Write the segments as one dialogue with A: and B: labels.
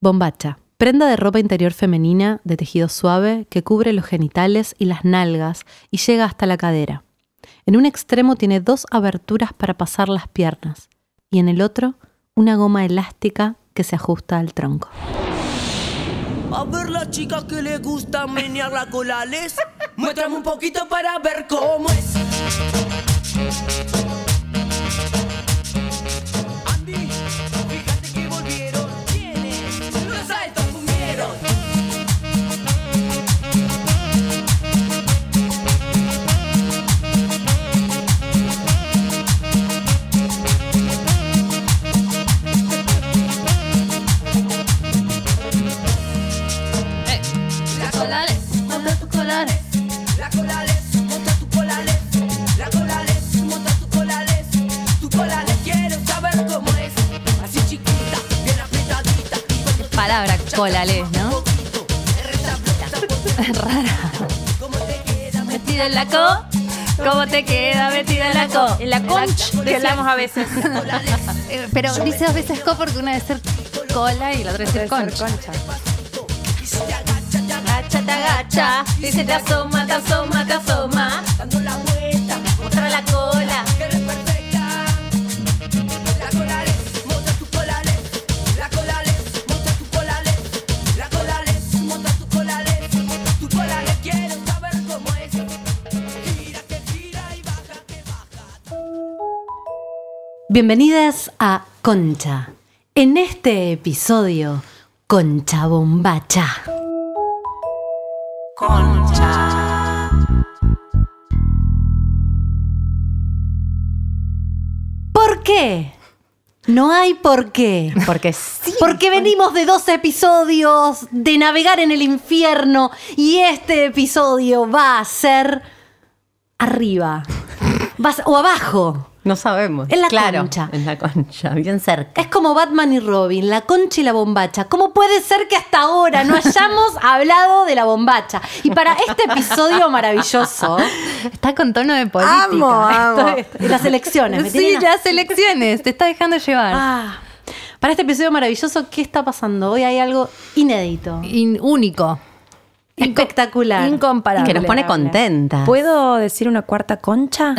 A: Bombacha. Prenda de ropa interior femenina de tejido suave que cubre los genitales y las nalgas y llega hasta la cadera. En un extremo tiene dos aberturas para pasar las piernas y en el otro una goma elástica que se ajusta al tronco.
B: A ver las chicas que le gusta menear la colales, muéstrame un poquito para ver cómo es. Andy, fíjate que volvieron, ¿quiénes? Los altos cumbieros.
C: La colales, manda tus colales.
B: La colales, monta tu colales. La colales, monta tu colales. Tu colales quiero saber cómo es. Así chiquita, bien apretadita. Y cuando te
C: Palabra colales, ¿no?
B: poquito, erreta, blota, porque
C: Rara.
B: cómo te queda, me
C: Metida en la co. ¿Cómo te queda metida en la co?
D: En la conch
C: En la-
D: decíamos a veces.
C: Eh, Pero dice dos veces co porque una debe ser cola y la otra debe ser concha. Agacha, te agacha. Dice te asoma, te asoma, te asoma.
B: dando la vuelta.
C: Mostrá la cola.
B: Que eres perfecta. La colales, monta tu colales. La colales, monta tu colales. La colales, monta tu colales. Tu colales quiero saber cómo es. Gira que gira y baja que baja.
A: Bienvenidas a Concha. En este episodio, Concha Bombacha. ¿Por qué? No hay por qué.
D: Porque sí.
A: Porque venimos de dos episodios de navegar en el infierno y este episodio va a ser arriba. Va a ser- o abajo.
D: No sabemos.
A: En la
D: claro,
A: concha.
D: En la concha, bien cerca.
A: Es como Batman y Robin, la concha y la bombacha. ¿Cómo puede ser que hasta ahora no hayamos hablado de la bombacha? Y para este episodio maravilloso,
C: Está con tono de política.
D: Amo, amo.
A: de las elecciones, ¿me
C: Sí,
A: tienen a-
C: las elecciones. Te está dejando llevar.
A: Ah, para este episodio maravilloso, ¿qué está pasando? Hoy hay algo inédito,
C: In- único.
A: espectacular.
C: Incomparable.
D: Que nos pone contenta.
E: ¿Puedo decir una cuarta concha?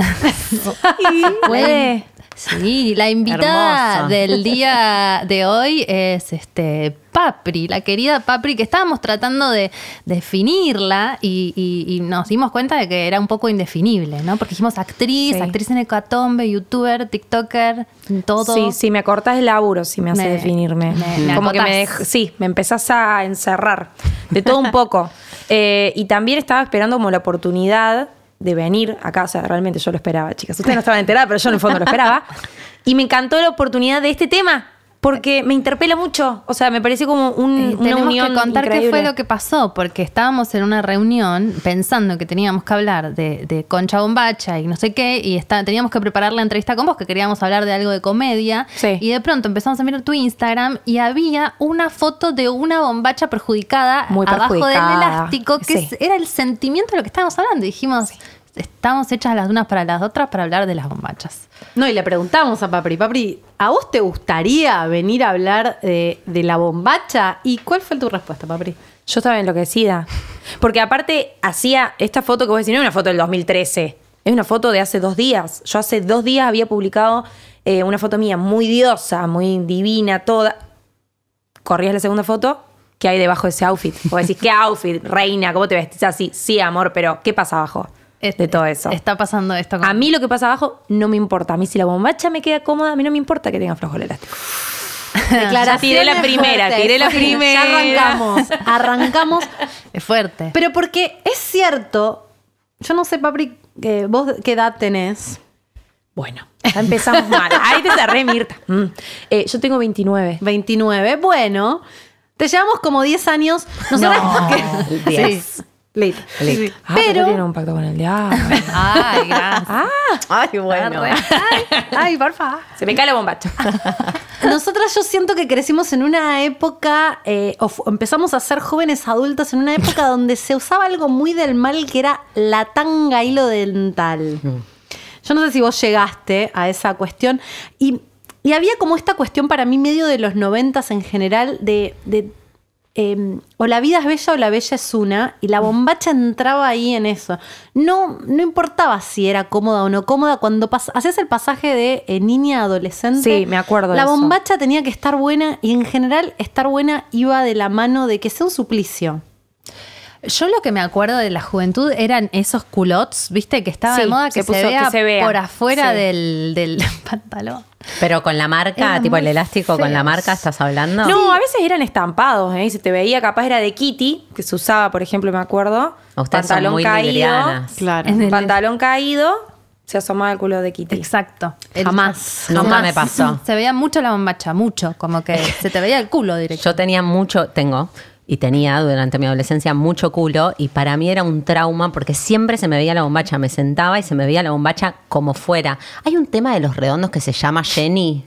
C: Puede. Sí, la invitada
D: Hermoso.
C: del día de hoy es este Papri, la querida Papri, que estábamos tratando de definirla y, y- y nos dimos cuenta de que era un poco indefinible, ¿no? Porque dijimos actriz,
E: Sí.
C: actriz en hecatombe, youtuber, tiktoker, todo.
E: Sí, sí, me acortás el laburo si me hace
C: Me-
E: definirme.
C: me- me
E: Como que me
C: acotás.
E: dej- sí, me empezás a encerrar de todo un poco. Eh, y también estaba esperando como la oportunidad de venir a casa, realmente yo lo esperaba, chicas. Ustedes no estaban enteradas, pero yo en el fondo lo esperaba. Y me encantó la oportunidad de este tema, porque me interpela mucho. O sea, me parece como un,
C: Eh,
E: una
C: tenemos
E: unión
C: que contar qué
E: increíble.
C: fue lo que pasó, porque estábamos en una reunión pensando que teníamos que hablar de, de Concha Bombacha y no sé qué, y está, teníamos que preparar la entrevista con vos, que queríamos hablar de algo de comedia,
E: Sí.
C: y de pronto empezamos a mirar tu Instagram y había una foto de una bombacha perjudicada
E: Muy
C: abajo del
E: perjudicada,
C: elástico, que
E: sí.
C: es- era el sentimiento de lo que estábamos hablando. Y dijimos, estamos hechas las unas para las otras para hablar de las bombachas.
A: No, y le preguntamos a Papri, Papri, ¿a vos te gustaría venir a hablar de, de la bombacha? ¿Y cuál fue tu respuesta, Papri?
E: Yo estaba enloquecida. Porque aparte hacía esta foto que vos decís, no es una foto del 2013, es una foto de hace dos días. Yo hace dos días había publicado eh, una foto mía muy diosa, muy divina, toda. Corrías la segunda foto, ¿qué hay debajo de ese outfit? Vos decís, ¿qué outfit, reina? ¿Cómo te vestís así? Sí, amor, pero ¿qué pasa abajo
C: Este,
E: de todo eso?
C: Está pasando esto. con-
E: A mí lo que pasa abajo no me importa. A mí si la bombacha me queda cómoda, a mí no me importa que tenga flojo el elástico.
A: Declaraciones
E: tiré la primera,
A: fuertes.
E: tiré la
A: Sí,
E: primera.
A: Ya arrancamos, arrancamos.
C: Es fuerte.
A: Pero porque es cierto, yo no sé, Papri, que vos qué edad tenés.
E: Bueno, ya empezamos mal. Ahí te cerré, Mirta. Mm. Eh, yo tengo 29.
A: 29. Bueno, te llevamos como 10 años. Nosotras porque-
D: El diez.
C: Sí.
A: Listo.
D: Listo.
E: Ah,
A: Pero-
E: tiene un pacto con el diablo.
C: Ay, gracias.
D: Ay, bueno.
C: Arre.
A: Ay, porfa.
E: Se me cae la bombacha.
A: Nosotras yo siento que crecimos en una época, eh, o fu- empezamos a ser jóvenes adultas en una época donde se usaba algo muy del mal que era la tanga hilo dental. Yo no sé si vos llegaste a esa cuestión y, y Y había como esta cuestión para mí medio de los noventas en general de... de, eh, o la vida es bella o la bella es una, y la bombacha entraba ahí en eso. No, no importaba si era cómoda o no cómoda, cuando pas- hacías el pasaje de eh, niña a adolescente.
E: Sí, me acuerdo de
A: La
E: eso.
A: bombacha tenía que estar buena, y en general estar buena iba de la mano de que sea un suplicio.
C: Yo lo que me acuerdo de la juventud eran esos culottes, viste, que estaba
E: Sí,
C: de moda que se,
E: se puso-
C: vea
E: que se vea.
C: por afuera
E: Sí.
C: del, del pantalón.
D: Pero con la marca,
C: Eran
D: tipo el
C: muy
D: elástico con la
C: feos.
D: marca, ¿estás hablando?
E: No, a veces eran estampados, ¿eh? Y se te veía, capaz era de Kitty, que se usaba, por ejemplo, me acuerdo.
D: Ustedes son muy librianas.
A: Claro.
C: En el-
E: Pantalón caído, se asomaba el culo de Kitty.
C: Exacto. El-
A: Jamás.
D: Nunca me pasó.
C: Se veía mucho la bombacha, mucho. Como que se te veía el culo directo.
D: Yo tenía mucho, tengo, y tenía durante mi adolescencia mucho culo, y para mí era un trauma porque siempre se me veía la bombacha. Me sentaba y se me veía la bombacha como fuera. Hay un tema de los redondos que se llama Jenny.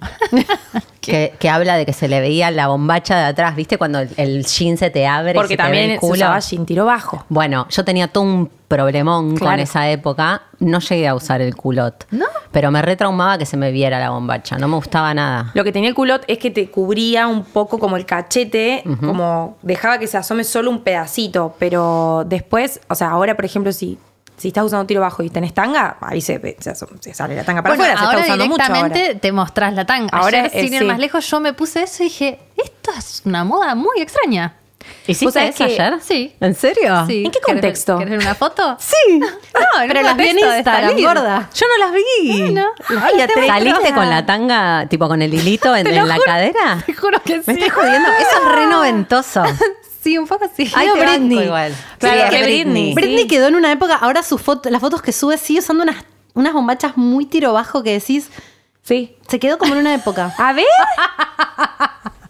D: Que, que habla de que se le veía la bombacha de atrás, ¿viste? Cuando el, el jean se te abre. y
E: Porque
D: se te ve
E: también
D: el
E: se
D: culo.
E: usaba jean tiro bajo.
D: Bueno, yo tenía todo un problemón con
E: Claro.
D: esa época. No llegué a usar el culot.
C: ¿No?
D: Pero me retraumaba que se me viera la bombacha. No me gustaba nada.
E: Lo que tenía el culot es que te cubría un poco como el cachete, como dejaba que se asome solo un pedacito, pero después, o sea, ahora por ejemplo si, si estás usando tiro bajo y tenés tanga, ahí se, ve- se asoma- se sale la tanga para
C: Bueno,
E: afuera, se
C: ahora
E: está usando mucho ahora.
C: directamente te mostrás la tanga.
E: Ahora,
C: Ayer, sin
E: eh,
C: ir
E: sí.
C: más lejos, yo me puse eso y dije, esto es una moda muy extraña.
E: ¿Vos
D: ¿Hiciste
E: sabés
D: eso
E: que-
D: ayer?
C: sí.
D: ¿En serio?
C: Sí.
E: Ah. ¿En qué
C: ¿Querés ver-
E: contexto?
C: ¿Querés ver una foto?
D: Sí.
C: No, en
A: Pero
C: un
A: las vi en
C: contexto de
A: Instagram,
C: salir.
A: gorda. Yo no las vi.
C: Bueno,
E: Ay, ya te-
D: ¿Saliste con la tanga, tipo con el hilito en,
C: Te lo
D: en la
C: juro,
D: cadera?
C: Te juro que sí. Ah.
D: Me estoy jodiendo. Eso es re noventoso.
C: Sí, un poco sí.
A: Ay,
D: Ay, te banco
A: Britney.
D: igual.
E: Claro,
D: Sí,
E: que
D: es
E: Britney.
A: Britney
E: Sí.
A: quedó en una época, ahora sus fotos, las fotos que sube sigue usando unas, unas bombachas muy tiro bajo que decís,
E: Sí.
A: se quedó como en una época.
E: A ver,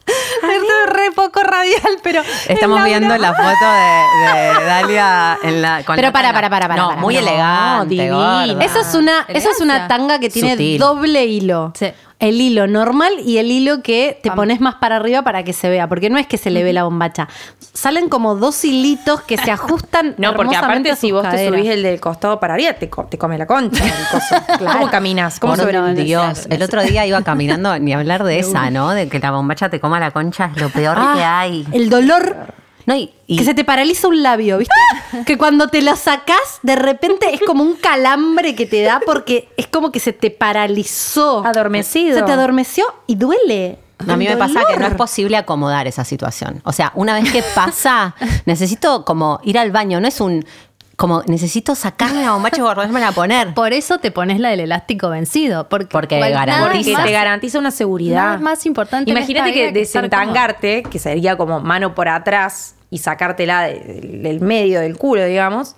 A: Esto es re poco radial, pero.
D: Estamos viendo la foto de, de Dalia en la, con
A: Pero
D: la
A: para,
D: tanga.
A: para, para, para,
D: No,
A: para.
D: muy
A: No,
D: elegante,
E: divina.
D: gorda.
A: Eso es una, eso es una
C: Elegancia.
A: tanga que tiene
D: Sutil.
A: doble hilo.
C: Sí.
A: El hilo normal y el hilo que te
C: Pam.
A: pones más para arriba para que se vea, porque no es que se le ve la bombacha. Salen como dos hilitos que se ajustan.
E: no, porque
A: hermosamente
E: aparte
A: a
E: si
A: sus
E: vos te
A: caderas.
E: subís el del costado para arriba, te, co- te come la concha. el coso. ¿Cómo caminas? ¿Cómo
D: Por
E: sobrevives?
D: Dios, el otro día iba caminando, ni hablar de esa, ¿no? De que la bombacha te coma la concha es lo peor que
A: Ah,
D: hay.
A: El dolor
D: No, y, y-
A: que se te paraliza un labio, ¿viste? que cuando te lo sacás, de repente es como un calambre que te da porque es como que se te paralizó.
E: Adormecido.
A: Se te adormeció y duele.
D: a mí
A: El
D: me pasa que no es
A: dolor.
D: posible acomodar esa situación. O sea, una vez que pasa, necesito como ir al baño, no es un como necesito sacarme la bombacha y volverme a poner.
C: Por eso te pones la del elástico vencido. Porque,
D: Porque
C: cual- nada
E: Porque
D: garantiza.
C: más-
E: te garantiza una seguridad.
C: nada más importante en
E: Imagínate
C: esta vida
E: que
C: que estar
E: desentangarte, que sería como mano por atrás y sacártela de- del, del medio del culo, digamos.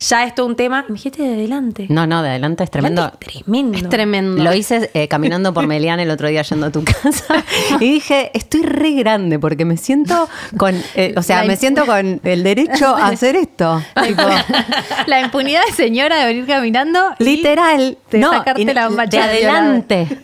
E: Ya es todo un tema. Imagínate de adelante.
D: No, no, de adelante es tremendo.
E: Adelante es tremendo.
A: Es tremendo.
D: Lo hice eh, caminando por Melián el otro día yendo a tu casa y dije, estoy re grande porque me siento con, eh, o sea,
C: La
D: me siento con el derecho a hacer esto. Tipo,
C: la impunidad de señora de venir caminando. y-
D: literal,
C: de
D: no,
C: sacarte
D: y-
C: la
D: de
C: bombacha de
D: adelante.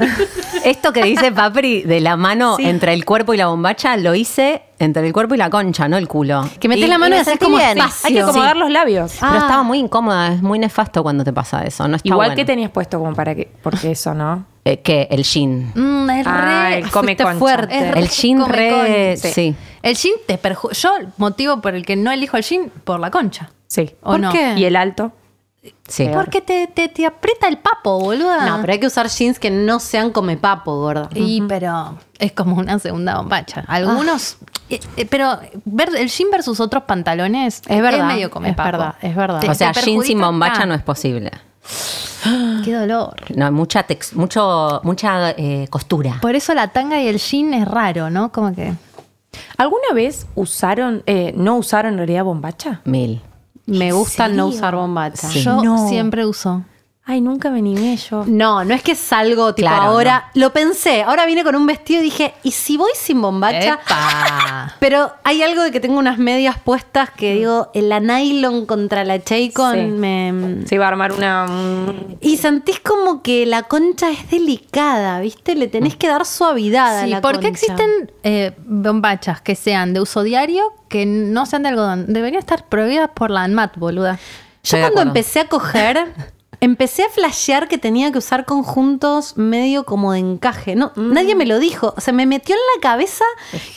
D: Esto que dice Papri de la mano
E: Sí.
D: entre el cuerpo y la bombacha, lo hice entre el cuerpo y la concha, no el culo.
A: Que metés
D: Y-
A: la mano y
D: lo
A: haces
D: sentí
A: como
D: bien.
A: espacio.
E: Hay que
A: Sí.
E: acomodar los labios.
D: Pero estaba muy incómoda, es muy nefasto cuando te pasa eso. No está
E: Igual
D: bueno.
E: que tenías puesto como para que. Porque eso, ¿no?
D: Eh, que el jean.
C: Mm, es
E: Ah,
C: re-
E: el come
C: fuiste
E: concha.
C: fuerte.
E: El
C: re
D: jean
C: come
D: re-
C: concha.
D: sí.
C: El jean te perju- Yo, motivo por el que no elijo el jean, por la concha.
E: Sí.
C: ¿O
A: ¿Por
C: no?
A: qué?
E: Y el alto.
D: Sí.
C: Porque te, te, te aprieta el papo, boluda.
A: No, pero hay que usar jeans que no sean come papo, gorda.
C: Y pero es como una segunda bombacha. Algunos, eh, eh, pero ver el jean versus otros pantalones
A: Es verdad,
C: medio come
A: es
C: papo.
A: verdad, es verdad.
C: Te-
D: o sea,
C: te
D: jean sin
C: perjudica
D: bombacha
C: acá.
D: no es posible.
C: Qué dolor.
D: No, mucha tex- mucho, mucha eh, costura.
C: Por eso la tanga y el jean es raro, ¿no? Como que
E: ¿Alguna vez usaron. eh, no usaron en realidad bombacha?
D: Mil.
A: Me gusta no
E: serio?
A: usar bombacha.
D: Sí.
C: yo
E: No.
C: siempre uso.
E: Ay, nunca me animé yo.
A: No, no es que salgo tipo
D: Claro,
A: ahora. Lo pensé, ahora vine con un vestido y dije, ¿y si voy sin bombacha?
C: ¡Epa!
A: Pero hay algo de que tengo unas medias puestas que digo, la nylon contra la chaycon
E: Sí.
A: me...
E: Se iba a armar una. un-
A: Y sentís como que la concha es delicada, ¿viste? Le tenés que dar suavidad a
C: Sí,
A: la
C: ¿por
A: concha.
C: qué existen eh, bombachas que sean de uso diario que no sean de algodón? Deberían estar prohibidas por la ANMAT, boluda.
A: Yo
D: Estoy de
A: cuando
D: acuerdo.
A: empecé a coger, Empecé a flashear que tenía que usar conjuntos medio como de encaje. No,
D: Mm.
A: nadie me lo dijo. Se me metió en la cabeza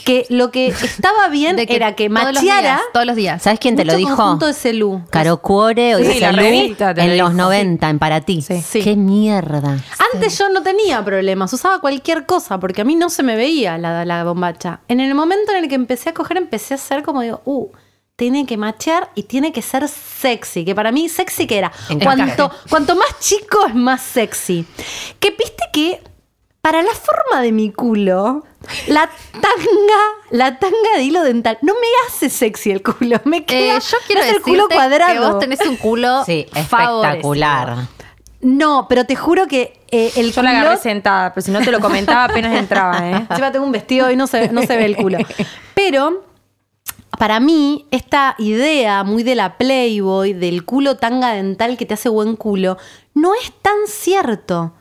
A: que lo que estaba bien
C: De
A: era que
C: todos los
A: macheara
C: días, Todos los días.
D: ¿Sabes quién te lo
A: mucho
D: dijo?
A: conjunto de celú.
D: Caro Cuore o
E: Sí,
D: de
E: la
D: Salud
E: revista te lo
D: en los
E: dijo.
D: 90, en para ti.
A: Sí.
D: ¡Qué mierda!
A: Antes yo no tenía problemas, usaba cualquier cosa, porque a mí no se me veía la, la bombacha. En el momento en el que empecé a coger, empecé a ser como digo, uh, tiene que machear y tiene que ser sexy, que para mí sexy que era.
D: Encaje.
A: Cuanto, cuanto más chico es más sexy. Que viste que para la forma de mi culo, la tanga, la tanga de hilo dental, no me hace sexy el culo, me
C: Eh,
A: queda
C: yo quiero
A: me hace
C: decirte
A: el culo cuadrado.
C: que vos tenés un culo
D: Sí,
C: favorecido.
D: espectacular.
A: No, pero te juro que eh, el
E: Yo
A: culo...
E: la agarré sentada, pero si no te lo comentaba apenas entraba, ¿eh?
A: Encima tengo un vestido y no se, no se ve el culo. Pero para mí, esta idea muy de la Playboy, del culo tanga dental que te hace buen culo, no es tan cierto.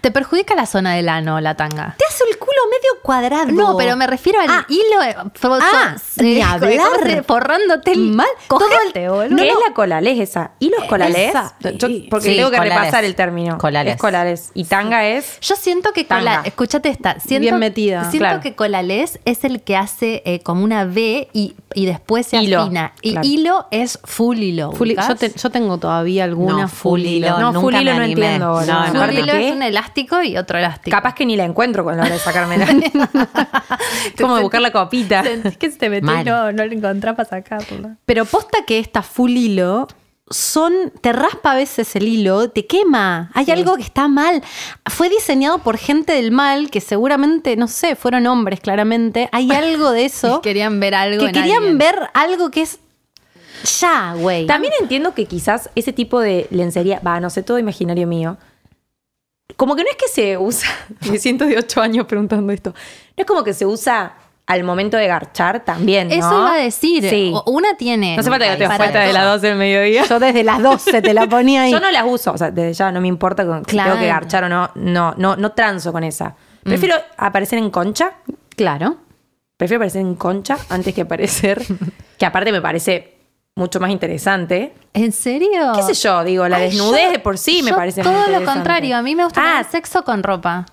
C: Te perjudica la zona del ano, la tanga.
A: Te hace el culo medio cuadrado.
C: No, pero me refiero al
A: Ah,
C: hilo. eh, fo-
A: ah,
C: so-
A: ni
C: eh, ¿cómo
A: hablar.
C: se dice? Forrándote el
A: Mal.
C: cojete,
A: Todo el-
C: boludo.
A: No,
E: ¿Qué
A: no.
E: es la colales esa? ¿Y los colales?
A: Esa.
E: Yo- porque
D: Sí,
E: tengo que
D: colales.
E: repasar el término.
D: Colales.
E: Es colales. Y tanga es.
C: Yo siento que
E: Tanga.
C: Colales, escúchate esta, siento,
A: Bien metida.
C: Siento
E: Claro.
C: que Colales es el que hace eh, como una V y, y después se
E: Hilo,
C: afina. Y
E: claro.
C: hilo es full hilo.
A: Full-
C: ¿ubicás?
A: yo, te- yo tengo todavía alguna
D: No, full hilo.
E: No,
D: nunca
E: full hilo
D: me
E: no
D: animé.
E: entiendo, boludo.
D: No, no,
C: Full
D: no.
E: Aparte,
C: hilo
E: ¿qué?
C: es un elástico y otro elástico.
E: Capaz que ni la encuentro con la hora de sacármela. Como buscar la copita.
C: Sentís que se te metió
D: Mal.
C: y no, no lo encontrás para sacarlo.
A: Pero posta que esta full hilo son, te raspa a veces el hilo, te quema, hay algo que está mal. Fue diseñado por gente del mal, que seguramente, no sé, fueron hombres claramente, hay algo de eso.
C: Querían ver algo
A: que
C: en
A: querían
C: alguien.
A: ver algo que es ya, güey.
E: También entiendo que quizás ese tipo de lencería, va, no sé, todo imaginario mío. Como que no es que se usa, me siento de ocho años preguntando esto. No es como que se usa al momento de garchar también. ¿no?
C: Eso iba a decir.
E: Sí.
C: O- Una tiene.
E: No hace falta que te des
C: para
E: cuenta de
C: todo.
E: las 12 del mediodía.
A: Yo desde las 12 te la ponía ahí.
E: Yo no las uso, o sea, desde ya no me importa con- si
C: Claro. Mm.
E: tengo que garchar o no, no, no, no transo con esa. Prefiero aparecer en concha,
A: Claro.
E: prefiero aparecer en concha antes que aparecer, que aparte me parece mucho más interesante.
C: ¿En serio?
E: ¿Qué sé yo? Digo, la
C: Ah. Ay,
E: desnudez
C: yo-
E: de por sí me
C: yo
E: parece muy
C: Todo lo
E: interesante.
C: contrario. A mí me gusta
E: Ah,
C: tener sexo con ropa.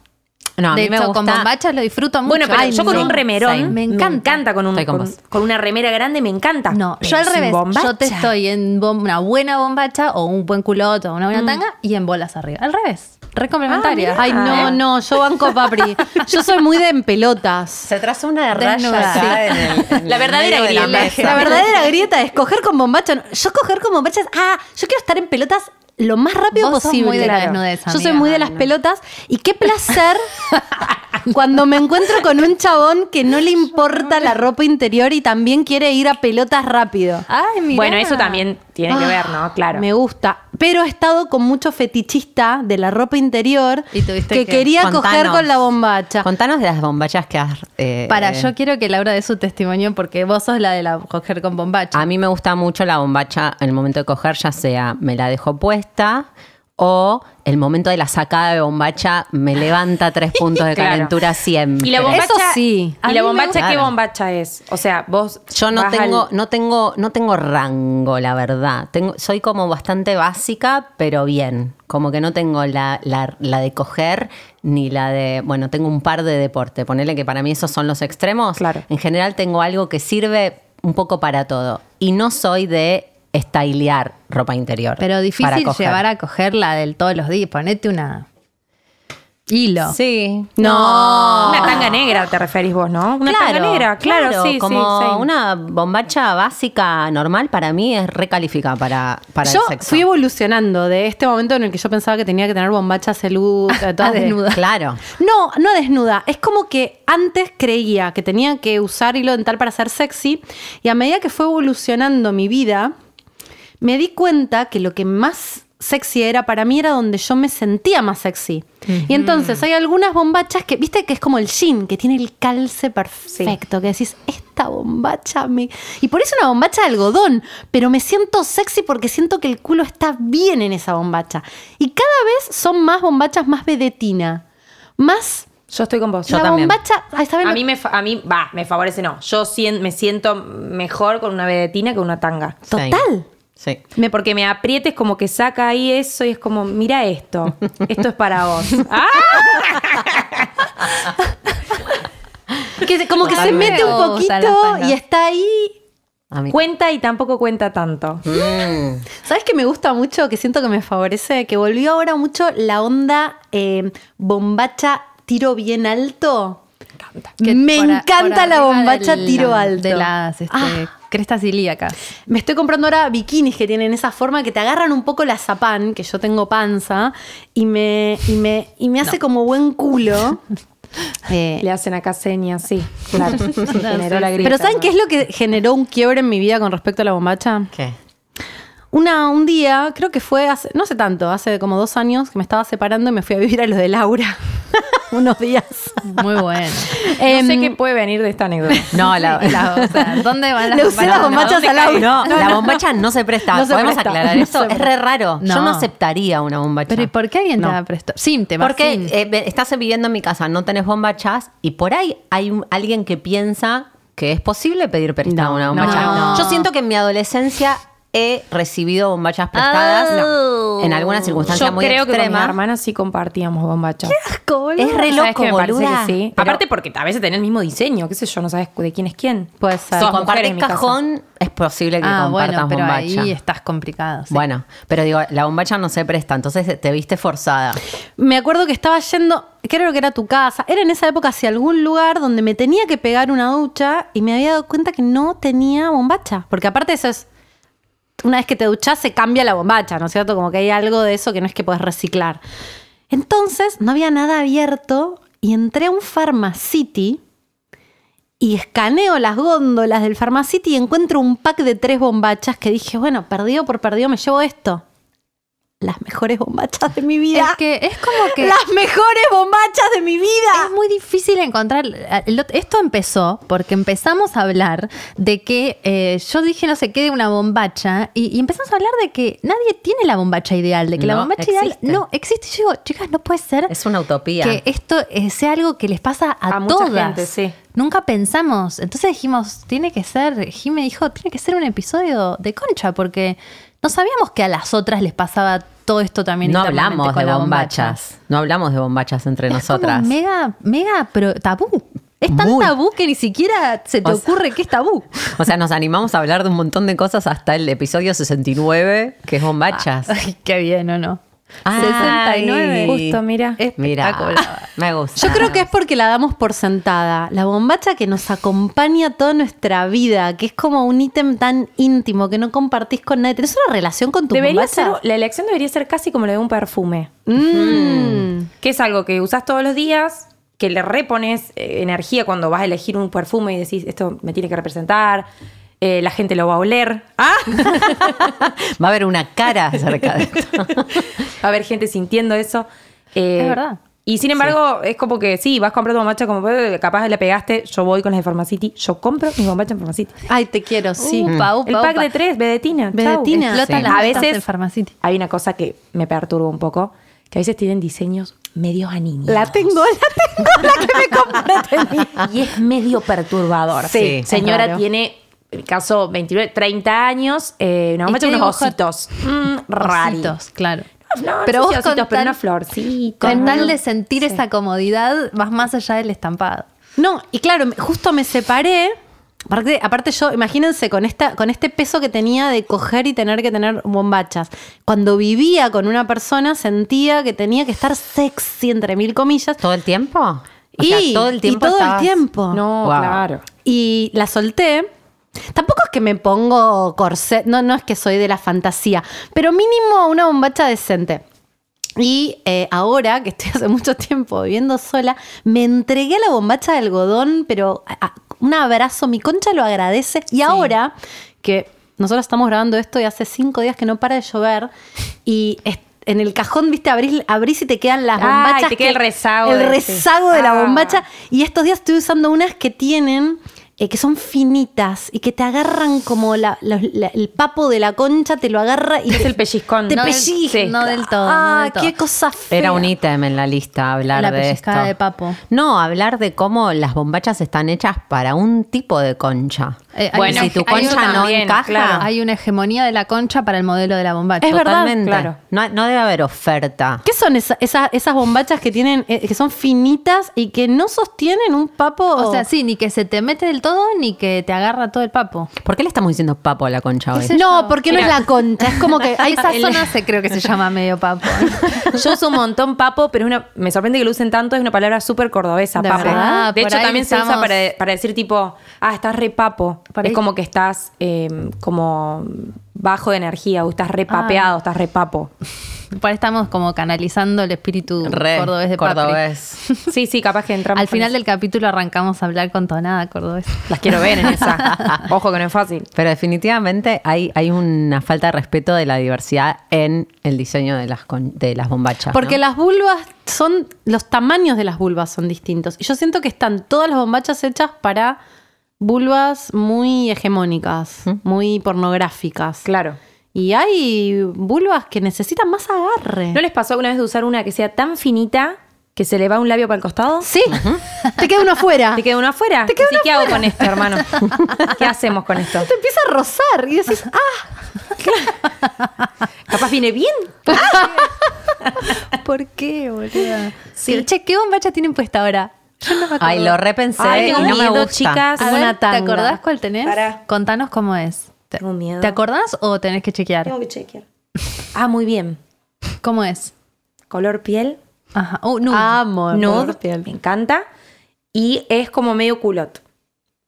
D: No, a
C: de
D: mí me
C: hecho, con
D: gusta-
C: bombachas lo disfruto mucho.
E: Bueno, pero
C: Ay,
E: yo con
C: no.
E: un remerón
D: Same.
E: me
C: Me
E: encanta,
C: encanta.
E: con, un,
D: Estoy con
E: con,
D: vos.
E: con una remera grande me encanta.
C: No,
E: Pero
C: yo al
E: sin
C: revés. Yo te
E: bombacha.
C: estoy en bom- una buena bombacha o un buen culoto o una buena tanga y en bolas arriba. Al revés. Re complementaria.
E: Mm. Ah,
A: Ay, no,
E: ¿eh?
A: no, yo banco Papri. Yo soy muy de en pelotas.
D: Se traza una
C: Desnuda.
D: acá en el- en
E: La
D: el
E: verdadera
D: medio de la
E: grieta.
D: mesa.
A: La verdadera grieta es coger con bombacha. Yo coger con bombachas, ah, yo quiero estar en pelotas lo más rápido
C: Vos sos
A: posible.
C: muy de la desnudez,
A: yo soy
C: amiga.
A: muy de las pelotas y qué placer cuando me encuentro con un chabón que no le importa la ropa interior y también quiere ir a pelotas rápido.
C: Ay, mira.
E: Bueno, eso también tiene que
A: Ah,
E: ver, ¿no? Claro.
A: Me gusta. Pero he estado con mucho fetichista de la ropa interior
C: Y tuviste que-
A: quería coger
D: Contanos.
A: con la bombacha.
D: Contanos de las bombachas que has. eh,
C: Para, yo quiero que Laura dé su testimonio porque vos sos la de la coger con
E: Ah,
C: bombacha.
D: A mí me gusta mucho la bombacha en el momento de coger, ya sea me la dejo puesta o el momento de la sacada de bombacha me levanta tres puntos de
E: Claro.
D: calentura siempre.
E: Y la bombacha,
A: Eso sí.
C: A
E: ¿Y
C: mí
E: la
C: me
E: bombacha
D: gusta.
E: qué bombacha es? O sea, vos.
D: Yo no
E: vas
D: tengo,
E: al-
D: no tengo, no tengo rango, la verdad. Tengo, soy como bastante básica, pero bien. Como que no tengo la, la- la de coger ni la de. Bueno, tengo un par de deporte. Ponele que para mí esos son los extremos.
E: Claro.
D: En general tengo algo que sirve un poco para todo. Y no soy de estilear ropa interior.
C: Pero
D: para
C: difícil
D: coger.
C: llevar a cogerla del todos los días. Ponete una hilo.
D: Sí.
A: No.
E: Ah.
D: Ah.
E: Una tanga negra te referís vos, ¿no? Una tanga negra, claro, sí,
D: como
E: sí. sí.
D: una bombacha básica normal para mí es recalifica para, para
A: yo
D: el sexo.
A: fui evolucionando de este momento en el que yo pensaba que tenía que tener bombacha, celú, todas de-
C: desnuda.
D: Claro.
A: No, no desnuda. Es como que antes creía que tenía que usar hilo dental para ser sexy y a medida que fue evolucionando mi vida, me di cuenta que lo que más sexy era para mí era donde yo me sentía más sexy. Y entonces hay algunas bombachas que, viste, que es como el jean, que tiene el calce perfecto, que decís, esta bombacha me... Y por eso una bombacha de algodón, pero me siento sexy porque siento que el culo está bien en esa bombacha. Y cada vez son más bombachas más vedetina, más...
E: Yo estoy con vos.
D: Yo
A: la
D: también.
A: bombacha... Ay, ¿saben
E: a
A: lo-
E: mí me fa- a mí va, me favorece no. Yo sien- me siento mejor con una vedetina que una tanga.
D: Sí.
A: Total.
D: Sí.
E: Me, porque me aprietes como que saca ahí eso y es como, mira esto, esto es para vos. ¡Ah!
A: Que se- como que se
C: Totalmente.
A: mete un
C: Me gusta las
A: poquito
C: panas.
A: y está ahí.
D: A mí.
E: Cuenta y tampoco cuenta tanto.
D: Mm.
A: ¿Sabes que me gusta mucho? Que siento que me favorece. Que volvió ahora mucho la onda eh, bombacha tiro bien alto.
C: Que
A: me
C: por a-
A: encanta
C: por
A: la
C: arriba
A: bombacha
C: del-
A: tiro alto.
C: De las este,
A: Ah.
C: crestas ilíacas.
A: Me estoy comprando ahora bikinis que tienen esa forma que te agarran un poco la zapán, que yo tengo panza, y me, y me, y me hace como buen culo. Eh,
E: Le hacen acá señas, sí, claro. Generó la grieta,
A: pero ¿saben
E: ¿no?
A: qué es lo que generó un quiebre en mi vida con respecto a la bombacha?
D: ¿Qué?
A: Una, un día, creo que fue hace, no hace tanto, hace como dos años que me estaba separando y me fui a vivir a lo de Laura. Unos días.
C: Muy bueno.
E: No sé
A: Em,
E: qué puede venir de esta anécdota.
D: No, la,
C: La- o sea, ¿Dónde van las
A: Le usé las
C: bombachas?
A: bombachas
C: ¿Dónde
A: a Laura.
D: No,
A: No,
D: la
A: no.
D: bombacha no se presta.
A: No se
D: Podemos
A: presta,
D: aclarar
A: no
D: esto.
A: se
D: es re raro. Yo no
C: No.
D: aceptaría una bombacha.
C: Pero ¿y por qué alguien
D: No.
C: te va a prestar? Sin tema.
D: Porque
C: sin.
D: eh, ve- estás viviendo en mi casa, no tenés bombachas y por ahí hay un- alguien que piensa que es posible pedir prestada
A: No,
D: una bombacha.
C: no, no.
D: Yo siento que en mi adolescencia he recibido bombachas prestadas
C: Oh.
D: en algunas circunstancias
E: Yo
D: muy
E: creo que con mi
D: extremas.
E: hermana sí compartíamos bombachas.
D: es re
E: ¿Sabes
D: loco,
E: qué? me
D: boluda.
E: parece que sí.
D: Pero
E: Aparte porque a veces tenés el mismo diseño, qué sé yo, no sabes de quién es quién.
A: Puede ser.
E: Sos mujer
D: si
E: en
D: compartes
E: mi casa.
D: cajón, es posible que
C: Ah,
D: compartas
C: bueno, pero
D: bombacha.
C: ahí estás complicado. sí.
D: Bueno, pero digo, la bombacha no se presta, entonces te viste forzada.
A: Me acuerdo que estaba yendo, creo que era tu casa, era en esa época hacia algún lugar donde me tenía que pegar una ducha y me había dado cuenta que no tenía bombacha. Porque aparte eso es, una vez que te duchas se cambia la bombacha, ¿no es cierto? Como que hay algo de eso que no es que puedes reciclar. Entonces no había nada abierto y entré a un Pharmacity y escaneo las góndolas del Pharmacity y encuentro un pack de tres bombachas que dije, bueno, perdido por perdido me llevo esto. Las mejores bombachas de mi vida.
C: Es que es como que
A: Las mejores bombachas de mi
C: es
A: vida.
C: muy difícil encontrar. el ot- Esto empezó porque empezamos a hablar de que eh, yo dije no sé qué de una bombacha y, y empezamos a hablar de que nadie tiene la bombacha ideal, de que la
D: No
C: bombacha ideal
D: existe.
C: no existe. Y yo digo, chicas, no puede ser.
D: Es una utopía.
C: que esto eh, sea algo que les pasa a,
E: A mucha
C: todas.
E: gente, sí.
C: Nunca pensamos. Entonces dijimos, tiene que ser, Jimé dijo, tiene que ser un episodio de concha, porque no sabíamos que a las otras les pasaba todo esto también.
D: no
C: internamente
D: hablamos
C: con
D: de
C: la
D: bombachas.
C: bombacha.
D: No hablamos de bombachas entre
C: Es como
D: nosotras.
C: mega, mega pero tabú. Es tan
D: Muy.
C: tabú que ni siquiera se te
D: O sea-
C: ocurre que es tabú.
D: O sea, nos animamos a hablar de un montón de cosas hasta el episodio 69, que es bombachas.
C: Ay, qué bien, ¿o no?
D: Ay.
C: 69.
E: Justo, mira.
D: Mira,
C: Espectacular.
D: me gusta.
A: Yo creo que es porque la damos por sentada. La bombacha que nos acompaña toda nuestra vida, que es como un ítem tan íntimo que no compartís con nadie. ¿Tenés una relación con tu
E: Debería ser,
A: bombacha?
E: la elección debería ser casi como la de un perfume,
A: Mm.
E: que es algo que usás todos los días, que le repones eh, energía cuando vas a elegir un perfume y decís, esto me tiene que representar, eh, la gente lo va a oler. ¡Ah!
D: Va a haber una cara acerca de esto.
E: Va a haber gente sintiendo eso. Eh,
C: Es verdad.
E: Y sin embargo, es como que sí, vas comprando bombacha como eh, capaz le pegaste, yo voy con las de Pharmacity, yo compro mis bombachas en Pharmacity.
A: Ay, te quiero, sí.
C: Upa, upa,
E: El pack
C: upa.
E: de tres, vedetina. chau.
A: Vedetina.
C: Explotan
D: Sí.
C: las
E: A
C: notas
E: veces-
C: en Pharmacity.
E: Hay una cosa que me perturba un poco, que a veces tienen diseños medios anímicos.
A: La tengo, la tengo, la que me compraste.
E: y es medio perturbador.
D: Sí.
E: Señora
A: Es raro.
E: tiene, en el caso, 29, 30 años, eh, una bombacha
C: ¿Y
E: con
C: qué
E: unos
C: dibuja?
E: ositos. Mm, rari.
C: Ositos, claro.
E: No, pero vos ositos,
C: con
E: pero
C: tal-
E: una florcita.
C: Con tal
E: ¿no?
C: de sentir esa comodidad, vas más allá del estampado.
A: No, y claro, me- justo me separé. Aparte, aparte yo, imagínense, con, esta, con este peso que tenía de coger y tener que tener bombachas. Cuando vivía con una persona sentía que tenía que estar sexy, entre mil comillas.
D: ¿Todo el tiempo? O
A: y
D: sea, todo el tiempo.
A: Y todo
D: estabas-
A: el tiempo.
E: No,
D: Wow.
E: claro.
A: Y la solté. Tampoco es que me pongo corset, no, no es que soy de la fantasía, pero mínimo una bombacha decente. Y eh, ahora que estoy hace mucho tiempo viviendo sola, me entregué a la bombacha de algodón, pero a- a- un abrazo, mi concha lo agradece. Y ahora que nosotros estamos grabando esto y hace cinco días que no para de llover y es- en el cajón, viste, abrís, abrís y te quedan las
E: Ay,
A: bombachas.
E: te queda el rezago
A: El
E: de- sí.
A: rezago de la
E: Ah.
A: bombacha. Y estos días estoy usando unas que tienen eh, que son finitas y que te agarran como la- la- la- el papo de la concha, te lo agarra y
E: Es
A: te-
E: el pellizcón.
A: Te
E: No del-
A: pellizca.
E: sí.
C: no del todo, no
A: Ah,
C: del todo.
A: qué cosa fea.
D: Era un ítem en la lista hablar
C: La
D: de esto.
C: pellizcada de papo.
D: No, hablar de cómo las bombachas están hechas para un tipo de concha.
C: Eh, hay una-
D: bueno, si tu
C: hay
D: concha
C: una
D: no
E: también,
D: encaja,
E: claro.
C: Hay una hegemonía de la concha para el modelo de la bombacha.
A: Es verdad.
D: totalmente.
E: claro.
D: No, no debe haber oferta.
A: ¿Qué son esa- esa- esas bombachas que tienen, eh, que son finitas y que no sostienen un papo?
C: O sea, sí, ni que se te mete del todo ni que te agarra todo el papo.
D: ¿Por qué le estamos diciendo papo a la concha hoy?
C: sé
A: No,
C: yo?
A: porque no es la concha, es como que Eh, hay
C: Ah, Esa
A: el-
C: zona se creo que se llama medio papo. ¿eh?
E: Yo uso un montón papo, pero es una, me sorprende que lo usen tanto, es una palabra súper cordobesa,
C: ¿De
E: papo.
C: verdad?
E: de
C: Por
E: hecho,
C: ahí
E: también se usa
C: estamos-
E: para, para decir tipo, ah, estás re papo.
C: Por
E: es
C: ahí-
E: como que estás eh, como bajo de energía, o estás
C: Ah.
E: re papeado, estás re papo.
C: Por ahí estamos como canalizando el espíritu
D: Re
C: cordobés de Papri.
D: cordobés.
E: Sí, sí, capaz que entramos.
C: Al
E: con
C: final
E: eso.
C: del capítulo arrancamos a hablar con tonada cordobés.
E: Las quiero ver en esa. Ojo que no es fácil.
D: Pero definitivamente hay, hay una falta de respeto de la diversidad en el diseño de las, con- de las bombachas.
A: Porque
D: ¿no?
A: las vulvas son, los tamaños de las vulvas son distintos. Y yo siento que están todas las bombachas hechas para vulvas muy hegemónicas, muy pornográficas.
E: Claro.
A: Y hay vulvas que necesitan más
C: Eh.
A: agarre.
E: ¿No les pasó alguna vez de usar una que sea tan finita que se le va un labio para el costado?
A: Sí, te queda uno afuera.
E: ¿Te queda uno afuera?
A: Te queda
E: Así,
A: uno
E: ¿Qué hago con esto, hermano? ¿Qué hacemos con esto?
A: Te empieza a rozar y decís, ah,
E: Capaz viene bien.
C: ¿Por qué, boluda?
E: Sí.
C: Pero, Che, ¿qué bombacha tienen puesta ahora? Yo no me acuerdo.
D: Ay, lo repensé
E: Ay,
D: y
E: tengo
D: no me
E: miedo,
D: gusta.
E: chicas.
C: A
A: Como
C: ver,
A: una
C: ¿Te
A: tanga.
C: acordás cuál tenés?
E: Pará.
C: Contanos cómo es. Te-
E: Tengo miedo.
C: ¿Te acordás o tenés que chequear?
E: que chequear. Ah, muy bien.
C: ¿Cómo es?
E: Color piel.
C: Ajá. Oh, nude.
A: "Ah, amo.
E: nude.
A: color piel.
E: Me encanta. Y es como medio culot.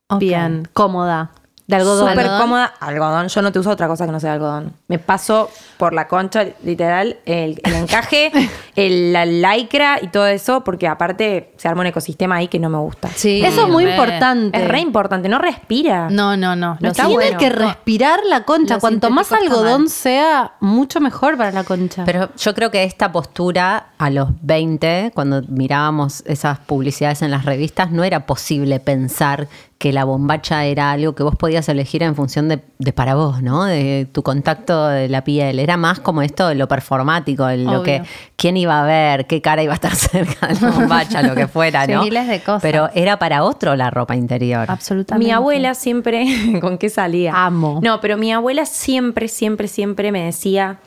C: Ok.
A: Bien, cómoda. De algodón.
E: Súper
C: ¿Algodón?
E: cómoda. Algodón. Yo no te uso otra cosa que no sea algodón. Me paso por la concha, literal, el, el encaje, el, la lycra y todo eso, porque aparte se arma un ecosistema ahí que no me gusta.
C: Sí,
A: Eso es muy
C: re.
A: importante.
E: Es re importante. No respira.
C: No, no, no.
E: No
C: Lo
E: está
A: Tiene
C: siento.
E: bueno.
A: que respirar la concha.
C: Lo
A: Cuanto más
C: sintético está
A: algodón
C: mal.
A: sea, mucho mejor para la concha.
D: Pero yo creo que esta postura a los 20, cuando mirábamos esas publicidades en las revistas, no era posible pensar que la bombacha era algo que vos podías elegir en función de, de para vos, ¿no? De tu contacto de la piel. Era más como esto de lo performático, el- lo
C: Obvio.
D: que quién iba a ver, qué cara iba a estar cerca de la bombacha, lo que fuera,
C: Sí,
D: ¿no?
C: miles de cosas.
D: Pero era para otro la ropa interior.
C: Absolutamente.
E: Mi abuela siempre, ¿con qué salía?
A: Amo.
E: No, pero mi abuela siempre, siempre, siempre me decía,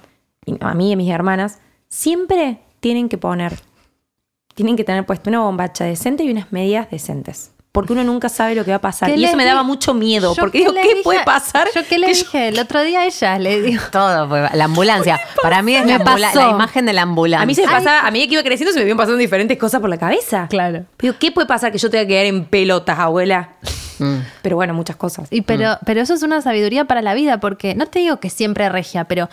E: y a mí y a mis hermanas, siempre tienen que poner, tienen que tener puesto una bombacha decente y unas medias decentes. Porque uno nunca sabe lo que va a pasar.
C: ¿Qué
E: Y
C: les
E: eso me
C: di-
E: daba mucho miedo.
C: Yo
E: Porque digo,
C: le
E: ¿qué
C: dije-
E: puede pasar?
C: Yo qué le
E: Que
C: dije el otro día a ella, le digo.
D: Todo, fue- la ambulancia. Para mí es la,
A: Me
D: ambula-
A: pasó.
D: la imagen de la ambulancia.
E: A mí se me pasaba, a medida que iba creciendo se me iban pasando diferentes cosas por la cabeza.
C: Claro.
E: Digo, ¿qué puede pasar que yo tenga que quedar en pelotas, abuela?
D: Mm.
E: Pero bueno, muchas cosas.
C: Y
A: Mm.
C: pero, pero eso es una sabiduría para la vida, porque no te digo que siempre regia, pero,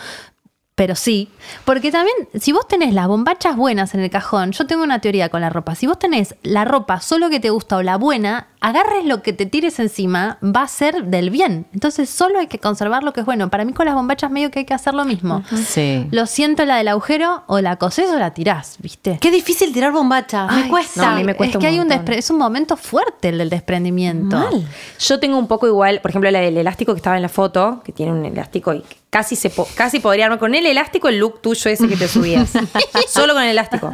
C: pero sí. Porque también, si vos tenés las bombachas buenas en el cajón, yo tengo una teoría con la ropa. Si vos tenés la ropa solo que te gusta o la buena, agarres lo que te tires encima, va a ser del bien. Entonces solo hay que conservar lo que es bueno. Para mí con las bombachas medio que hay que hacer lo mismo.
D: Sí.
C: Lo siento la del agujero, o la cosés o la tirás, ¿viste?
A: Qué difícil tirar bombacha.
C: Ay,
A: me cuesta.
C: sí,
E: a mí me cuesta
C: es que
E: un
C: hay un
E: montón.
C: despre- es un momento fuerte el del desprendimiento.
E: Yo tengo un poco igual, por ejemplo, la del elástico que estaba en la foto, que tiene un elástico y casi se po- casi podría armar con el elástico el look tuyo ese que te subías. Solo con el elástico.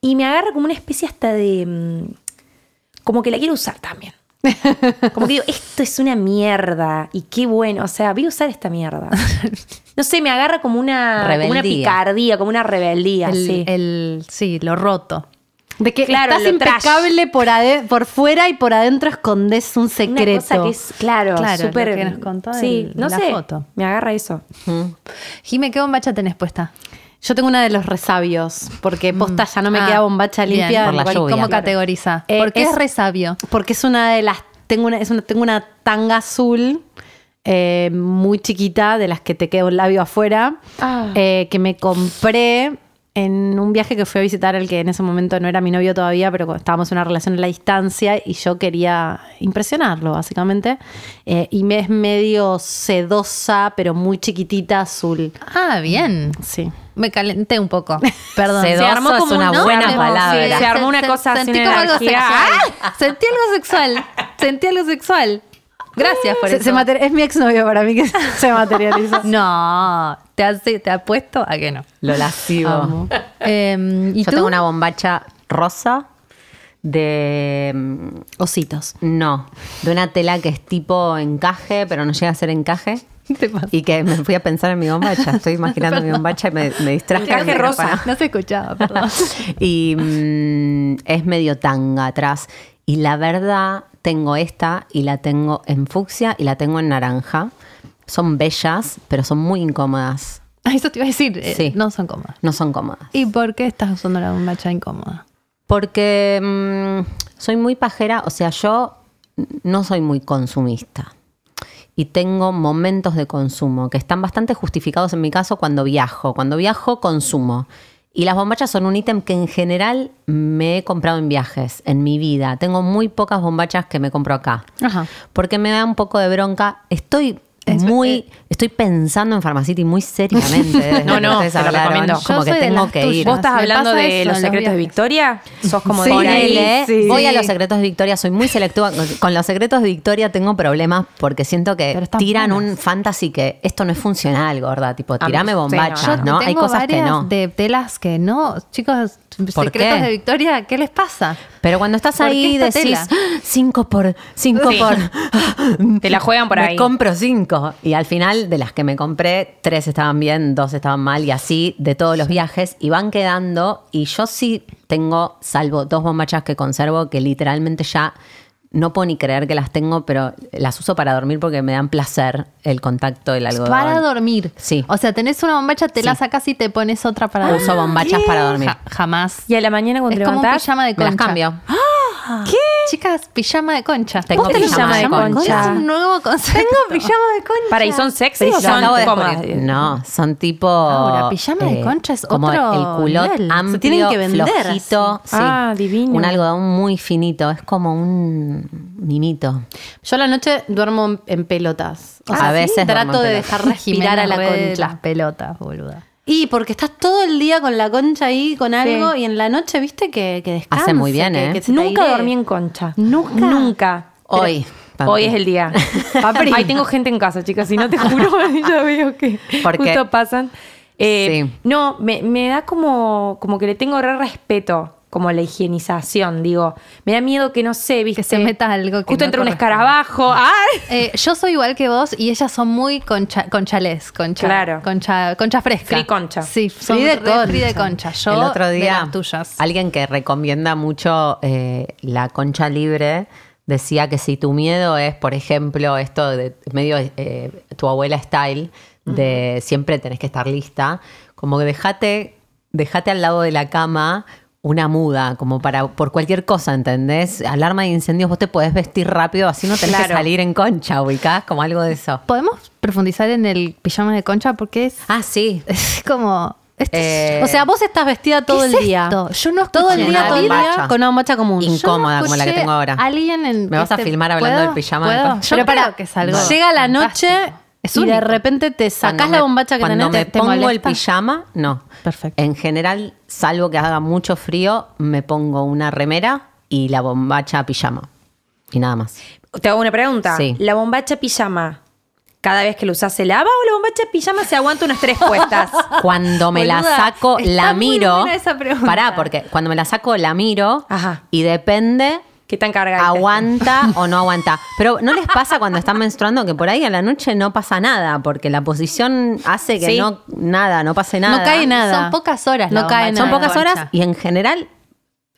E: Y me agarra como una especie hasta de. mm, Como que la quiero usar también. Como que digo, esto es una mierda. Y qué bueno. O sea, voy a usar esta mierda. No sé, me agarra como una, como una
D: Rebeldía.
E: picardía, como una rebeldía.
C: El-
E: sí.
C: el- sí, lo roto.
A: De que
E: Claro,
A: estás
E: lo trash.
A: impecable por, ade- por fuera y por adentro escondes un
E: Una
A: secreto.
E: cosa que es, claro,
C: Claro, lo
E: súper-
C: que nos contó
E: sí,
C: el-
E: no
C: la
E: sé,
C: foto.
E: Me agarra eso.
C: Jime, ¿qué bombacha tenés puesta?
A: Yo tengo una de los resabios, porque posta
E: Mm.
A: ya no me
C: Ah,
A: queda bombacha
C: bien.
A: limpia.
D: Por la
A: igual-
D: lluvia.
A: ¿Cómo
C: ¿Cómo
A: cate-
C: categoriza?
A: Eh,
C: Porque es,
A: es-
C: re sabio.
A: Porque es una de las. Tengo una, es una- tengo una tanga azul. eh, muy chiquita, de las que te queda un labio afuera,
E: Ah.
A: eh, que me compré en un viaje que fui a visitar al que en ese momento no era mi novio todavía, pero estábamos en una relación a la distancia y yo quería impresionarlo, básicamente. Eh, y me es medio sedosa, pero muy chiquitita azul.
C: Ah, bien.
A: Sí.
C: Me calenté un poco. Perdón.
D: Se
E: armó
D: armó
E: como
D: es una
E: un- no,
D: buena
E: como-
D: palabra.
E: sí, se armó una
C: sen-
E: cosa así,
C: sentí
E: una
C: como algo
E: energía.
C: sexual. Sentí algo sexual. Sentí algo sexual. Gracias por
A: Se-
C: eso.
A: se mater- es mi exnovio para mí que se materializa.
C: no, te, hace, te apuesto a que no.
D: Lo lascivo.
A: Amo.
C: Em, ¿y
D: Yo
C: tú?
D: tengo una bombacha rosa de. mm,
A: Ositos.
D: No, de una tela que es tipo encaje, pero no llega a ser encaje.
C: Te pasa.
D: Y que me fui a pensar en mi bombacha. Estoy imaginando mi bombacha y me, me distraje.
E: Encaje
D: del micrófono.
E: rosa.
C: No se escuchaba, perdón.
D: Y mm, es medio tanga atrás. Y la verdad, tengo esta y la tengo en fucsia y la tengo en naranja. Son bellas, pero son muy incómodas.
C: Ah, Eso te iba a decir. eh,
D: Sí.
C: No son cómodas.
D: No son cómodas.
C: ¿Y por qué estás usando la bombacha incómoda?
D: Porque mm, soy muy pajera, o sea, yo no soy muy consumista. Y tengo momentos de consumo que están bastante justificados en mi caso cuando viajo. Cuando viajo, consumo. Y las bombachas son un ítem que en general me he comprado en viajes, en mi vida. Tengo muy pocas bombachas que me compro acá.
C: Ajá.
D: Porque me da un poco de bronca. Estoy
C: Es- eh,
D: muy. Estoy pensando en Pharmacity muy seriamente. desde
E: No,
D: que
E: no,
D: ustedes
E: te lo
D: hablaron.
E: recomiendo.
D: Como
C: Yo
D: que
C: soy de
D: tengo
C: las
D: que
C: tuyas.
D: ir.
E: ¿Vos estás
C: Me
E: hablando
C: pasa
E: de
C: eso
E: los
C: en los
E: secretos de
C: viajes.
E: Victoria? Sos como de
A: Sí.
E: por ahí.
D: Ponele,
A: sí.
D: voy a los secretos de Victoria, soy muy selectiva. Con los secretos de Victoria tengo problemas porque siento que
C: Pero están
D: tiran
C: buenas.
D: un fantasy que esto no es funcional, gorda. Tipo,
E: mí-
D: tirame
E: sí, no,
D: bombachas,
E: no.
D: Ah, ¿no? Hay
C: tengo
D: cosas que
C: varias
D: no.
C: de telas que no. Chicos,
D: ¿Por
C: secretos
D: qué?
C: de Victoria, ¿qué les pasa?
D: Pero cuando estás
C: ¿Por qué
D: ahí
C: esta
D: decís,
C: tela?
D: "Ah, cinco por, cinco
E: Sí.
D: por.
E: Te la juegan por
D: me
E: ahí.
D: compro cinco. Y al final, de las que me compré, tres estaban bien, dos estaban mal y así de todos los viajes. Y van quedando. Y yo sí tengo, salvo dos bombachas que conservo, que literalmente ya no puedo ni creer que las tengo, pero las uso para dormir porque me dan placer el contacto, el algodón.
C: Para dormir.
D: Sí.
C: O sea, tenés una bombacha, te la
D: Sí. Ah,
C: sacas y te pones otra para dormir.
D: Uso bombachas para dormir.
C: Ja- jamás.
E: Y a la mañana cuando
C: es como un
E: levantás,
C: pijama de
D: Me las
C: concha.
D: cambio.
C: Chicas, pijama de concha.
D: Tengo
C: ¿Vos tenés
E: pijama de concha.
C: Es un nuevo concepto.
D: de concha.
E: para y son sexy o
D: Lo
E: son
D: acabo de
E: cómodas.
D: descubrir. No, son tipo. eh,
C: Ahora, pijama de concha es
D: como
C: otro
D: el culot
C: nivel.
D: amplio,
A: Se tienen que vender
D: flojito. sí.
E: Ah, divino.
D: Un algodón muy finito. Es como un mimito.
A: Yo a la noche duermo en- en pelotas. O
D: A
A: sea,
D: veces duermo
A: trato
D: en
A: de
D: pelotas.
A: dejar respirar
C: Jimena
A: a la
C: re de
A: concha.
C: Las pelotas, boluda.
A: Y porque estás todo el día con la concha ahí, con algo, y en la noche, viste, que, que descansa.
D: Hace muy bien,
A: que-
D: ¿eh?
A: que se te
E: Nunca
A: airee.
E: dormí en concha.
A: ¿Nunca?
E: Nunca. Pero-
D: Hoy, papi.
E: Hoy es el día.
A: Papri.
E: Ahí tengo gente en casa, chicas. Si no te juro, ya veo que
D: ¿Por qué?
E: justo pasan. Eh,
D: Sí.
E: No, me, me da como, como que le tengo re respeto, como la higienización, digo. Me da miedo que no sé, viste.
C: Que se meta algo que
E: Justo
C: no
E: entra un
C: corresponde.
E: escarabajo. ¡Ay!
C: Eh, yo soy igual que vos y ellas son muy concha, conchalés, concha,
E: Claro.
C: concha, concha fresca.
E: Free concha.
C: Sí, son
A: Free de
C: re
A: concha.
C: free de concha. Yo
D: el otro
C: de
D: día,
C: las tuyas.
D: alguien que recomienda mucho eh, la concha libre decía que si tu miedo es, por ejemplo, esto de medio eh, tu abuela style, de siempre tenés que estar lista, como que dejate, dejate al lado de la cama una muda, como para por cualquier cosa, ¿entendés? Alarma de incendios, vos te podés vestir rápido, así no tenés que
E: Claro.
D: salir en concha, ubicás como algo de eso.
C: Podemos profundizar en el pijama de concha porque es,
D: Ah, sí.
C: es como. esto es-
D: Eh,
A: O sea, vos estás vestida todo
C: ¿Qué
A: el
C: es
A: día.
C: esto? Yo no
A: Todo el
C: escuché
A: día,
D: en
A: todo el
D: la
A: día
D: bombacha.
A: con una bombacha común.
D: Inc- Incómoda,
C: Yo no
D: como la que
C: escuché
D: tengo ahora.
C: a Alguien en
D: ¿Me
A: este,
D: vas a filmar hablando del pijama de
C: puedo?
D: concha?
C: Yo
A: Pero
C: creo
A: para,
C: que es algo
A: Llega la noche
C: fantástico. Es
A: y de
C: único.
A: repente te sacás
D: Cuando
A: la
D: me-
A: bombacha que
D: cuando
A: tenés. te-
D: me
A: te
D: pongo el
A: molesta.
D: pijama, no.
A: Perfecto.
D: En general, salvo que haga mucho frío, me pongo una remera y la bombacha pijama. Y nada más.
E: Te hago una pregunta.
D: Sí.
E: ¿La bombacha pijama, cada vez que la usás se lava o la bombacha pijama se aguanta unas tres puestas?
A: Ah,
D: Cuando me la
C: Boluda,
D: saco,
C: está
D: la
C: muy
D: miro.
C: buena esa pregunta.
D: Pará, porque cuando me la saco, la miro.
E: Ajá.
D: Y depende.
E: ¿Qué tan cargada?
D: Aguanta o no aguanta. Pero ¿no les pasa cuando están menstruando que por ahí a la noche no pasa nada? Porque la posición hace que
E: Sí.
D: no nada, no pase nada.
A: No cae nada.
C: Son pocas horas la
A: No cae
C: bombacha.
A: nada.
D: Son pocas
C: Concha.
D: horas y en general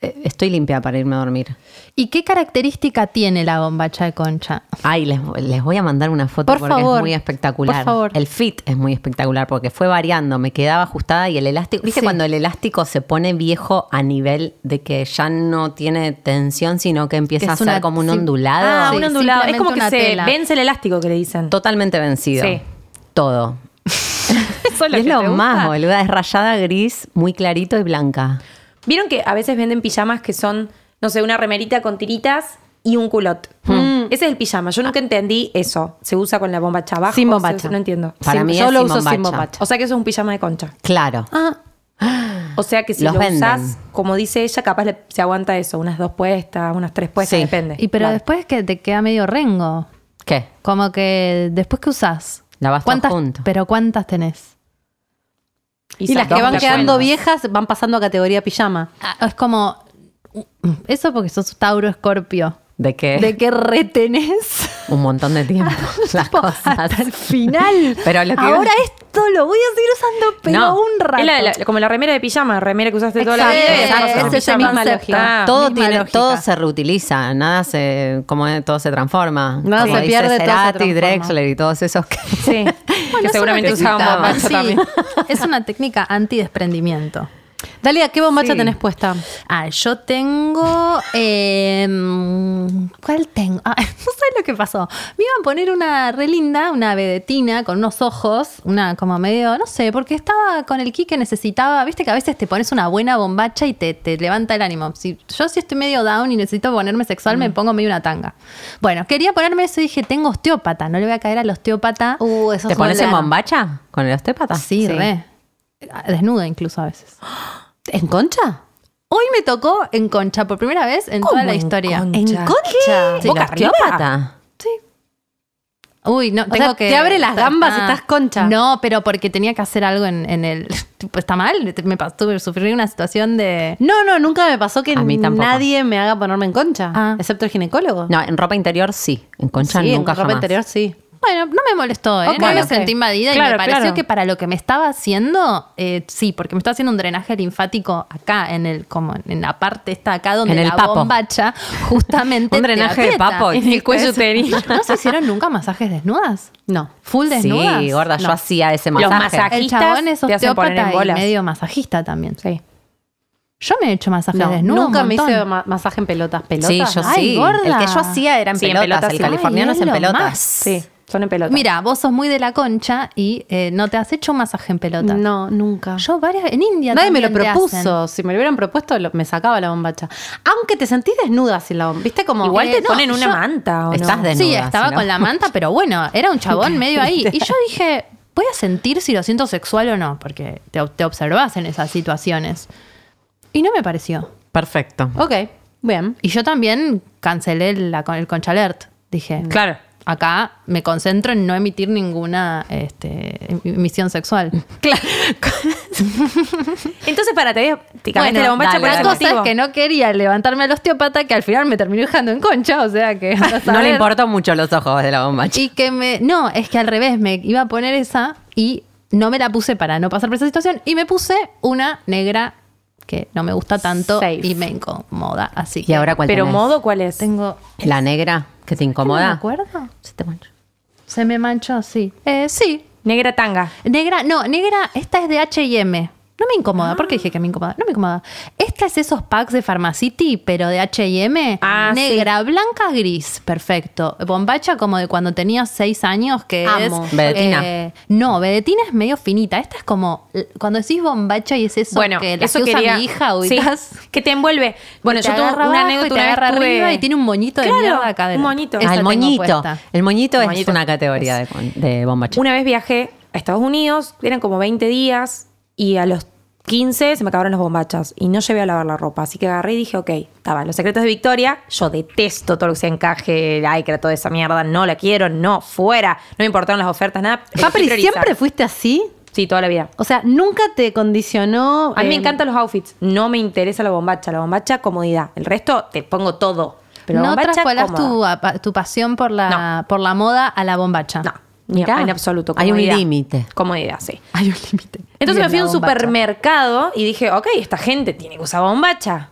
D: eh, estoy limpia para irme a dormir.
C: ¿Y qué característica tiene la bombacha de concha?
D: Ay, les, les voy a mandar una foto
A: Por
D: porque
A: favor.
D: es muy espectacular.
A: Por favor.
D: El fit es muy espectacular porque fue variando, me quedaba ajustada y el elástico. Viste
C: Sí.
D: cuando el elástico se pone viejo a nivel de que ya no tiene tensión, sino que empieza
C: Que
D: a
C: es
D: ser
C: una-
D: como un
C: sí.
D: ondulado.
E: Ah,
C: Sí,
E: un ondulado. Es
C: simplemente
E: como que
C: una
E: se
C: tela.
E: vence el elástico que le dicen.
D: Totalmente vencido.
E: Sí.
D: Todo.
E: Eso
D: es
E: que
D: lo
E: te gusta.
D: más, boluda. Es rayada gris, muy clarito y blanca.
E: Vieron que a veces venden pijamas que son, no sé, una remerita con tiritas y un culot.
D: Hmm.
E: Mm. Ese es el pijama. Yo nunca entendí eso. Se usa con la bombacha abajo.
A: Sin
E: se
A: bombacha.
E: usa- no entiendo.
D: Para
A: Sin-
D: mí
A: yo
D: es
A: lo
D: sin
A: uso sin
D: bombacha.
A: bombacha.
E: O sea que eso es un pijama de concha.
D: Claro.
A: Ah,
E: O sea que si
D: Los
E: lo
D: venden.
E: usás, como dice ella, capaz le- se aguanta eso, unas dos puestas, unas tres puestas,
D: Sí.
E: depende.
C: Y pero
E: Claro.
C: después que te queda medio rengo.
D: ¿Qué?
C: Como que después que usás.
D: La vas todas
C: ¿Cuántas?
D: junto.
C: Pero ¿cuántas tenés?
A: Y, las
E: sacás
A: que van
E: la
A: quedando
E: cuenta.
A: viejas van pasando a categoría pijama.
C: Ah, Es como... uh, Eso porque sos Tauro Escorpio.
D: ¿De qué?
C: ¿De qué retenés?
D: Un montón de tiempo. las
C: Tipo,
D: cosas.
C: Hasta el final.
D: Pero lo que iba-
C: Ahora esto lo voy a seguir usando, pero
D: No,
C: un rato.
E: Es la- la- como la remera de pijama, remera que usaste toda la
C: Exacto,
E: vida.
C: eh,
E: esa cosa,
C: es
E: pijama.
C: ese mismo
E: Concepto.
C: lógico.
E: Ah,
D: todo
C: misma
D: tiene,
C: lógica.
D: todo se reutiliza, nada se, como es, todo se transforma.
A: Nada
D: Como
A: se
D: dice
A: pierde, todo se
D: Cerati,
A: transforma.
D: Drexler y todos esos que
E: Sí, que seguramente
D: necesitaba.
E: usábamos macho
D: Sí.
E: también.
C: Es una técnica anti-desprendimiento.
A: Dalia, ¿qué bombacha
D: Sí.
A: tenés puesta?
C: Ah, yo tengo. eh, ¿Cuál tengo? Ah, no sé lo que pasó. Me iban a poner una re linda, una vedetina con unos ojos, una como medio, no sé, porque estaba con el ki que necesitaba. Viste que a veces te pones una buena bombacha y te, te levanta el ánimo. Si, yo, si estoy medio down y necesito ponerme sexual, me pongo medio una tanga. Bueno, quería ponerme eso y dije, tengo osteópata, no le voy a caer al osteópata.
A: Uh, esos
D: ¿Te pones en
A: son la-
D: bombacha con el osteópata?
C: sí, re. Desnuda incluso a veces.
A: ¿En concha?
C: Hoy me tocó en concha por primera vez en toda la historia.
A: ¿En concha?
D: Sí,
E: ¿Boca
D: el osteópata.
C: Uy, no,
A: sea,
C: tengo que.
A: te abre las gambas
C: Ah.
A: si estás concha.
C: No, pero porque tenía que hacer algo en, en el. tipo, está mal. te- Me pasó, tuve- sufrí una situación de.
A: No, no, nunca me pasó que
D: A mí tampoco.
A: nadie me haga ponerme en concha,
C: Ah.
A: excepto el ginecólogo.
D: No, en ropa interior sí, en concha
A: sí,
D: nunca
A: en ropa
D: jamás.
A: interior sí.
C: Bueno, no me molestó, ¿eh?
A: Ok,
C: no me
A: ok.
C: sentí invadida y
E: Claro,
C: me pareció
E: claro.
C: que para lo que me estaba haciendo, eh, sí, porque me estaba haciendo un drenaje linfático acá, en el, como en la parte esta acá donde
D: En el
C: la
D: papo.
C: bombacha, justamente.
D: Un
C: te
D: drenaje de
C: aprieta.
D: papo,
E: En el cuello uterino.
C: ¿No se hicieron nunca masajes desnudas?
A: No.
C: ¿Full desnudas?
D: Sí, gorda, yo
C: No.
D: hacía ese
E: Los
D: masaje.
E: masajes.
C: El chabón es
E: te hacen poner en
C: osteópata y
E: bolas.
C: medio masajista también.
E: Sí.
C: Yo me he hecho masajes
A: No,
C: desnudo.
A: nunca
C: un
A: me
C: montón.
A: hice ma- masaje en pelotas. ¿Pelotas?
D: Sí, yo
C: Ay,
D: sí.
C: gorda.
D: El que yo hacía era en
E: Sí, en
D: pelotas,
E: pelotas,
D: el
E: sí.
D: californiano
C: Ay,
D: es en
C: es lo
D: pelotas.
C: más.
E: Sí, son en pelota.
C: Mira, vos sos muy de la concha y eh, no te has hecho un masaje en pelota.
A: No, nunca.
C: Yo varias en India
A: Nadie me lo
C: también te hacen.
A: propuso. Si me lo hubieran propuesto, lo- me sacaba la bombacha. Aunque te sentís desnuda sin la bombacha. ¿Viste como.
E: Igual
C: Eh,
E: te
C: no,
E: ponen una
C: yo-
E: manta, ¿o no?
D: Estás de-
C: Sí,
D: desnuda,
C: estaba
D: si no.
C: con la manta, pero bueno, era un chabón medio ahí. Y yo dije, voy a sentir si lo siento sexual o no, porque te, te observas en esas situaciones. Y no me pareció.
D: Perfecto.
A: Ok, bien.
C: Y yo también cancelé la, con- el concha alert. Dije,
E: Claro.
C: acá me concentro en no emitir ninguna este, emisión sexual. Claro.
E: Entonces, para, te, digo, te cambiaste
C: Bueno,
E: este la bombacha
C: dale,
E: por
C: la
E: ese
C: cosa es
E: motivo.
C: que no quería levantarme al osteópata que al final me terminó dejando en concha, o sea que andá a
D: No
C: saber.
D: le importó mucho los ojos de la bombacha.
C: Y que me no, es que al revés me iba a poner esa y no me la puse para no pasar por esa situación y me puse una negra que no me gusta tanto
E: Safe.
C: y me incomoda, así
D: ¿Y
C: que
D: ahora cuál
E: Pero
D: tenés?
E: modo, ¿cuál es?
C: tengo
D: La negra que te
C: ¿No me
D: incomoda.
C: acuerdo?
D: Se te mancha.
C: Se me manchó, sí. Eh, sí,
E: Negra tanga.
C: Negra, no, negra, esta es de H&M. No me incomoda. ¿Por qué dije que me incomoda? No me incomoda. Esta es esos packs de Pharmacity, pero de H&M.
E: Ah,
C: negra, blanca, gris. Perfecto. Bombacha como de cuando tenía seis años, que
A: Amo.
C: es...
D: Vedetina.
C: eh, no, vedetina es medio finita. Esta es como... l- Cuando decís bombacha y es eso
E: Bueno,
C: que la
E: eso
C: que
E: quería,
C: usa mi hija,
E: sí,
C: ubicás.
E: que te envuelve. Bueno,
C: Te
E: yo tuve
C: agarra
E: una
C: abajo y
E: anécdota
C: te
E: una vez
C: agarra
E: tuve-
C: arriba y tiene un moñito de
E: Claro,
C: mierda acá
E: un
C: adentro.
E: moñito.
C: Esa
D: Ah, el
C: tengo
D: moñito.
C: puesta.
D: El moñito es
E: Moñito.
D: una categoría de, con- de bombacha.
E: Una vez viajé a Estados Unidos, eran como 20 días, y a los 15 se me acabaron las bombachas y no llevé a lavar la ropa. Así que agarré y dije, ok, estaban los secretos de Victoria. Yo detesto todo lo que sea encaje, lycra, toda esa mierda. No la quiero, no, fuera. No me importaron las ofertas, nada.
A: Papri,
E: Elegí priorizar.
A: ¿siempre fuiste así?
E: Sí, toda la vida.
A: O sea, nunca te condicionó.
E: A mí me
A: eh,
E: encantan los outfits. No me interesa la bombacha. La bombacha, comodidad. El resto, te pongo todo. Pero la
C: no
E: bombacha,
C: traspolás
E: cómoda.
C: tu, apa- tu pasión por la, por la moda a la bombacha.
E: No, ni
D: Mirá.
E: en absoluto.
D: Hay un
E: comodidad.
D: límite.
E: Comodidad, sí.
C: Hay un límite.
E: Entonces
C: Bien,
E: me fui a
C: la
E: un
C: bombacha.
E: supermercado y dije, ok, esta gente tiene que usar bombacha.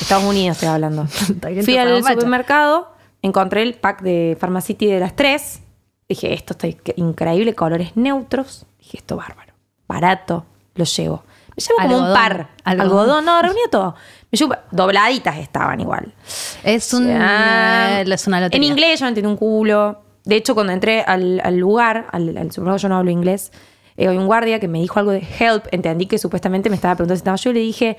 E: Estados Unidos estoy hablando.
C: gente
E: fui
C: usa
E: al
C: bombacha.
E: supermercado, encontré el pack de Pharmacity de las tres. Dije, esto está inc- increíble, colores neutros. Dije, esto bárbaro. Barato, lo llevo. Me llevo como un
C: Algodón,
E: par. Algodón,
C: algodón.
E: no, reunió todo. Me llevo, un par. dobladitas estaban igual.
C: Es, un,
E: Ah,
C: eh, es una lotería.
E: En inglés yo no entiendo un culo. De hecho, cuando entré al, al lugar, al, al supermercado, yo no hablo inglés. eh, Hay un guardia que me dijo algo de help. Entendí que supuestamente me estaba preguntando si estaba yo y le dije,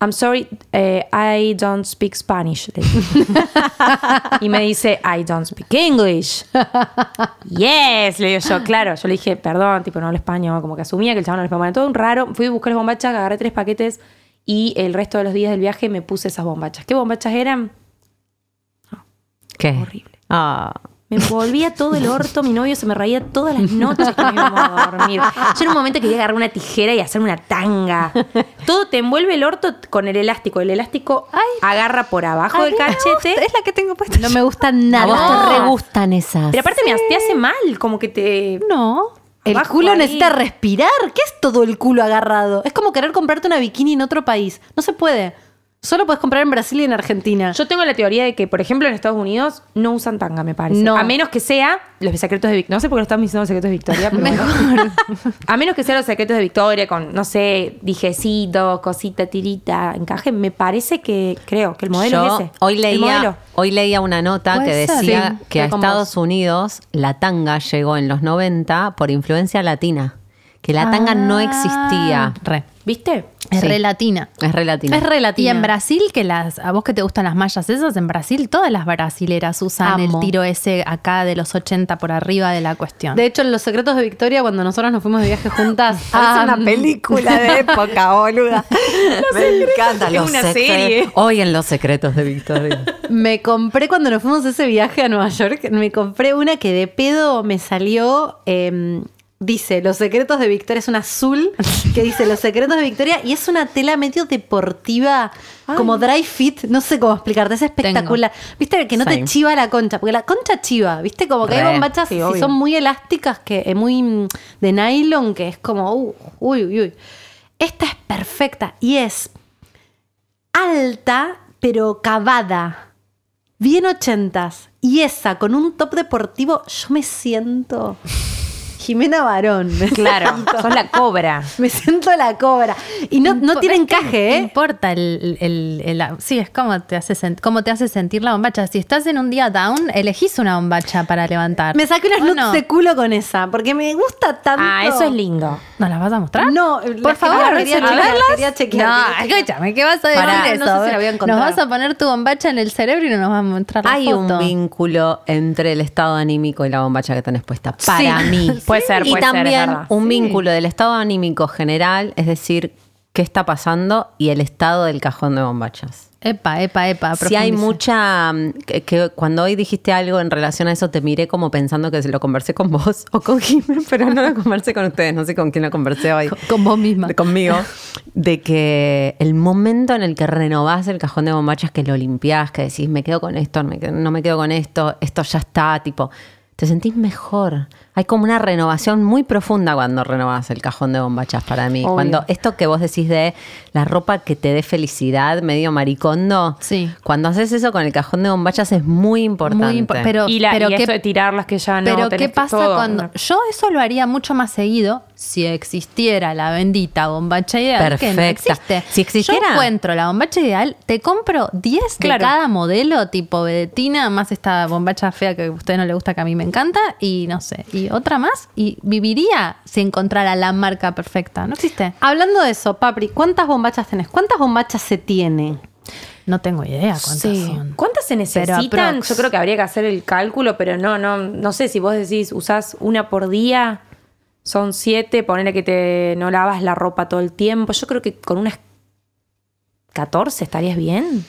E: I'm sorry, eh, I don't speak Spanish. le dije. y me dice, I don't speak English. yes, le digo yo, claro. Yo le dije, perdón, tipo, no hablo español. Como que asumía que el chabón no español. Todo un raro. Fui a buscar las bombachas, agarré tres paquetes y el resto de los días del viaje me puse esas bombachas. ¿Qué bombachas eran?
D: ¿Qué?
E: Horrible.
D: Ah.
E: Me envolvía todo el orto, mi novio se me reía todas las noches que nos íbamos a dormir. Yo en un momento quería agarrar una tijera y hacer una tanga. Todo te envuelve el orto con el elástico. El elástico agarra por abajo del cachete.
C: Es la que tengo puesta.
A: No me gustan nada.
D: A vos te
E: No.
D: re gustan esas.
E: Pero aparte me te hace mal, como que te...
A: No. El
E: Abajo
A: culo
E: ahí.
A: necesita respirar. ¿Qué es todo el culo agarrado? Es como querer comprarte una bikini en otro país. No se puede. Solo puedes comprar en Brasil y en Argentina.
E: Yo tengo la teoría de que, por ejemplo, en Estados Unidos no usan tanga, me parece.
A: No.
E: A menos que sea los secretos de Victoria. No sé por qué lo estamos diciendo los secretos de Victoria, pero bueno. A menos que sea los secretos de Victoria con, no sé, dijecito, cosita, tirita, encaje. Me parece que, creo, que el modelo
D: Yo
E: es ese.
D: Hoy
E: El modelo.
D: leía, hoy leía una nota que
C: Puede ser.
D: decía
C: Sí,
D: que a
E: estoy con
D: Estados Unidos la tanga llegó en los 90 por influencia latina. Que la tanga
E: Ah.
D: no
C: Ah,
D: existía.
C: Re.
E: ¿Viste?
C: Es
D: Sí.
C: re latina.
D: Es relativa.
A: Es relativa.
C: Y en Brasil, que las, a vos que te gustan las mallas esas, en Brasil todas las brasileras usan
A: Amo.
C: el tiro ese acá de los 80 por arriba de la cuestión.
A: De hecho, en Los Secretos de Victoria, cuando nosotros nos fuimos de viaje juntas.
F: Parece
A: ah,
E: mm.
F: una película de época, boluda. Me encanta
E: Es
F: los
E: una
F: secretos.
E: serie.
D: Hoy en Los Secretos de Victoria.
A: Me compré cuando nos fuimos a ese viaje a Nueva York, me compré una que de pedo me salió. eh, dice Los secretos de Victoria, es un azul que dice Los secretos de Victoria y es una tela medio deportiva, como dry fit, no sé cómo explicarte, es espectacular. Viste que no te
D: Same.
A: chiva la concha, porque la concha chiva, viste como que hay
D: Re,
A: bombachas
E: sí,
A: si
E: obvio.
A: son muy elásticas, que eh, muy mm, de nylon, que es como, uh, uy, uy, uy. Esta es perfecta y es alta, pero cavada. Bien ochentas. Y esa, con un top deportivo, yo me siento Jimena Barón.
E: Claro, sos la cobra.
A: Me siento la cobra. Y no, no
C: Impo-
A: tiene
C: es que
A: encaje,
C: No
A: ¿eh?
C: importa el, el- el- la- Sí, es como te, hace sen- cómo te hace sentir la bombacha. Si estás en un día down, elegís una bombacha para levantar.
A: Me saqué unas
C: ¿O
A: nudes
C: no?
A: de culo con esa, porque me gusta tanto.
E: Ah, eso es lindo.
C: ¿Nos las vas a mostrar?
A: No,
C: por
A: las
C: favor,
A: quería-
C: quería,
A: quería chequear, quería
C: chequearlas.
A: chequear,
C: No,
A: quería
C: escúchame, ¿qué vas a decir?
D: Pará,
A: no
C: eso?
A: sé si la voy a encontrar.
C: Nos vas a poner tu bombacha en el cerebro y no nos vas a mostrar la
D: Hay
C: foto.
D: un vínculo entre el estado anímico y la bombacha que tenés puesta. Para
A: Sí.
D: mí.
E: Puede ser,
D: Y
E: puede ser, es
D: también
E: verdad.
D: un vínculo del estado anímico general, es decir, qué está pasando y el estado del cajón de bombachas.
C: Epa, epa, epa.
D: Si hay
C: profundiza.
D: mucha. mm, Que, que cuando hoy dijiste algo en relación a eso, te miré como pensando que se lo conversé con vos o con Jiménez, pero no lo conversé con ustedes, no sé con quién lo conversé hoy.
C: Con- con vos misma.
D: De- Conmigo. De que el momento en el que renovás el cajón de bombachas, que lo limpiás, que decís, me quedo con esto, me quedo- no me quedo con esto, esto ya está, tipo. Te sentís mejor. Hay como una renovación muy profunda cuando renovás el cajón de bombachas para mí.
E: Obvio.
D: Cuando esto que vos decís de la ropa que te dé felicidad, medio maricondo,
C: Sí.
D: cuando haces eso con el cajón de bombachas es muy importante.
C: Muy impo- pero,
E: Y, la,
C: pero
E: y
C: qué-
E: esto de tirarlas que ya Ah, no
C: Pero
E: tenés
C: ¿qué pasa
E: todo.
C: cuando...? Yo eso lo haría mucho más seguido si existiera la bendita bombacha ideal, que no
D: Perfecta.
C: existe.
D: Si existiera-
C: Yo encuentro la bombacha ideal, te compro 10
E: Claro.
C: de cada modelo, tipo vedetina, más esta bombacha fea que a usted no le gusta, que a mí me encanta, y no sé, y otra más, y viviría si encontrara la marca perfecta. No existe.
A: Hablando de eso, Papri, ¿cuántas bombachas tenés? ¿Cuántas bombachas se tiene?
C: No tengo idea cuántas
E: Sí.
C: son.
E: ¿Cuántas se necesitan?
C: aprox.
E: Yo creo que habría que hacer el cálculo, pero no, no, no sé si vos decís, usás una por día, son siete, ponele que te no lavas la ropa todo el tiempo. Yo creo que con unas 14 estarías bien.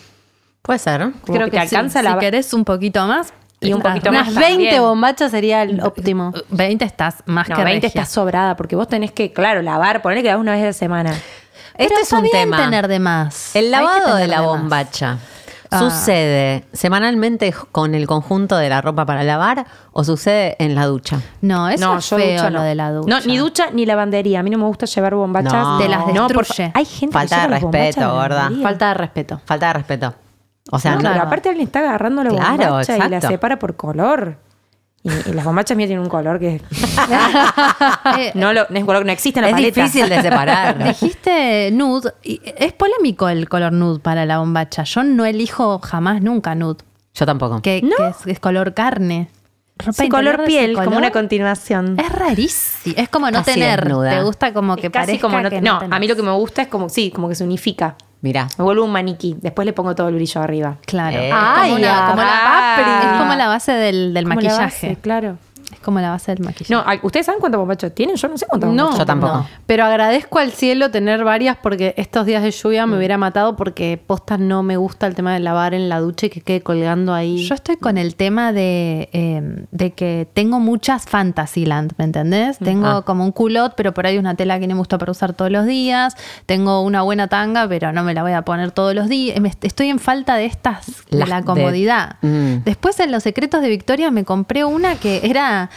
D: Puede ser.
E: Como que te
C: sí,
E: alcanza
C: si,
E: la
C: querés un poquito más...
E: Y un
C: estás
E: poquito
C: re-
E: más
A: Unas
E: también. Eh,
A: 20 bombachas sería el óptimo.
C: 20 estás más
E: No,
C: que
E: 20
C: regia.
E: está sobrada, porque vos tenés que, claro, lavar, ponele que lavas una vez a la semana.
D: Este
C: Pero
D: es un
C: está bien
D: tema.
C: tener de más.
D: El
C: Hay que
D: lavado de
C: tener
D: la
C: más.
D: bombacha.
C: Ah.
D: ¿Sucede semanalmente con el conjunto de la ropa para lavar o sucede en la ducha?
C: No, eso es feo
E: ducha no.
C: lo de la ducha.
E: No, ni ducha ni lavandería. A mí no me gusta llevar bombachas.
D: No. Te las
E: No, por-
C: destruye.
E: hay gente que
D: Falta de
E: lleva las bombachas
D: respeto,
E: a la
D: gorda.
E: lavandería.
A: Falta de respeto.
D: Falta de respeto. O sea,
E: No,
D: no-
E: pero aparte alguien está agarrando la
D: Claro,
E: bombacha y la
D: exacto.
E: separa por color. Y, y las bombachas mías tienen un color que
C: Eh,
E: no, lo, no es un color que no existe en la
D: es
E: paleta.
D: difícil de separar.
C: Dijiste nude. y es polémico el color nude para la bombacha. Yo no elijo jamás nunca nude,
D: Yo tampoco.
C: que, que es, es color carne. Ropa
E: Sí,
C: interior
E: color
C: de
E: piel,
C: ese
E: como
C: color.
E: una continuación.
C: Es rarísimo. Es como no
D: Casi
C: tener.
D: desnuda.
C: Te gusta como que
E: Es casi
C: parezca
E: como no,
C: que
E: no,
C: tenés.
E: a mí lo que me gusta es como sí, como que se unifica.
D: Mirá.
E: Me vuelvo un maniquí. Después le pongo todo el brillo arriba.
C: Claro.
D: Eh.
C: Es como, una- como la,
E: ah.
C: es como la base del, del
E: Como la
C: maquillaje.
E: base, claro.
C: Es como la base del maquillaje.
E: No, ay, ¿ustedes saben cuántos bombachos tienen? Yo no sé cuántos
A: No,
E: bombachos.
D: Yo tampoco.
A: no. Pero agradezco al cielo tener varias porque estos días de lluvia
D: Mm.
A: me hubiera matado porque posta no me gusta el tema de lavar en la ducha y que quede colgando ahí.
C: Yo estoy con el tema de, eh, de que tengo muchas Fantasyland, ¿me entendés? Tengo
D: Ah.
C: como un culot, pero por ahí una tela que no me gusta para usar todos los días. Tengo una buena tanga, pero no me la voy a poner todos los días. Me est- Estoy en falta de estas, de
D: Las
C: la
D: de-
C: comodidad.
D: Mm.
C: Después en Los Secretos de Victoria me compré una que era.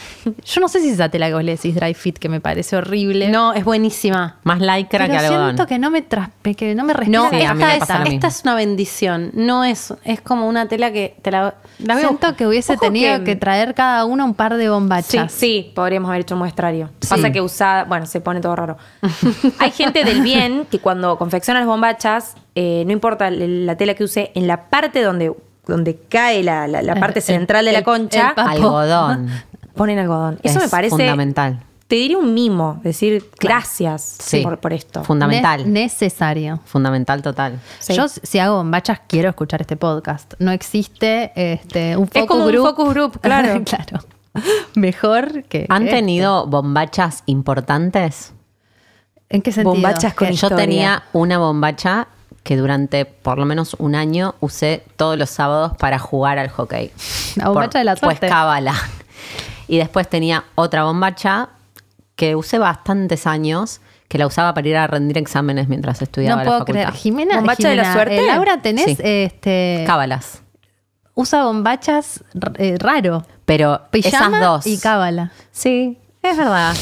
C: Yo no sé si es esa tela que vos le decís dry fit, que me parece horrible.
A: No, es buenísima.
D: Más lycra que
C: pero
D: algodón.
C: siento que no me, traspe- que no me respira.
A: No,
D: Sí, a mí
A: esta,
D: me
A: es,
D: pasa lo mismo.
A: esta es una bendición. No es, es como una tela que te la, la veo.
C: Siento que hubiese
E: Ojo
C: tenido
E: que-
C: que... traer cada uno un par de
E: Sí,
C: bombachas.
E: sí, podríamos haber hecho un muestrario.
D: Sí.
E: Pasa que usada, bueno, se pone todo raro. Hay gente del bien que cuando confecciona las bombachas, eh, no importa el- la tela que use, en la parte donde, donde cae la, la- la parte
C: El-
E: central de
C: el-
E: la concha,
C: el pa-
D: Algodón.
E: ponen algodón. Eso
D: Es
E: me parece
D: fundamental.
E: Te diría un mimo, decir gracias
D: Sí.
E: por, por esto.
D: Fundamental.
C: Ne- necesario.
D: Fundamental total.
E: Sí.
C: Yo, si hago bombachas, quiero escuchar este podcast. No existe este, un focus
E: Es como un
C: group.
E: focus group, claro.
C: claro. Mejor que.
D: ¿Han
C: este.
D: tenido bombachas importantes?
C: ¿En qué sentido?
E: Bombachas con-
C: Que-
D: Eh, Yo
E: historia.
D: tenía una bombacha que durante por lo menos un año usé todos los sábados para jugar al hockey.
C: La Ah, bombacha
D: Por-
C: de la
D: Pues
C: suerte.
D: cábala. Y después tenía otra bombacha que usé bastantes años, que la usaba para ir a rendir exámenes mientras estudiaba
C: No
D: la
C: puedo
D: facultad.
C: creer. Jimena.
E: ¿Bombacha de la
C: Jimena,
E: suerte?
C: eh, Laura, tenés.
D: Sí.
C: este,
D: Cábalas.
C: Usa bombachas r- eh, raro.
D: Pero
C: Pijama
D: esas dos.
C: y cábala.
D: Sí, es verdad.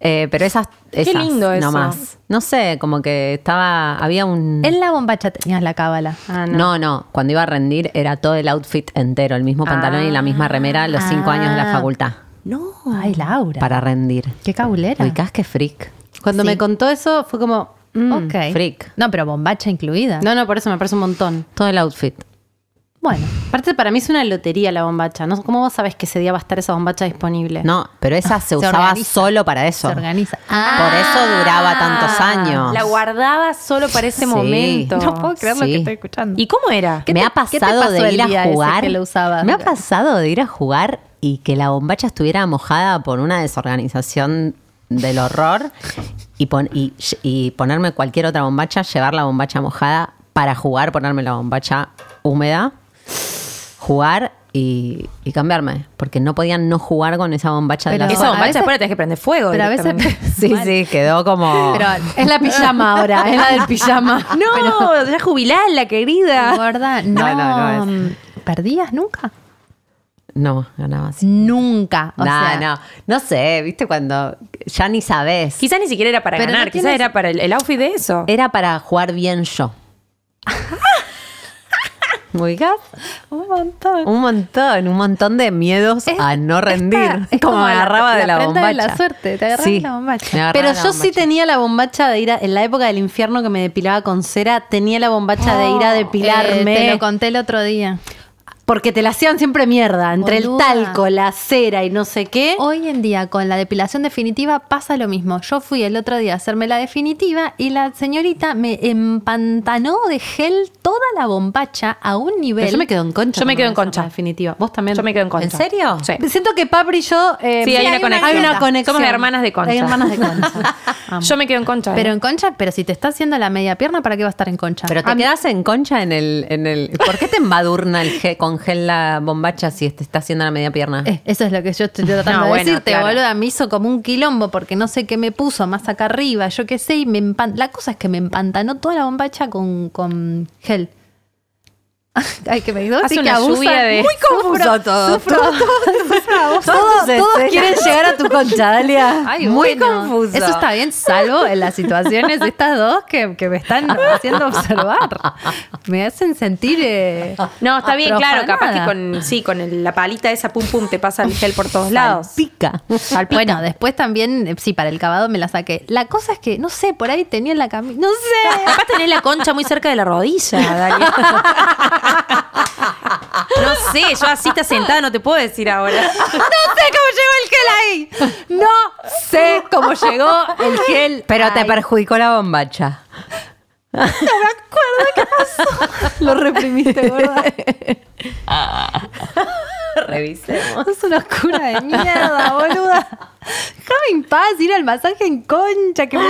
D: Eh, pero esas, esas
E: lindo eso.
D: no más. No sé, como que estaba, había un...
C: En la bombacha tenías la cábala. Ah.
D: no. no, cuando iba a rendir era todo el outfit entero, el mismo pantalón y la misma remera los cinco
C: Ah.
D: años de la facultad
E: No.
C: Ay, Laura.
D: para rendir.
C: Qué cabulera.
D: Ubicás que freak.
A: Cuando
C: Sí.
A: me contó eso fue como. mm.
C: Ok.
D: freak.
C: No, pero bombacha incluida.
A: No, no, por eso me parece un montón.
D: Todo el outfit.
C: Bueno.
A: Aparte, para mí es una lotería la bombacha. ¿no? ¿Cómo vos sabés que ese día va a estar esa bombacha disponible?
D: No, pero esa se,
C: Ah, Se
D: usaba
C: organiza.
D: solo para eso.
C: Se organiza. Ah,
D: Por eso duraba tantos años.
E: La guardaba solo para ese
D: Sí.
E: momento.
D: No
C: puedo creer lo que estoy escuchando.
E: ¿Y cómo era?
C: ¿Qué
D: me
C: te-
D: ha
C: qué te
D: pasado
C: pasó
D: de
C: el
D: ir
C: día
D: a
C: ese
D: jugar.
C: que lo usabas?
D: Me ha pasado de ir a jugar y que la bombacha estuviera mojada por una desorganización del horror y, pon- y- y ponerme cualquier otra bombacha, llevar la bombacha mojada para jugar, ponerme la bombacha húmeda, jugar y, y cambiarme. Porque no podían no jugar con esa bombacha
C: Pero
D: de la
E: Esa
C: a
E: bombacha
C: veces-
E: después la tenés que prender fuego.
C: pero a veces-
E: directamente.
D: Sí, sí, quedó como.
C: Pero
A: Es la pijama ahora, es la del pijama.
E: No, ya jubilala, querida.
C: Gorda, no,
D: No, no, no
C: ¿Perdías nunca?
D: No, ganaba así.
C: Nunca. O
D: No,
C: sea,
D: no, no sé, viste cuando ya ni sabés.
E: Quizás ni siquiera era para
C: Pero
E: ganar,
C: no
E: quizás
C: tienes-
E: era para el, el outfit de eso.
D: Era para jugar bien yo. ¿Me ubicás?
C: Un montón.
D: Un montón, un montón de miedos
C: Es-
D: a no
C: esta-
D: rendir.
C: es
D: como,
C: como
D: me
C: la-
D: agarraba
C: la
D: de la,
C: prenda
D: bombacha.
C: de la suerte, te agarrás la bombacha.
D: me agarraba
A: Pero
D: la
A: yo sí
D: bombacha.
A: tenía la bombacha de ir a, en la época del infierno que me depilaba con cera, tenía la bombacha de ir a
C: Eh, te
A: depilarme.
C: lo conté el otro día.
A: porque te la hacían siempre mierda, entre
C: Boluda. Oh,
A: el talco, la cera y no sé qué.
C: Hoy en día, con la depilación definitiva, pasa lo mismo. Yo fui el otro día a hacerme la definitiva y la señorita me empantanó de gel toda la bombacha a un nivel.
A: Pero yo me quedo en concha.
E: Yo me
A: cuando
E: quedo en
A: hacer la
E: concha.
A: Definitiva. Vos también.
E: Yo me quedo en concha.
D: ¿En serio?
E: Sí.
A: Siento que Papri y yo. eh,
E: Sí, hay una conexión.
A: Hay una
E: Somos
A: conexión.
E: hermanas de concha.
A: Hay hermanas de concha. Amo.
E: Yo me quedo en concha. ¿eh?
C: Pero en concha, pero si te está haciendo la media pierna, ¿para qué va a estar en concha?
D: Pero te quedás en concha en el, en el. ¿Por qué te embadurna el ge- con gel la bombacha si te está haciendo la media pierna?
C: Eh, eso es lo que yo estoy tratando
E: No,
C: de
E: bueno,
C: decirte,
E: claro.
C: boluda. Me hizo como un quilombo porque no sé qué me puso más acá arriba, yo qué sé. Y me empan- la cosa es que me empantanó toda la bombacha con, con gel. Ay, que me quedó
E: Hace
C: así que
E: una
C: abusa.
E: lluvia de-
C: Muy confuso todo.
A: Todos, todos quieren llegar a tu concha, Dalia.
C: Muy confuso. Eso está bien, salvo en las situaciones de estas dos que, que me están haciendo observar. Me hacen sentir. eh,
E: no,
D: ah,
E: está bien, claro, capaz que
C: aprofanada.
E: con, sí, con el- la palita esa pum pum te pasa el gel por todos lados.
D: Pica.
C: Bueno, después también, eh, sí, para el cavado me la saqué. La cosa es que, no sé, por ahí tenía la camisa. No sé.
E: Capaz tenés la concha muy cerca de la rodilla, Dalia. No sé, yo así está sentada, no te puedo decir ahora.
C: No sé cómo llegó el gel ahí. No sé cómo llegó el gel.
D: Pero te
C: ahí.
D: perjudicó la bombacha.
A: Lo reprimiste, ¿verdad?
D: Revisemos.
C: Es una oscura de mierda, boluda. Déjame en paz ir al masaje en concha. Que me-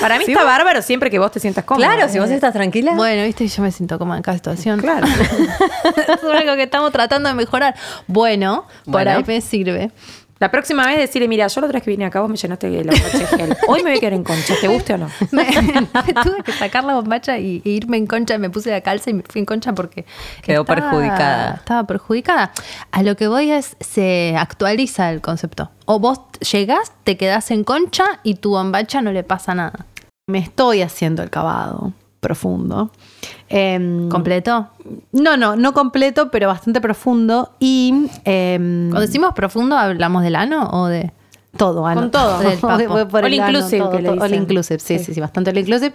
E: Para mí está bárbaro siempre que vos te sientas cómodo.
D: Claro, si vos estás tranquila.
C: Bueno, viste, yo me siento como en cada situación.
E: Claro.
C: es lo único que estamos tratando de mejorar. Bueno, por
D: Bueno.
C: ahí me sirve.
E: La próxima vez decirle, mira, yo la otra vez que vine acá vos me llenaste la bombacha de gel. Hoy me voy a quedar en concha, ¿te guste o no?
C: Me, me tuve que sacar la bombacha y, e irme en concha. Me puse la calza y me fui en concha porque.
D: Quedó perjudicada.
C: Estaba perjudicada. A lo que voy es, se actualiza el concepto. O vos llegás, te quedás en concha y tu bombacha no le pasa nada.
A: Me estoy haciendo el cavado profundo. Em,
C: ¿Completo?
A: no, no, no completo, pero bastante profundo. Y em,
C: Cuando decimos profundo, ¿hablamos del ano o de.?
A: todo, ano.
E: Con todo.
A: Del papo.
C: Voy
E: por el
A: All
E: ano,
A: inclusive,
E: todo,
A: que le
E: todo. All
A: dicen.
E: inclusive,
A: sí, sí, sí, bastante all inclusive.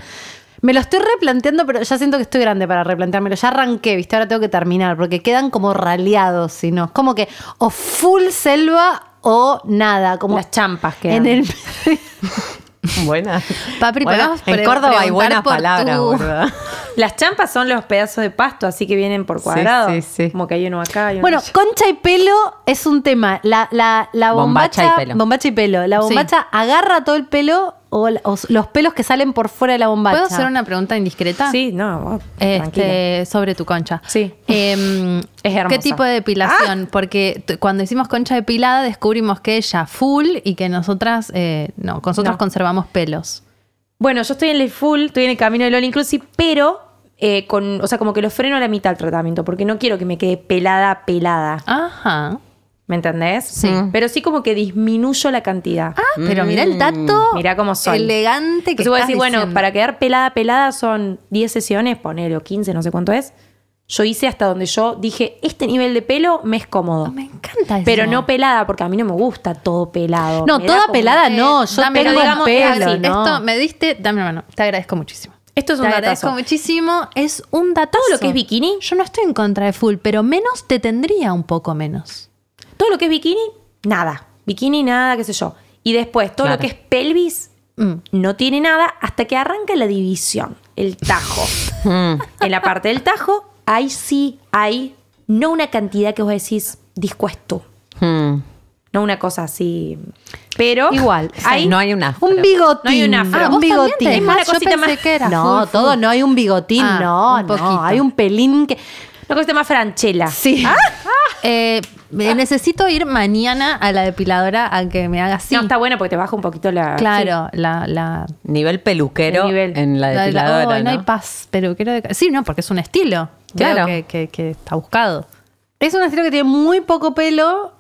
A: Me lo estoy replanteando, pero ya siento que estoy grande para replanteármelo. Ya arranqué, ¿viste? Ahora tengo que terminar, porque quedan como raleados, si no. Es como que o full selva o nada. Como
E: Las champas que
A: En el
D: Buena.
C: Papri,
D: Bueno,
C: podemos pre-
D: en Córdoba hay
C: preguntar
D: buenas
C: por
D: palabras,
C: tu-
D: boluda.
E: Las champas son los pedazos de pasto, así que vienen por cuadrado.
D: sí, sí.
E: Como que hay uno acá y uno
A: Bueno,
E: allá.
A: concha y pelo es un tema. La, la, la bombacha,
D: Bombacha
A: bombacha
D: y
A: y
D: pelo.
A: pelo. La bombacha agarra todo el pelo o, la- o s- los pelos que salen por fuera de la bombacha.
C: ¿Puedo hacer una pregunta indiscreta?
E: Sí, no, vos, tranquila.
C: Este, sobre tu concha.
E: Sí.
C: Em,
E: Es hermosa.
C: ¿Qué tipo de depilación? Porque t- cuando hicimos concha depilada descubrimos que ella full y que nosotras, eh, no, nosotras
E: No.
C: conservamos pelos.
E: Bueno, yo estoy en el full, estoy en el camino del All Inclusive, pero eh, con, o sea, como que lo freno a la mitad el tratamiento, porque no quiero que me quede pelada, pelada.
C: Ajá.
E: ¿Me entendés? Sí. Pero sí como que disminuyo la cantidad.
C: Ah, pero mira el dato
E: Mirá cómo soy.
C: elegante que
E: Entonces vos
C: estás
E: decís, bueno,
C: diciendo.
E: para quedar pelada, pelada son 10 sesiones, ponele, o 15, no sé cuánto es. Yo hice hasta donde yo dije, este nivel de pelo me es cómodo.
C: Me encanta eso.
E: Pero no pelada, porque a mí no me gusta todo pelado.
A: No,
E: Me da
A: toda
E: como-
A: pelada no.
C: Eh,
A: Yo
C: dame,
A: tengo
C: digamos,
A: pelo,
C: así,
A: ¿no?
C: Esto me diste, dame una mano. Te agradezco muchísimo.
E: Esto es un
C: Te agradezco
E: datazo.
C: muchísimo. Es un datazo.
E: Todo lo que es bikini.
C: Yo no estoy en contra de full, pero menos te tendría un poco menos.
E: Todo lo que es bikini, nada. Bikini, nada, qué sé yo. Y después, todo lo
D: Claro.
E: que es pelvis,
C: Mm.
E: no tiene nada hasta que arranca la división, el tajo.
D: Mm.
E: en la parte del tajo, ahí sí hay, no una cantidad que vos decís, discuesto.
D: Hmm.
E: No una cosa así. Pero.
A: Igual.
E: Ahí
D: No hay una.
A: Un bigotín.
E: No hay un
C: Ah,
E: afro.
A: un
C: vos también
A: bigotín.
C: tenés más,
E: Es una
C: yo
E: cosita
C: pensé
E: más-
C: que era
A: no,
C: full,
A: todo
C: full.
A: no hay un bigotín,
C: Ah,
A: no,
C: un poquito.
A: no. Hay un pelín que.
E: Una cosita más franchela. Ah,
A: Sí.
C: Eh, eh, necesito ir mañana a la depiladora a que me haga así.
E: No, está bueno porque te baja un poquito la.
C: Claro, la, la,
D: Nivel peluquero
E: El nivel.
D: en la
C: la- la-
D: depiladora,
C: oh,
D: ¿no?
C: hay paz, pero quiero... de- Sí, no, porque es un estilo. Veo
D: Claro.
C: Que, que- que está buscado.
A: Es un estilo que tiene muy poco pelo.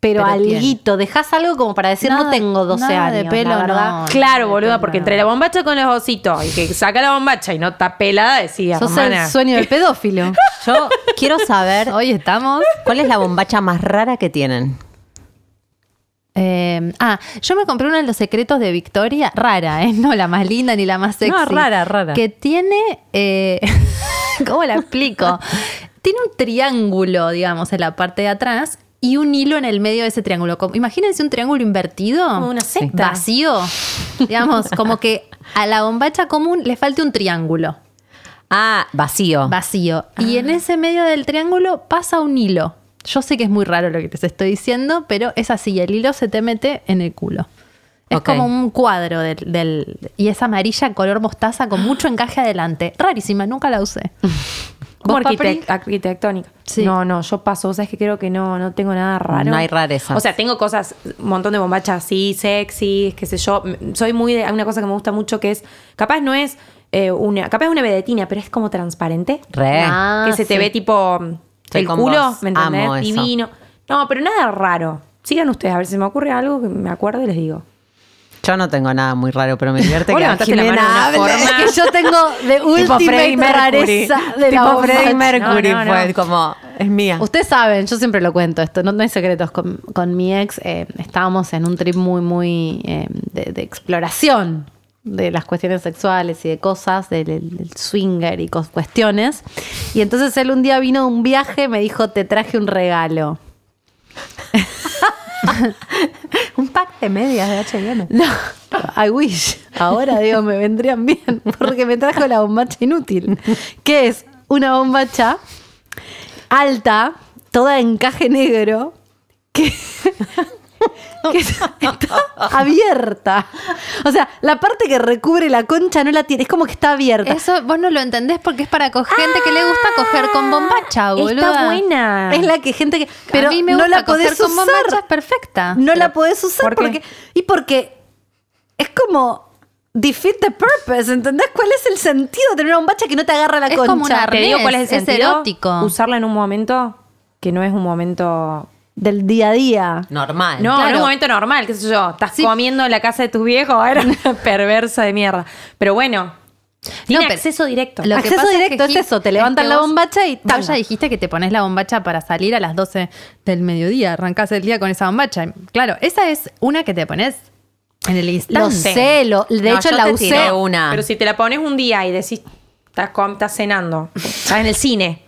A: Pero,
C: Pero
A: alguito, dejas algo como para decir, no
C: Nada-
A: tengo 12
C: nada
A: años.
C: de
A: la
C: pelo,
A: verdad.
C: no.
E: Claro, boluda, porque entre la bombacha con los ositos y que saca la bombacha y no está pelada, decía.
A: Sos
E: hermana.
A: el sueño del pedófilo.
D: Yo quiero saber
C: Hoy estamos...
D: cuál es la bombacha más rara que tienen.
C: Eh, ah, yo me compré uno de los secretos de Victoria, rara, ¿eh? No la más linda ni la más sexy.
D: No, rara, rara.
C: Que tiene. eh, ¿Cómo la explico? tiene un triángulo, digamos, en la parte de atrás y un hilo en el medio de ese triángulo. Como- imagínense un triángulo invertido.
E: Como una secta.
C: Vacío. Digamos, como que a la bombacha común le falta un triángulo
D: Ah, vacío.
C: vacío. Y
A: Ah.
C: en ese medio del triángulo pasa un hilo. Yo sé que es muy raro lo que te estoy diciendo, pero es así, el hilo se te mete en el culo. Es
D: Ok.
C: como un cuadro del, del- y es amarilla color mostaza con mucho encaje adelante. Rarísima, nunca la usé.
E: Como
C: ¿Vos, Papri?
E: arquitec- arquitectónica.
C: Sí.
E: No, no, yo paso. O sea, es que creo que no, no tengo nada raro.
D: No hay rarezas.
E: O sea, tengo cosas, un montón de bombachas así, sexy, qué sé yo. M- Soy muy de. Hay una cosa que me gusta mucho que es. Capaz no es eh, una. Capaz es una vedetina, pero es como transparente.
D: Re.
A: Ah,
E: que se te
A: sí.
E: ve tipo
D: Estoy
E: el
D: con
E: culo,
D: vos.
E: ¿me entendés?
D: Amo eso.
E: Divino. No, pero nada raro. Sigan ustedes, a ver si me ocurre algo que me acuerdo y les digo.
D: Yo no tengo nada muy raro, pero me divierte
E: Vos
D: que
E: levantaste la mano de una
A: Es
E: forma.
A: que yo tengo de
D: Freddie
A: última
D: Mercury.
A: rareza de la
D: tipo
A: bombacha.
D: Freddie Mercury
E: No, no,
D: fue
E: no.
D: como, es mía.
A: Ustedes saben, yo siempre lo cuento esto, no, no hay secretos. Con, con mi ex eh, estábamos en un trip muy, muy eh, de, de exploración de las cuestiones sexuales y de cosas, del, del swinger y cos- cuestiones. Y entonces él un día vino de un viaje, me dijo, te traje un regalo.
D: Un pack de medias de H&M.
A: No, I wish. Ahora, digo, me vendrían bien porque me trajo la bombacha inútil, que es una bombacha alta, toda de encaje negro, que, que está abierta. O sea, la parte que recubre la concha no la tiene, es como que está abierta.
C: Eso vos no lo entendés porque es para co- gente que le gusta coger con bombacha, boludo.
E: Está buena.
A: Es la que gente que. Ah, Pero
C: a mí me
A: no
C: gusta
A: la podés
C: coger con
A: usar.
C: bombachas perfecta.
A: No la podés usar
E: ¿por qué?
A: porque. Y porque es como. Defeat the purpose, ¿entendés? ¿Cuál es el sentido de tener una bombacha que no te agarra la
C: Es
A: concha?
C: como una
E: Te digo cuál es el
C: Es
E: sentido.
C: erótico.
E: Usarla en un momento que no es un momento.
A: Del día a día.
D: Normal.
E: No,
C: Claro.
E: en un momento normal, qué sé yo. Estás
C: Sí.
E: comiendo en la casa de tus viejos, era una perversa de mierda. Pero bueno, tiene
C: pero-
E: acceso directo.
C: Lo que
A: Acceso
C: pasa
A: directo es
C: Gil,
A: eso, te levantan la
C: vos-
A: bombacha y
C: Vos
A: tanga.
C: ya dijiste que te pones la bombacha para salir a las 12 del mediodía, arrancás el día con esa bombacha. Claro, esa es una que te pones en el instante.
A: Lo sé, lo- de
D: No,
A: hecho
D: yo
A: la
D: te
A: usé.
D: tiré una.
E: Pero si te la pones un día y decís, estás, com- estás cenando, estás en el cine.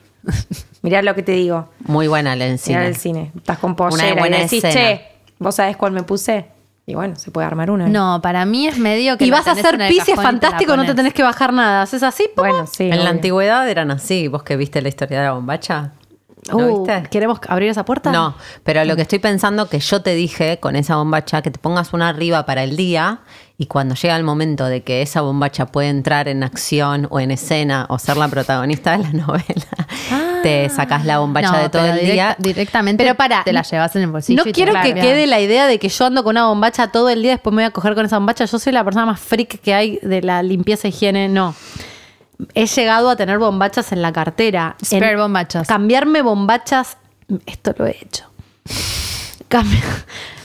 E: Mirá lo que te digo.
D: Muy buena la
E: Mirá
D: encina.
E: el cine. Estás con
D: Una
E: pollera y
D: buena
E: decís,
D: escena.
E: che, ¿vos sabés cuál me puse? Y bueno, se puede armar una.
C: No, para mí es medio que.
A: Y
C: lo
A: vas a
C: tenés
A: hacer
C: en el
A: pis y es
C: cajón y la
A: fantástico, no te
C: pones.
A: tenés que bajar nada. Haces así, ¡pum!
E: Bueno, sí.
D: En la
E: obvio.
D: antigüedad eran así, vos que viste la historia de la bombacha. ¿Lo
A: Uh,
D: viste?
A: ¿Queremos abrir esa puerta?
D: No, pero lo que estoy pensando que yo te dije con esa bombacha, que te pongas una arriba para el día y cuando llega el momento de que esa bombacha puede entrar en acción o en escena o ser la protagonista de la novela, te sacas la bombacha
C: No,
D: de todo
C: pero
D: el día.
C: directa- Directamente
A: Pero pará,
C: te la llevas en el bolsillo.
A: no
C: y te
A: quiero
C: la
A: que
C: llevas.
A: quede la idea de que yo ando con una bombacha todo el día, después me voy a coger con esa bombacha. Yo soy la persona más freak que hay de la limpieza e higiene. No. He llegado a tener bombachas en la cartera.
C: Spare
A: En-
C: bombachas.
A: Cambiarme bombachas. Esto lo he hecho. Cambi-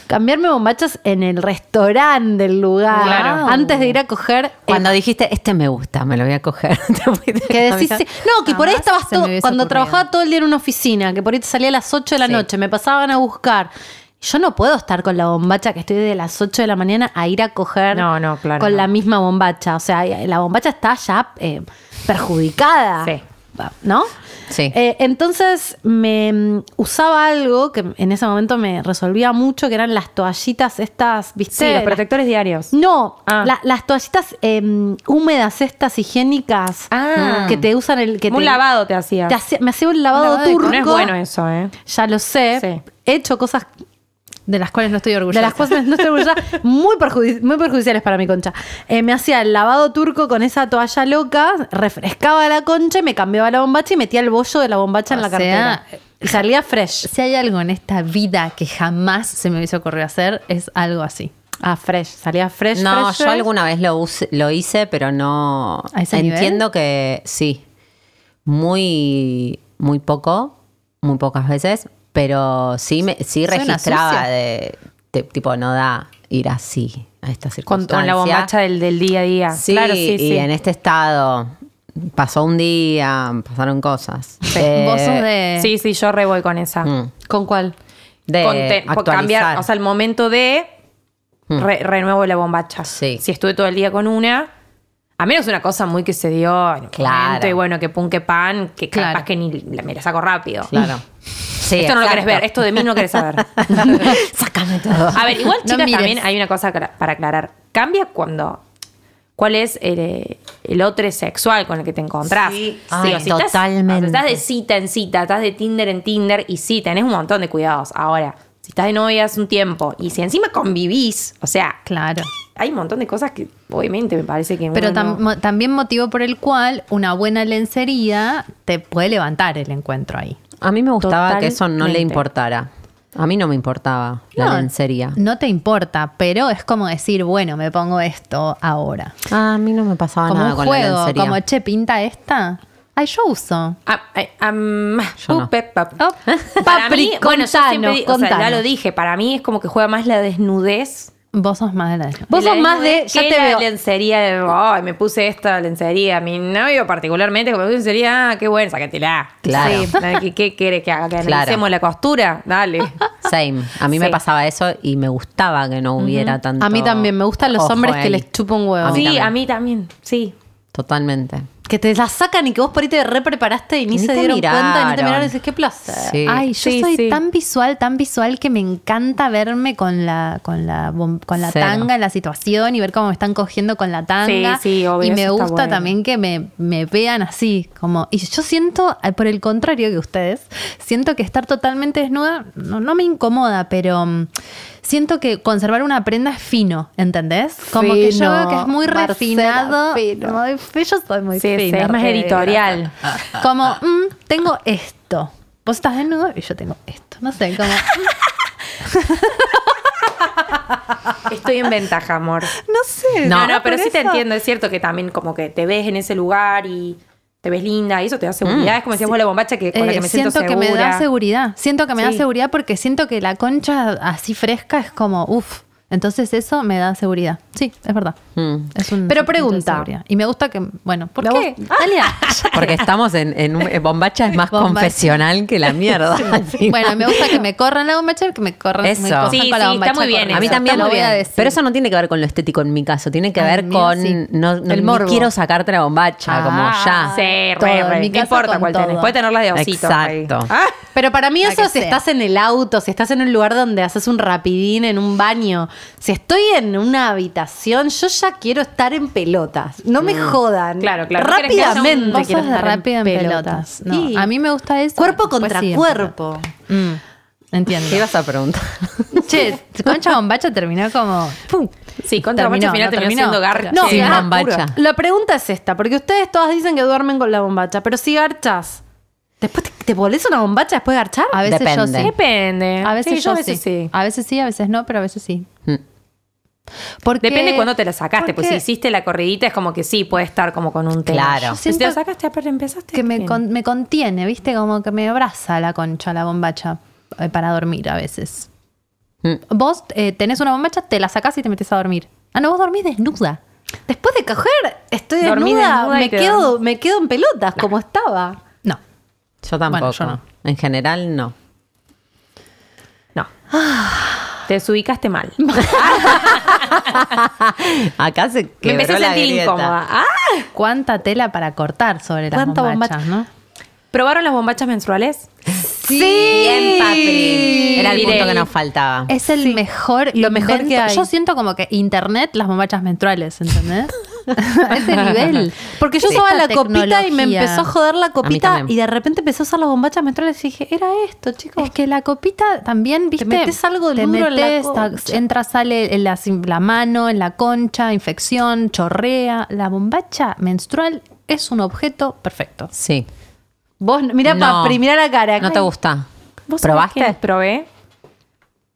A: cambiarme bombachas en el restaurante del lugar.
E: Claro.
A: Antes de ir a coger.
D: Cuando
A: eh,
D: dijiste, este me gusta, me lo voy a coger. te fuiste
A: que decís,
D: caminando.
A: sí. no, que por ahí
C: Jamás
A: estabas
C: se me
A: todo,
C: hubiese
A: cuando
C: ocurrido.
A: trabajaba todo el día en una oficina, que por ahí te salía a las 8 de la
D: Sí.
A: noche, me pasaban a buscar. Yo no puedo estar con la bombacha que estoy de las 8 de la mañana a ir a coger
E: No, no, claro,
A: con
E: no.
A: la misma bombacha. O sea, eh, la bombacha está ya eh, perjudicada.
E: Sí.
A: ¿No?
D: Sí.
A: Eh, entonces me mm, usaba algo que en ese momento me resolvía mucho, que eran las toallitas estas, ¿viste?
E: Sí, los
A: Las-
E: protectores diarios.
A: no,
E: Ah.
A: la- las toallitas eh, húmedas, estas higiénicas,
E: Ah.
A: que te usan el que
E: Como un
A: te-
E: lavado te hacías.
A: te hace- me hacía un lavado,
C: Un lavado de
A: turco.
E: No es bueno eso, ¿eh?
A: Ya lo sé.
E: Sí.
A: He hecho cosas
C: De las cuales no estoy orgullosa.
A: de las cosas no estoy orgullosa, muy, perjudi- muy perjudiciales para mi concha. Eh, me hacía el lavado turco con esa toalla loca, refrescaba la concha y me cambiaba la bombacha y metía el bollo de la bombacha en
C: O
A: la
C: sea,
A: cartera. Y salía fresh.
C: Si hay algo en esta vida que jamás se me hubiese ocurrido hacer, es algo así.
A: Ah, fresh. Salía fresh.
D: No,
A: fresh,
D: yo
A: fresh.
D: alguna vez lo, use- lo hice, pero no.
C: ¿A ese nivel?
D: Entiendo que sí. Muy, muy poco, muy pocas veces, pero sí, me, sí
C: Suena
D: registraba
C: sucia.
D: de, de- tipo, no da ir así a esta
E: Con,
D: circunstancia.
E: con la bombacha del, del día a día.
D: Sí,
E: claro, sí,
D: y
E: sí.
D: en este estado pasó un día, pasaron cosas. Eh,
C: Vos sos de.
E: Sí, sí, yo re voy con esa.
D: mm,
A: ¿Con cuál?
D: de
E: Con te- por
D: actualizar. Mm.
E: cambiar, o sea, el momento de re- renuevo la bombacha.
D: Sí.
E: Si estuve todo el día con una, a menos una cosa muy que se dio en un
D: Claro.
E: momento, y bueno, que pun que pan, que
C: Claro.
E: capaz que ni la, me la saco rápido.
D: claro. Sí,
E: Esto no lo
D: exacto.
E: querés ver, esto de mí no lo querés saber.
D: Sácame todo.
E: A ver, igual
C: No
E: chicas
C: mires.
E: también hay una cosa cra- para aclarar. Cambia cuando cuál es el, el otro sexual con el que te encontrás.
D: Sí,
E: Digo,
D: ay,
E: si estás-
D: totalmente.
E: Estás, de cita en cita, estás de Tinder en Tinder y sí, tenés un montón de cuidados. Ahora, si estás de novia hace un tiempo y si encima convivís, o sea,
C: Claro.
E: hay un montón de cosas que obviamente me parece que
C: Pero
E: uno
C: tam-
E: no-
C: mo- también motivo por el cual una buena lencería te puede levantar el encuentro ahí.
D: A mí me gustaba que eso no le
E: Totalmente.
D: importara. A mí no me importaba
C: No,
D: la lencería.
C: No te importa, pero es como decir, bueno, me pongo esto ahora.
D: a mí no me
A: Ah,
D: pasaba
C: como
D: nada
C: un
D: con la
C: juego,
D: lencería.
C: como che, pinta esta. Ay, yo uso.
E: Ah, ay, am-
D: Yo no.
E: upe, pap.
C: Oh.
E: Para
A: Papri,
E: mí, bueno, yo siempre
A: contanos,
E: di- o sea, ya
A: contanos.
E: lo dije, para mí es como que juega más la desnudez
C: Vos sos más de la
A: Vos
E: La
A: sos más de.
E: desnudez
A: Ya
E: que
A: te
E: la
A: veo.
E: lencería, de, "Ay, me puse esta lencería. Mi novio particularmente, como lencería, ah, qué bueno, sácatela.
D: Claro.
E: Sí, ¿Qué, qué querés que haga? Que
D: Claro.
E: analicemos la costura. Dale.
D: Same. A mí me
E: Sí.
D: pasaba eso y me gustaba que no hubiera tanto.
A: A mí también, me gustan los
D: ojo
A: hombres que
D: ahí.
A: les chupa un huevo.
D: A mí
E: sí,
D: también.
E: a mí también. Sí.
D: Totalmente.
A: Que te la sacan y que vos por ahí te repreparaste y ni,
D: Ni
A: se
D: te
A: dieron cuenta y no te
D: miraron.
A: miraron y dices, qué placer.
D: Sí.
C: Ay, yo
E: Sí,
C: soy
E: sí.
C: tan visual, tan visual que me encanta verme con la, con la, bom- con la
D: Cero.
C: tanga en la situación y ver cómo me están cogiendo con la tanga.
E: Sí, sí, obvio,
C: y me
E: eso está
C: gusta
E: bueno.
C: también que me, me vean así, como. Y yo siento, al- por el contrario que ustedes, siento que estar totalmente desnuda no, no me incomoda, pero mm, siento que conservar una prenda es fino, ¿entendés? Como que yo
F: Fino,
C: veo que es muy
F: Marcela,
C: refinado.
F: fino.
C: Muy fi- yo soy muy
E: Sí, sí,
C: fina,
E: es más
C: Ortega.
E: editorial.
C: Como, mm, tengo esto. Vos estás desnudo y yo tengo esto. No sé, como. mm,
E: Estoy en ventaja, amor.
C: No sé.
E: No, no,
C: ¿verdad?
E: pero
C: Por
E: sí te
C: eso-
E: entiendo. Es cierto que también como que te ves en ese lugar y te ves linda y eso
D: Mm,
E: te da seguridad. es como decíamos la bombacha que, con la
C: Eh,
E: que me siento,
C: siento que me da
E: segura.
C: seguridad. Siento que me da
E: Sí.
C: seguridad porque siento que la concha así fresca es como, uff. Entonces eso me da seguridad. Sí, es verdad.
D: Mm.
C: Es un
A: Pero
C: sentimiento de
A: pregunta.
C: seguridad. Y me gusta que, bueno, ¿por
E: La
C: qué?
E: voz- Ah.
C: Dalia.
D: Porque estamos en, en un- en bombacha es más
C: Bombacha.
D: confesional que la mierda. al final.
C: bueno, me gusta que me corran la bombacha, que me corran,
D: Eso.
C: me cojan
E: Sí,
C: con la
E: sí, está
C: bombacha
E: muy bien
C: corrida.
D: A mí también.
C: Lo voy a decir.
D: Pero eso no tiene que ver con lo estético en mi caso, tiene que
C: Ay,
D: ver
C: mío,
D: con
C: sí.
D: no, no-
C: El
D: no
C: morbo.
D: quiero sacarte la bombacha,
C: Ah,
D: como ya.
E: Sí,
C: Todo,
E: re,
C: en
E: re.
C: mi
E: No
C: casa
E: importa
C: con
E: cuál
C: todo.
E: tenés. Puedes tenerlas de osito. ahí.
D: Exacto.
E: Ah,
A: Pero para mí
C: La
A: eso
C: que
A: si
C: sea.
A: estás en el auto, si estás en un lugar donde haces un rapidín, en un baño. Si estoy en una habitación, yo ya quiero estar en pelotas. No me jodan.
E: Claro, claro. No querés que haya un-
A: Rápidamente
C: Vos
A: quiero
C: sos de
A: estar
C: rápida en pelotas. No,
A: Sí.
C: A mí me gusta eso.
A: Cuerpo
C: Pues
A: contra
C: sí, en
A: cuerpo.
C: pelotas. Mm,
D: ¿Qué
C: entiendo.
D: ibas a preguntar?
C: che, Concha Bombacha terminó como... ¡pum!
E: Sí, contra
C: Terminó,
E: bombacha al final
C: no
E: terminó
C: terminó.
E: siendo garcha.
A: No,
D: Sin
A: ah,
D: bombacha.
A: La pregunta es esta, porque ustedes todas dicen que duermen con la bombacha, pero si garchas, ¿después te, te volés una bombacha después de garchar?
C: A veces yo
D: Depende.
C: sí.
E: Depende.
C: A veces
E: Sí,
C: yo
E: a veces sí.
C: A veces sí, a veces no, pero a veces sí.
D: Mm.
C: Porque-
E: Depende cuándo te la sacaste. Pues si
C: porque
E: hiciste la corridita es como que sí, puede estar como con un tema.
D: Claro. Yo
E: Pero Si te
C: siento
E: la sacaste, aparte empezaste.
C: Que me,
E: bien.
C: con- me contiene, ¿viste? Como que me abraza la concha, la bombacha, eh, para dormir a veces.
D: Mm.
C: Vos eh, tenés una bombacha, te la sacás y te metes a dormir. Ah, no, vos dormís desnuda.
A: Después de coger, estoy
E: Dormí
A: desnuda,
E: desnuda y
A: me,
E: te
A: quedo, me quedo en pelotas, como estaba.
C: No.
D: Yo tampoco.
C: Bueno, yo no.
D: En general, no.
E: No.
C: Ah.
E: Te desubicaste mal.
D: Acá
E: Me
D: se
E: empecé
D: quebró
E: a
D: la
E: sentir
D: grieta.
E: incómoda. ¡Ah!
C: Cuánta tela para cortar sobre las
A: ¿Cuánta
C: bombachas,
A: bombacha?
C: ¿no?
E: ¿Probaron las bombachas menstruales?
A: Sí,
D: Bien, Patri. Era el
E: Diré.
D: punto que nos faltaba.
C: Es el mejor.
A: lo mejor
C: invento.
A: que hay.
C: Yo siento como que internet, las bombachas menstruales, ¿entendés? a ese este nivel.
A: Porque yo
C: ¿Qué es
A: usaba la
C: esta
A: copita y me
C: tecnología?
A: empezó a joder la copita
D: también.
A: y de repente empecé a usar las bombachas menstruales y dije, era esto, chicos.
C: Es que la copita también, viste.
A: metes algo
C: te
A: duro en la
C: metes, ta-
A: concha.
C: entra, sale en la, sin- la mano, en la concha, infección, chorrea. La bombacha menstrual es un objeto perfecto.
D: Sí.
A: Vos, mirá,
D: No.
A: Papri, mirá la cara.
D: No te gusta.
E: ¿Vos sabés que
D: ¿Probaste?
E: Probé.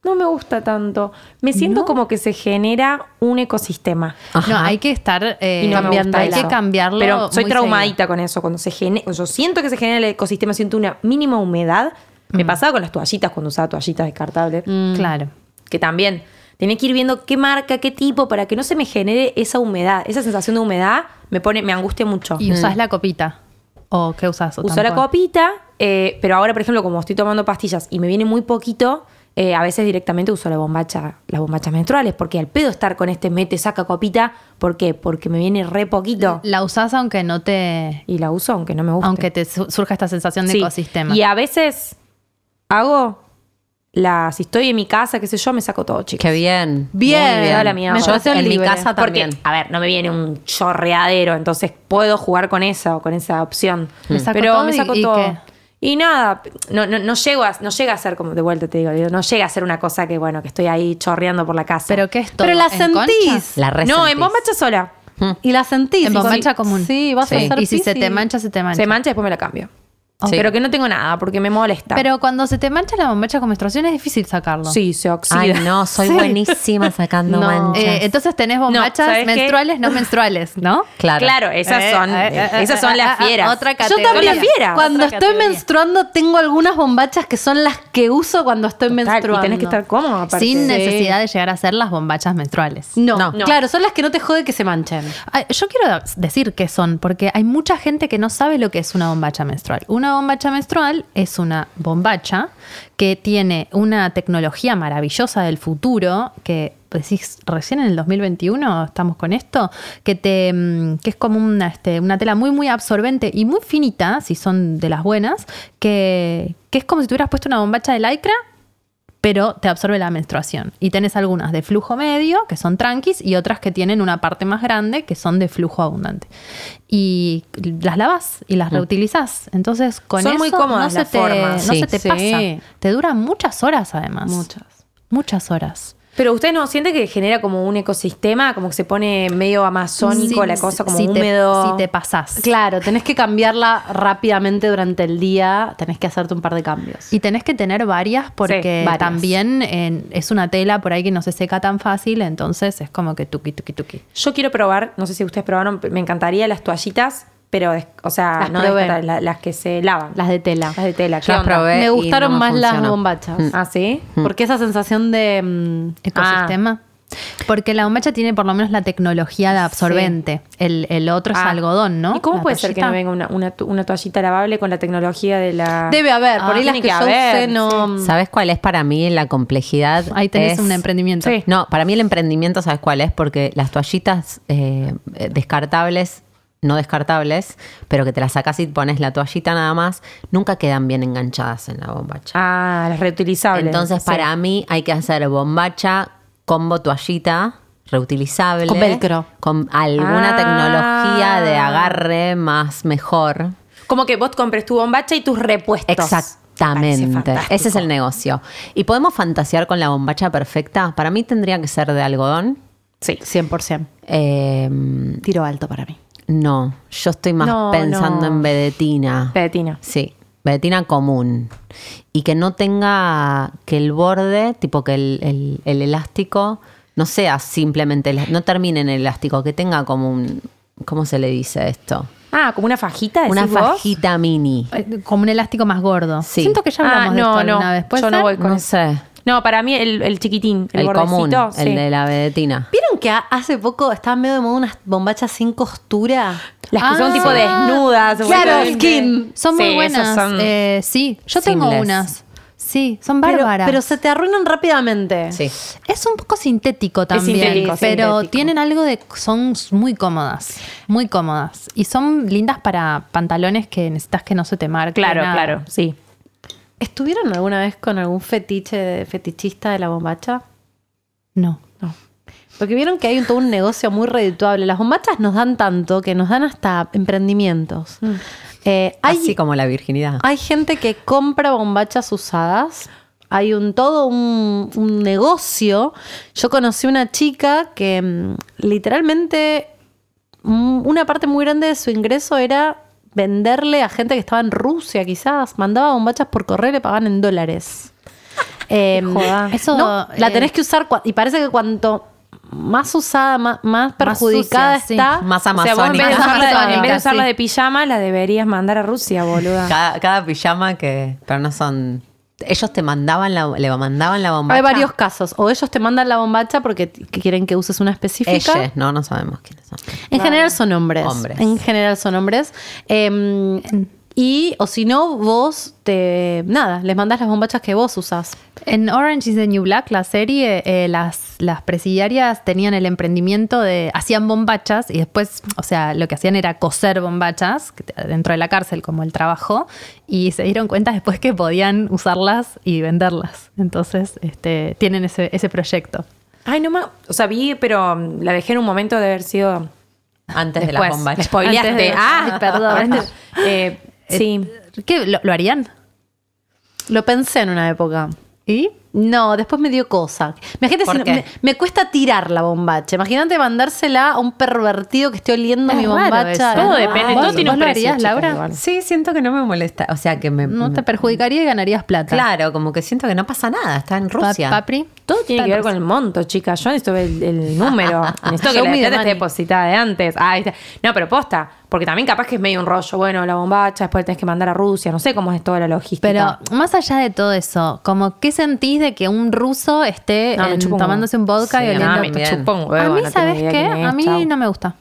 E: No me gusta tanto. Me siento como que se genera un ecosistema.
D: Ajá.
C: No, hay que estar eh,
E: Y no me
C: cambiando.
E: gusta
C: Ah, Hay
E: eso.
C: que cambiarlo.
E: Pero soy
C: muy
E: traumadita con eso. Cuando se genera, yo siento que se genera el ecosistema, siento una mínima humedad.
C: Mm.
E: Me pasaba con las toallitas cuando usaba toallitas descartables.
C: seguido. Claro.
E: Que también tenés que ir viendo qué marca, qué tipo, para que no se me genere esa humedad. Esa sensación de humedad me pone, me angustia mucho.
C: Y usás la copita. ¿O qué usás? ¿O
E: Uso la
C: tampón?
E: copita, eh, pero ahora, por ejemplo, como estoy tomando pastillas y me viene muy poquito, eh, a veces directamente uso la bombacha, las bombachas menstruales, porque al pedo estar con este mete, saca copita, ¿por qué? Porque me viene re poquito.
C: La usás aunque no te.
E: Y la uso aunque no me guste.
C: Aunque te su- surja esta sensación de
E: Sí.
C: ecosistema.
E: Y a veces hago la, si estoy en mi casa, qué sé yo, me saco todo, chicos.
D: Qué bien.
A: Bien.
D: Muy
E: Toda la mierda.
D: Yo
A: Menstruación
D: en mi
A: libre.
D: casa
E: Porque,
D: también.
E: a ver, no me viene un chorreadero, entonces puedo jugar con esa o con esa opción.
C: Mm. Me saco
E: Pero
C: todo
E: me
C: y-
E: saco
C: y
E: todo.
C: qué?
E: Y nada, no, no, no llego a, no llega a ser como, de vuelta te digo, digo, no llega a ser una cosa que, bueno, que estoy ahí chorreando por la casa.
C: ¿Pero qué es todo?
A: Pero la
C: ¿En concha?
A: sentís.
D: La resentís.
E: No, en bombacha sola.
A: Y la sentís.
C: En
A: Y
C: bombacha
A: sí.
C: común.
A: Sí, vas a
D: Sí.
A: hacer
C: Y si se
A: pis
C: te mancha, se te mancha.
E: Se mancha y después me la cambio.
D: Sí.
E: Pero que no tengo nada porque me molesta.
C: Pero cuando se te mancha la bombacha con menstruación es difícil sacarlo. Eh,
E: sí, se oxida.
D: Ay, no, soy
E: Sí.
D: buenísima sacando
A: No.
D: manchas.
C: Eh, entonces tenés bombachas
E: No, ¿sabes qué?
C: menstruales, no menstruales, ¿no?
D: claro.
E: Claro, esas
C: Eh,
E: son,
C: eh, eh, eh,
E: esas son
C: ah,
E: las
C: ah,
E: fieras.
C: otra
A: Yo
C: categoría.
A: también,
E: Son las fieras.
A: cuando
C: Otra
A: estoy
C: categoría.
A: menstruando, tengo algunas bombachas que son las que uso cuando estoy
E: Total,
A: menstruando.
E: Y tenés que estar cómodo aparte.
C: Sin
E: Sí.
C: necesidad de llegar a ser las bombachas menstruales.
A: No,
D: No.
A: no, claro, son las que no te jode que se manchen.
C: Ay, Yo quiero decir qué son, porque hay mucha gente que no sabe lo que es una bombacha menstrual. Una una bombacha menstrual es una bombacha que tiene una tecnología maravillosa del futuro que decís recién en el 2021 estamos con esto que te mm, que es como una este, una tela muy muy absorbente y muy finita si son de las buenas que, que es como si tuvieras puesto una bombacha de lycra pero te absorbe la menstruación. Y tenés algunas de flujo medio, que son tranquis, y otras que tienen una parte más grande, que son de flujo abundante. Y las lavas y las reutilizás. Entonces, con
E: Mm. Son
C: eso
E: muy cómodas
C: no se
E: las
C: te,
E: formas.
C: no
D: Sí.
C: se te
A: Sí.
C: pasa. Te duran muchas horas, además.
A: Muchas.
C: Muchas horas.
E: Pero usted no siente que genera como un ecosistema, como que se pone medio amazónico
C: Sí,
E: la cosa, como
C: si te-
E: húmedo.
C: si te pasás.
A: Claro, tenés que cambiarla rápidamente durante el día, tenés que hacerte un par de cambios.
C: Y tenés que tener varias porque
E: Sí, varias.
C: también en- es una tela por ahí que no se seca tan fácil, entonces es como que tuki, tuki, tuki.
E: Yo quiero probar, no sé si ustedes probaron, me encantaría las toallitas, pero, des- o sea,
A: Las
E: no
A: probé.
E: descartables, la- las que se lavan.
A: las de tela.
E: Las de tela, ¿qué
D: Yo las
E: onda?
D: probé.
A: Me
D: y
A: gustaron
D: no me
A: más las
D: funcionó.
A: bombachas.
E: ¿Ah, sí?
A: Porque esa sensación de... mm,
C: ecosistema.
E: Ah.
C: Porque la bombacha tiene por lo menos la tecnología de absorbente. El, el otro es
E: Ah.
C: algodón, ¿no?
E: ¿Y cómo
C: La
E: puede ser que no
C: toallita.
E: venga una, una to- una toallita lavable con la tecnología de la.
A: Debe haber, por
E: Ah,
A: ahí las
E: tiene
A: que,
E: que
A: yo
E: haber,
A: usé no... mm.
D: ¿Sabes cuál es para mí la complejidad?
C: Ahí tenés
D: Es-
C: un emprendimiento.
E: Sí.
D: No, para mí el emprendimiento, ¿sabes cuál es? Porque las toallitas eh, eh, descartables, no descartables, pero que te las sacas y pones la toallita nada más, nunca quedan bien enganchadas en la bombacha.
E: Ah, las reutilizables.
D: Entonces,
E: Sí.
D: para mí hay que hacer bombacha, combo toallita, reutilizable.
A: Con velcro.
D: Con alguna
E: Ah.
D: tecnología de agarre más mejor.
E: Como que vos compres tu bombacha y tus repuestos. Me parece
D: Exactamente.
E: fantástico.
D: Ese es el negocio. ¿Y podemos fantasear con la bombacha perfecta? Para mí tendría que ser de algodón.
E: Sí.
A: 100%.
D: Eh,
A: Tiro alto para mí.
D: no, yo estoy más
E: No,
D: pensando
E: no.
D: en vedetina.
E: Pedetina.
D: Sí, vedetina común. Y que no tenga que el borde, tipo que el, el- el elástico, no sea simplemente, el- no termine en el elástico, que tenga como un, ¿cómo se le dice esto?
E: Ah, como una fajita.
D: Una
E: decís vos?
D: fajita mini.
C: Eh, Como un elástico más gordo.
D: Sí.
C: Siento que ya
E: Ah,
C: hablamos de
E: no,
C: esto alguna
E: no.
C: vez. ¿Puede
E: Yo no
C: ser?
E: voy con
D: No
E: eso.
D: sé,
E: No, para mí el, el chiquitín, el,
D: el, común,
E: bordecito, sí.
D: el de la vedetina.
A: ¿Vieron que ha- hace poco estaban medio de moda unas bombachas sin costura?
E: Las que son
C: Ah,
E: tipo desnudas.
A: claro,
E: seguramente.
A: skin.
C: Son muy
E: Sí,
C: buenas.
E: esas son-
C: Eh, sí, yo tengo
D: Seamless.
C: unas. Sí, son
A: Pero,
C: bárbaras.
A: pero se te arruinan rápidamente.
D: Sí.
C: Es un poco sintético también,
E: sintético,
C: pero
E: sintético.
C: tienen algo de... Son muy cómodas, muy cómodas. Y son lindas para pantalones que necesitas que no se te marquen.
E: Claro,
C: nada.
E: claro, sí.
A: ¿Estuvieron alguna vez con algún fetiche de- fetichista de la bombacha?
C: No.
A: Porque vieron que hay un, todo un negocio muy redituable. Las bombachas nos dan tanto que nos dan hasta emprendimientos. Eh, hay,
D: Así como la virginidad.
A: hay gente que compra bombachas usadas. Hay un todo un, un negocio. Yo conocí una chica que mm, literalmente mm, una parte muy grande de su ingreso era venderle a gente que estaba en Rusia, quizás. Mandaba bombachas por correo y le pagaban en dólares. Eh,
E: joda.
C: Eso,
A: no, la
C: eh,
A: tenés que usar cua- y parece que cuanto más usada, ma- más, perjudicada
C: sucia, sí.
A: está.
D: Más
E: ah, O sea, vos en vez de
D: amazónica.
C: Más
E: usarla, en vez de
C: amazónica,
E: usarla
C: sí.
E: de pijama, la deberías mandar a Rusia, boluda.
D: Cada, cada pijama que. Pero no son. Ellos te mandaban la, le mandaban la bombacha.
A: Hay varios casos. O ellos te mandan la bombacha porque t- que quieren que uses una específica.
D: Ellos, no, no sabemos quiénes son.
A: En general son hombres.
D: Hombres.
A: En general son hombres. Eh, y, o si no, vos te. Nada, les mandás las bombachas que vos usás.
C: En Orange is the New Black, la serie, eh, las, las presidiarias tenían el emprendimiento de. hacían bombachas y después, o sea, lo que hacían era coser bombachas que te- dentro de la cárcel, como el trabajo, y se dieron cuenta después que podían usarlas y venderlas. Entonces, este, tienen ese, ese proyecto.
E: Ay, no más. O sea, vi, pero mm, la dejé en un momento de haber sido.
D: Antes de la
E: Después.
D: bombacha.
E: Me spoileaste.
C: Antes de-
E: Ah,
C: Ay, perdón.
E: Eh, sí.
C: ¿Qué? ¿Lo, lo harían?
A: Lo pensé en una época.
C: ¿Y?
A: No, después me dio cosa. Imagínate
D: ¿Por
A: si no-
D: qué?
A: me, me cuesta tirar la bombacha. Imagínate mandársela a un pervertido que esté oliendo
C: Es
A: mi
C: raro
A: bombacha.
C: eso.
E: Todo
C: Ah,
E: depende.
C: ¿vos-
E: Todo tiene
C: vos
E: un
C: lo
E: precio,
C: harías,
E: chicos,
C: Laura?
E: igual.
D: Sí, siento que no me molesta. O sea, que me.
C: No te
D: me-
C: perjudicaría y ganarías plata.
D: Mm. Claro, como que siento que no pasa nada. Está en
C: Pa-
D: Rusia.
C: Papri.
E: Todo tiene que ver con el monto, chica. Yo necesito el, el número. Necesito que
A: Show
E: la
A: me the
E: plata esté
A: money.
E: depositada de antes. Ah, ahí está. No, pero posta. Porque también capaz que es medio un rollo. Bueno, la bombacha, después la tenés que mandar a Rusia. No sé cómo es toda la logística.
C: Pero más allá de todo eso, como ¿qué sentís de que un ruso esté
E: No, me
C: en-
E: chupa un huevo.
C: eh, tomándose un vodka
D: Sí,
C: y
D: no,
C: oliendo?
E: Ah,
D: también.
E: me chupa un huevo,
C: a mí,
E: no tengo
C: ¿sabes
E: idea
C: qué?
E: quién es,
C: A mí
E: chau.
C: no me gusta.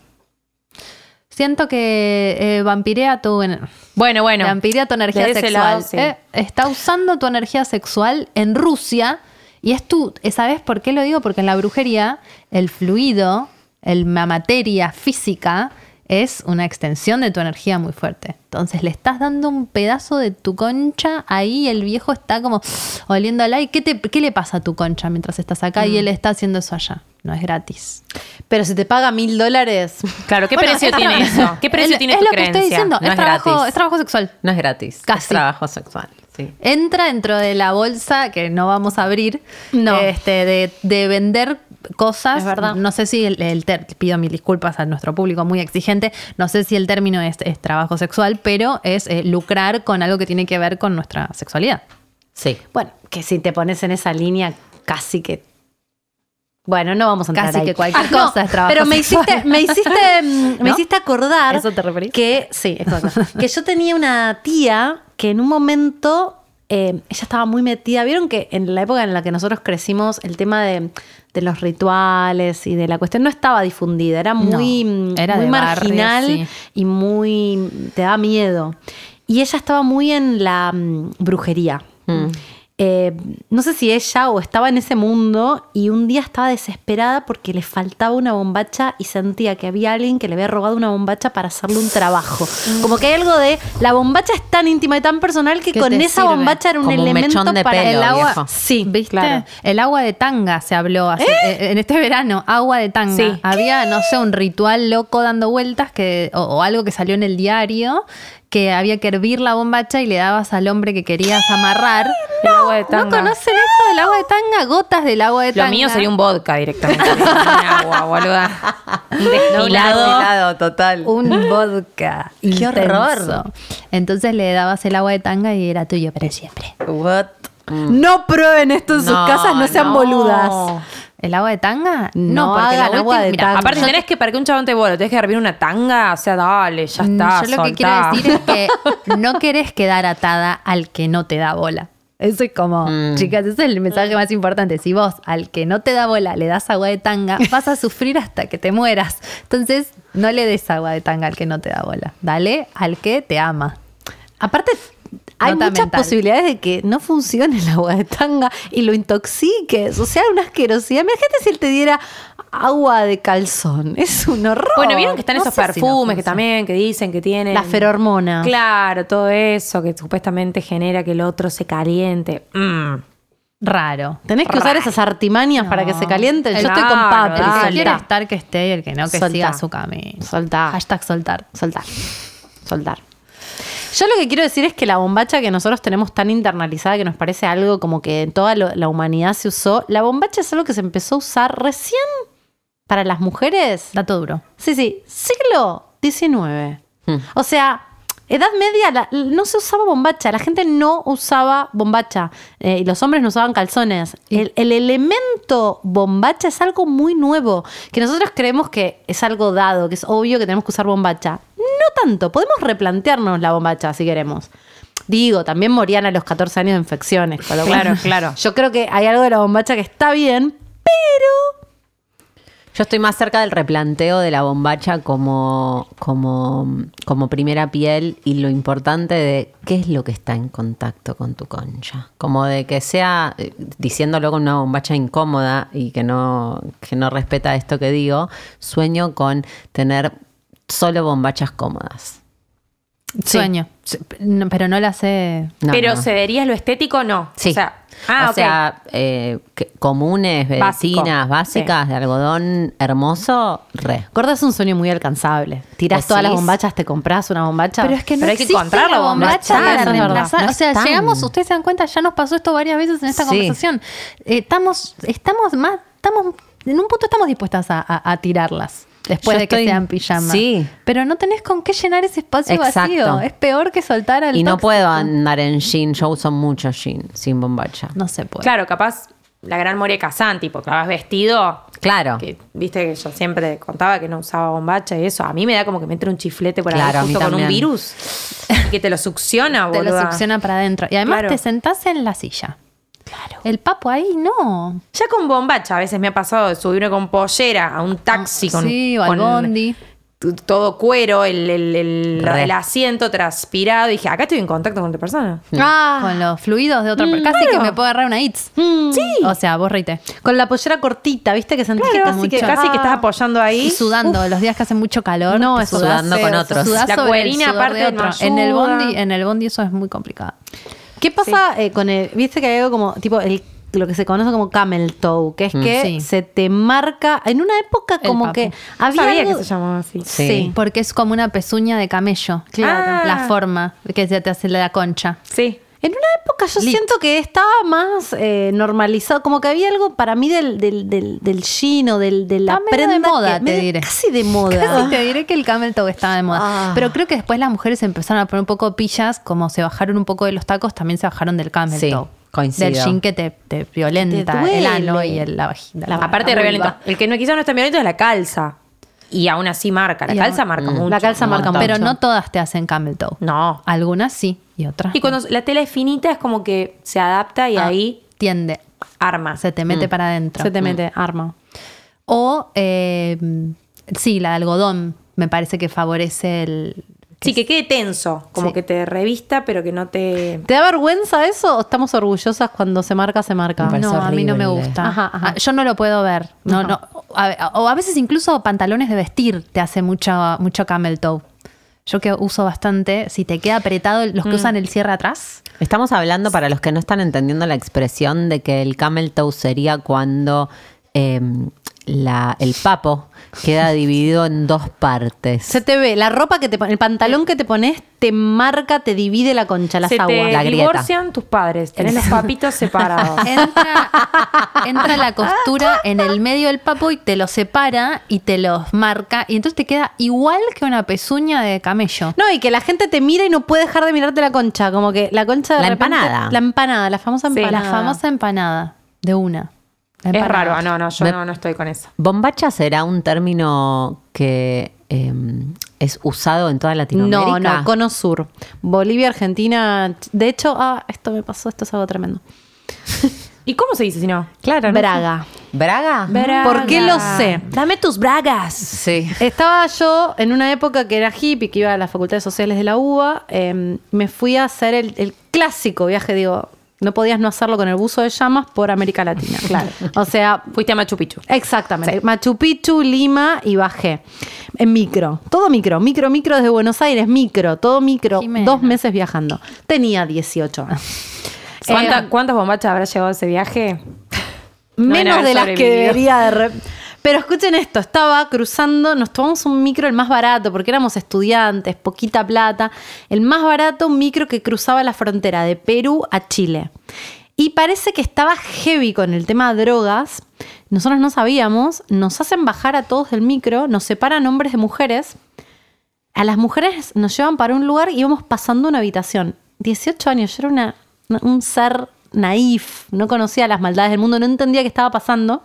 C: Siento que eh, vampirea tu... en-
E: Bueno, bueno.
C: Vampirea tu energía
E: De ese
C: sexual.
E: lado, sí.
C: Eh, está usando tu energía sexual en Rusia y es tu. eh, ¿Sabes por qué lo digo? Porque en la brujería, el fluido, el, la materia física, es una extensión de tu energía muy fuerte. Entonces le estás dando un pedazo de tu concha ahí, el viejo está como oliéndola. ¿Y qué, te, qué le pasa a tu concha mientras estás acá
E: Mm.
C: y él está haciendo eso allá? No es gratis.
A: Pero si te paga mil dólares,
E: Claro, ¿qué
C: Bueno,
E: precio
C: es
E: tiene
C: tra-
E: eso? ¿Qué precio
C: es-
E: tiene
C: es
E: tu
C: lo
E: creencia?
C: que estoy diciendo,
D: No
C: es,
D: es
C: trabajo,
D: gratis.
C: es trabajo sexual.
D: No es gratis.
C: Casi.
D: Es trabajo sexual. Sí.
C: Entra dentro de la bolsa que no vamos a abrir.
A: No.
C: Este, de, de vender cosas.
A: Es verdad.
C: No sé si el, el ter- pido mil disculpas a nuestro público muy exigente. No sé si el término es, es trabajo sexual, pero es eh, lucrar con algo que tiene que ver con nuestra sexualidad.
D: Sí.
A: bueno, que si te pones en esa línea, casi que. Bueno, no vamos a entrar
C: Casi
A: ahí. Ah,
C: que cualquier
A: no,
C: cosa es trabajo
A: Pero me
C: sexual.
A: hiciste, me hiciste, mm, me
C: ¿No?
A: hiciste acordar.
C: ¿Eso te referís?
A: Que, sí, exacto. que yo tenía una tía que en un momento eh, ella estaba muy metida. Vieron que en la época en la que nosotros crecimos, el tema de, de los rituales y de la cuestión no estaba difundida. Era muy,
C: No,
A: mm,
C: era
A: muy
C: de barrio,
A: marginal
C: sí.
A: y muy. te da miedo. Y ella estaba muy en la mm, brujería.
D: Mm.
A: Eh, no sé si ella o estaba en ese mundo y un día estaba desesperada porque le faltaba una bombacha y sentía que había alguien que le había robado una bombacha para hacerle un trabajo.
D: Mm.
A: Como que hay algo de la bombacha es tan íntima y tan personal que
C: Que
A: con
C: te
A: esa
C: sirve.
A: bombacha era un
D: Como un
A: elemento
D: mechón de
A: para
D: pelo,
A: el agua.
D: viejo.
A: Sí,
C: ¿Viste?
A: claro.
C: El agua de tanga se habló hace- eh, en este verano, agua de tanga.
E: Sí.
C: Había, no sé, un ritual loco dando vueltas que, o, o algo que salió en el diario que había que hervir la bombacha y le dabas al hombre que querías amarrar.
E: El agua de
C: ¿No
E: tanga.
C: conocen esto del agua de tanga? Gotas del agua de
E: Lo
C: tanga.
E: mío sería un vodka directamente. un agua, boluda. Un destilado.
D: Destilado, total.
C: Un vodka.
D: ¡Qué
C: intenso.
D: horror!
C: Entonces le dabas el agua de tanga y era tuyo para siempre.
D: What?
A: No prueben esto en sus
D: Mm. No,
A: casas, no sean
D: no.
A: boludas.
C: ¿El agua de tanga?
A: No
C: porque
A: hagan agua
C: la última-
A: de
C: mirá,
A: tanga.
E: Aparte,
C: yo
E: tenés que para que un chabón te vuelo, tenés que hervir una tanga, o sea, dale, ya
C: Mm,
E: está.
C: Yo lo que quiero
E: soltá.
C: decir es que no querés quedar atada al que no te da bola. Eso es como, chicas, ese es el mensaje más importante. Si vos al que no te da bola le das agua de tanga, vas a sufrir hasta que te mueras. Entonces, no le des agua de tanga al que no te da bola. Dale al que te ama.
A: Aparte, hay
C: Nota
A: muchas
C: mental.
A: posibilidades de que no funcione el agua de tanga y lo intoxiques. O sea, una asquerosidad. Imagínate si él te diera agua de calzón. Es un horror.
E: Bueno, vieron que están
A: No
E: esos
A: sé si no
E: perfumes que
A: funciona.
E: también, que dicen que tienen.
A: La ferormona.
E: Claro, todo eso que supuestamente genera que el otro se caliente. Mm.
C: Raro.
A: Tenés que usar esas artimañas para que se caliente. Yo
E: El-
A: estoy con
E: Claro,
A: papri.
E: dale.
C: El que quiere
A: Soltá.
C: estar que esté y el que no, que
A: Soltá.
C: siga su camino.
A: Soltá.
C: Hashtag soltar.
A: Soltar. Soltar. Yo lo que quiero decir es que la bombacha que nosotros tenemos tan internalizada que nos parece algo como que en toda lo- la humanidad se usó, la bombacha es algo que se empezó a usar recién para las mujeres.
C: Dato duro.
A: Sí, sí, siglo XIX. O sea, Edad Media la- no se usaba bombacha, la gente no usaba bombacha eh, y los hombres no usaban calzones. El, el elemento bombacha es algo muy nuevo, que nosotros creemos que es algo dado, que es obvio que tenemos que usar bombacha. No tanto, podemos replantearnos la bombacha si queremos. Digo, también morían a los 14 años de infecciones. con lo cual-
E: Claro, claro.
A: Yo creo que hay algo de la bombacha que está bien,
D: Yo estoy más cerca del replanteo de la bombacha como, como, como primera piel y lo importante de qué es lo que está en contacto con tu concha. Como de que sea, eh, diciéndolo con una bombacha incómoda y que no, que no respeta esto que digo, sueño con tener solo bombachas cómodas.
C: Sueño. Sí, p- no, Pero no la sé.
D: No,
E: Pero
D: no.
E: ¿cederías lo estético no?
D: Sí.
E: O sea, ah,
D: O
E: ok.
D: sea, eh, que- comunes,
E: Básico.
D: vecinas, básicas, de algodón hermoso, re.
A: Gorda es un sueño muy alcanzable. Tirás
D: ¿Decís?
A: todas las bombachas, te compras una bombacha.
C: Pero es que no
E: Pero hay que
C: existe
E: encontrar
C: la
E: la
C: bombacha
E: bombacha
C: para
A: para
C: reemplazar.
D: reemplazar. No
C: o sea,
D: están.
C: llegamos, ustedes se dan cuenta, ya nos pasó esto varias veces en esta
D: Sí.
C: conversación. Eh, estamos, estamos más, estamos, en un punto estamos dispuestas a, a- a tirarlas. Después
D: Yo
C: de que
D: estoy-
C: sean pijamas.
D: sí.
C: Pero no tenés con qué llenar ese espacio
D: Exacto.
C: vacío. Es peor que soltar al
D: Y no
C: tóxico.
D: puedo andar en jean, yo uso mucho jean sin bombacha.
C: No se puede.
E: Claro, capaz la gran Moria Kazan, tipo, que vas vestido.
D: Claro.
E: Que, Viste que yo siempre contaba que no usaba bombacha y eso. A mí me da como que me entra un chiflete por
D: Claro, a
E: ahí
D: mí
E: justo con un
D: también.
E: virus. Y que te lo succiona,
C: Te
E: boluda.
C: lo succiona para adentro. Y además
E: Claro.
C: te sentás en la silla. Claro. El papo ahí no.
E: Ya con bombacha, a veces me ha pasado de subirme con pollera a un taxi,
C: Ah,
E: con,
C: sí, o al
E: con-
C: bondi.
E: t- todo cuero, el, el- el-
D: Re.
E: el asiento transpirado. Y dije, acá estoy en contacto con otra persona.
A: Ah,
C: Mm. Con los fluidos de otra
E: Mm,
C: persona. Casi
E: claro.
C: que me puedo agarrar una ITS. Sí. O sea, vos reíte.
A: Con la pollera cortita, ¿viste? Que sentís
E: Claro,
A: que
E: así que
A: mucho-
E: casi que estás
A: Ah.
E: apoyando ahí.
C: Y sudando, los días que hace mucho calor.
A: No,
C: te
A: es
C: sudás,
D: sudando con
C: eh,
D: otros.
C: sudás
E: La
C: sobre el
E: cuerina
C: sudor
E: aparte
C: de
E: no
C: otro. En el
E: ayuda.
C: bondi, en el bondi eso es muy complicado.
A: ¿Qué pasa eh, con el. Viste que hay algo como. Tipo, el, lo que se conoce como camel toe, que es
D: Mm.
A: que
C: Sí.
A: se te marca. En una época,
C: El
A: como
C: papo.
A: que.
E: No
A: Había
E: sabía
A: algo-
E: que se llamaba así.
A: Sí.
D: Sí.
C: Porque es como una pezuña de camello.
E: Claro.
C: La forma que se te hace la concha.
E: Sí.
A: En una época yo
C: Lit.
A: siento que estaba más eh, normalizado, como que había algo para mí del, del, del, del jean o del, de la
C: Está medio
A: prenda.
C: de moda,
A: que-
C: te
A: medio-
C: diré.
A: Casi de moda.
C: Casi te diré que el camel toe estaba de moda.
D: Ah.
C: Pero creo que después las mujeres empezaron a poner un poco pillas, como se bajaron un poco de los tacos, también se bajaron del camel
D: Sí,
C: toe.
D: coincido.
C: Del jean que te, te violenta
A: Te duele.
C: el ano y el- la vagina.
A: La-
E: Aparte,
C: la
E: re
C: vulva.
E: violento. El que no, quizás no es tan violento es la calza. Y aún así marca. La
C: Y
E: calza
C: aún-
E: marca mucho.
A: mm, la calza
E: un
A: marca
E: montón.
C: Pero
A: mucho.
C: no todas te hacen camel toe.
E: No.
C: Algunas sí y otras.
E: Y cuando la tela es finita es como que se adapta y
C: no.
E: ahí
C: Ah, tiende.
E: arma. Mm.
C: Se te mete para adentro.
A: ah, mm,
C: Mm.
A: Se te mete arma.
C: O eh, sí, la de algodón me parece que favorece el.
E: Sí, que quede tenso. Como
C: Sí.
E: que te revista, pero que no te.
A: ¿Te da vergüenza eso o estamos orgullosas cuando se marca, se marca?
D: Me parece
C: No, a mí no me
D: horrible.
C: gusta.
A: Ajá, ajá.
C: Ah, Yo no lo puedo ver. No, no. A ve- o a veces incluso pantalones de vestir te hace mucho, mucho camel toe. Yo que uso bastante, si te queda apretado los que usan el cierre atrás.
D: Estamos hablando, para los que no están entendiendo la expresión, de que el camel toe sería cuando eh, la- el papo queda dividido en dos partes.
A: Se te ve, la ropa que te pon- el pantalón que te pones te marca, te divide la concha, las
E: se
A: aguas.
E: te
D: la grieta.
E: divorcian tus padres. Tenés los papitos separados.
C: Entra, entra la costura en el medio del papo y te lo separa y te los marca. Y entonces te queda igual que una pezuña de camello.
A: No, y que la gente te mira y no puede dejar de mirarte la concha, como que la concha de
D: La
A: repente-
D: empanada.
A: La empanada, la famosa
E: Sí.
A: empanada.
C: La famosa empanada de una. La
E: es
C: empanada.
E: raro. No, no, yo
D: Me-
E: no, no estoy con eso.
D: ¿Bombacha será un término que eh, es usado en toda
A: No,
D: Latinoamérica?
A: no, Cono Sur. Bolivia, Argentina. De hecho, ah, esto me pasó, esto es algo tremendo.
E: ¿Y cómo se dice si no?
D: Claro, no sé.
A: Braga.
D: ¿Braga?
A: ¿Por qué lo sé?
E: Dame tus bragas.
D: Sí.
A: Estaba yo en una época que era hippie, que iba a las facultades sociales de la UBA. eh, me fui a hacer el, el clásico viaje, digo, no podías no hacerlo con el buzo de llamas por América Latina. Claro. O sea,
E: Fuiste a Machu Picchu.
A: Eh, Exactamente. Machu Picchu, Lima y bajé. En micro. Todo micro. Micro, micro desde Buenos Aires. Micro. Todo micro.
C: Jimena.
A: Dos meses viajando. Tenía 18 años.
E: ¿Cuánta- ¿Cuántas bombachas habrá llevado ese viaje? No deben
A: Menos
E: haber
A: de las que
E: sobrevivido.
A: debería de... re- Pero escuchen esto, estaba cruzando, nos tomamos un micro el más barato, porque éramos estudiantes, poquita plata, el más barato, un micro que cruzaba la frontera de Perú a Chile. Y parece que estaba heavy con el tema drogas, nosotros no sabíamos, nos hacen bajar a todos del micro, nos separan hombres de mujeres, a las mujeres nos llevan para un lugar y íbamos pasando una habitación. 18 años, yo era una, una- un ser naif, no conocía las maldades del mundo, no entendía qué estaba pasando.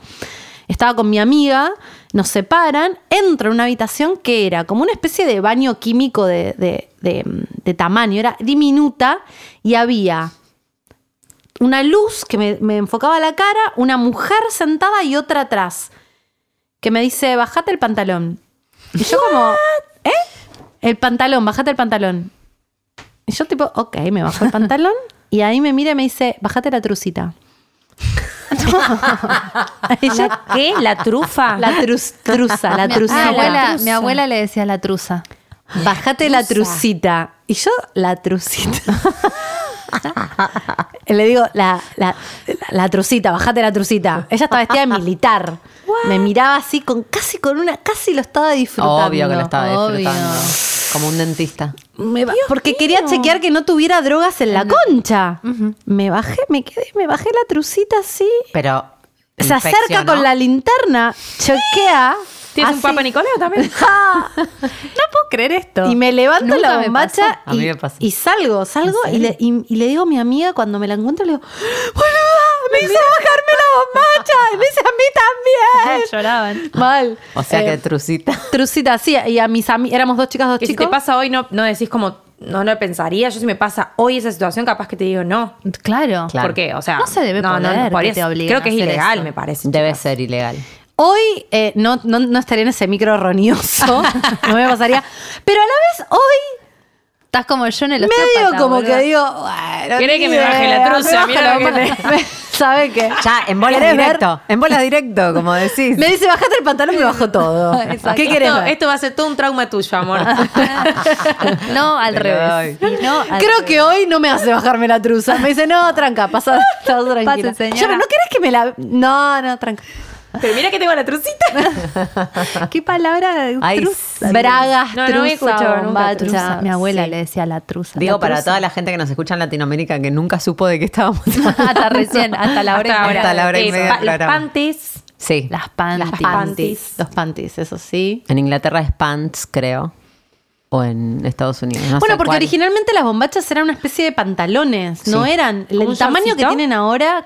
A: Estaba con mi amiga, nos separan, entro en una habitación que era como una especie de baño químico de, de- de- de tamaño, era diminuta y había una luz que me, me enfocaba la cara, una mujer sentada y otra atrás, que me dice, bajate el pantalón. Y yo como, ¿eh? El pantalón, bajate el pantalón. Y yo tipo, ok, me bajo el pantalón. Y ahí me mira y me dice, bajate la trucita. Y yo,
E: ¿Qué? ¿La trufa?
A: la trus- truza, la
C: Mi- mi,
A: trucita.
C: abuela, mi abuela le decía la truza.
A: Bajate la trucita. Y yo, la trucita. Le digo, la, la, la trucita, bajate la trucita. Ella estaba vestida de militar. Me miraba así, con casi con una, casi lo estaba disfrutando.
D: Obvio que lo estaba
C: Obvio.
D: disfrutando. Como un dentista.
A: Me ba- porque quería chequear que no tuviera drogas en la concha. Me bajé, me quedé, me bajé la trucita así.
D: Pero.
A: Se acerca con la linterna, choquea.
E: ¿Tienes un
A: así.
E: Papa Nicolás también?
A: Ja.
C: No puedo creer esto.
A: Y me levanto
C: Nunca
A: la
C: me
A: bombacha
D: pasó. A mí
A: y,
D: me pasó.
A: y salgo, salgo y le, y- y le digo a mi amiga cuando me la encuentro, le digo, ¡Boluda! Me hizo bajarme la bombacha. Y me dice a mí también.
C: Ah, lloraban.
A: Mal.
D: O sea
A: Eh,
D: que trucita.
A: Trucita, sí, y a mis amigas, éramos dos chicas, dos
E: Que si
A: chicos.
E: te pasa hoy, no, no decís como, no lo pensaría. Yo si me pasa hoy esa situación, capaz que te digo no.
C: Claro.
D: Claro.
E: Porque, o sea.
C: No se debe poder que te obliguen
E: Creo que
C: a
E: es
C: hacer
E: ilegal,
C: eso.
E: me parece.
D: Debe ser ilegal.
A: Hoy eh, no, no- no estaría en ese micro roñoso, no me pasaría. Pero a la vez, hoy
C: Estás como yo en el
A: medio
C: osteópata,
A: como
C: boluda.
A: que digo, bueno,
E: ¿Querés que me baje la truza? Mira lo que
A: ¿Sabes qué?
D: Ya, en bolas
A: ¿Querés ver?
D: directo. En bolas directo, como decís.
A: Me dice, bajate el pantalón, me bajo todo.
C: Exacto.
A: ¿Qué querés
E: Esto,
A: ver?
E: esto va a ser todo un trauma tuyo, amor.
C: No, al
D: Te lo
C: revés. Y no, al
A: Creo
C: revés.
A: que hoy no me hace bajarme la truza. Me dice, no, tranca, pasa, estás tranquila.
C: Pase, señora.
A: Yo, pero no querés que me la... No, no, tranca.
E: Pero mira que tengo la trucita.
C: ¿Qué palabra?
D: Ay,
C: truza.
A: Bragas,
E: No, no
A: truza,
E: he escuchado nunca
A: bombacha.
E: truza.
C: Mi abuela
E: Sí.
C: le decía la truza.
D: Digo,
C: la
D: para
C: truza.
D: toda la gente que nos escucha en Latinoamérica que nunca supo de qué estábamos
C: Hasta recién, hasta la hora. y
E: Hasta
C: media.
D: Hasta la hora y
E: Eh,
D: media
E: pa-
D: del
E: Los
D: programa.
E: panties.
D: Sí.
C: Las panties.
A: Las
E: panties.
A: panties. Los panties, eso sí.
D: En Inglaterra es pants, creo. O en Estados Unidos. no
A: bueno,
D: sé
A: porque
D: cuál.
A: originalmente las bombachas eran una especie de pantalones, no
D: Sí.
A: eran.
E: ¿Como
A: El
E: un
A: tamaño
E: shortcito?
A: que tienen ahora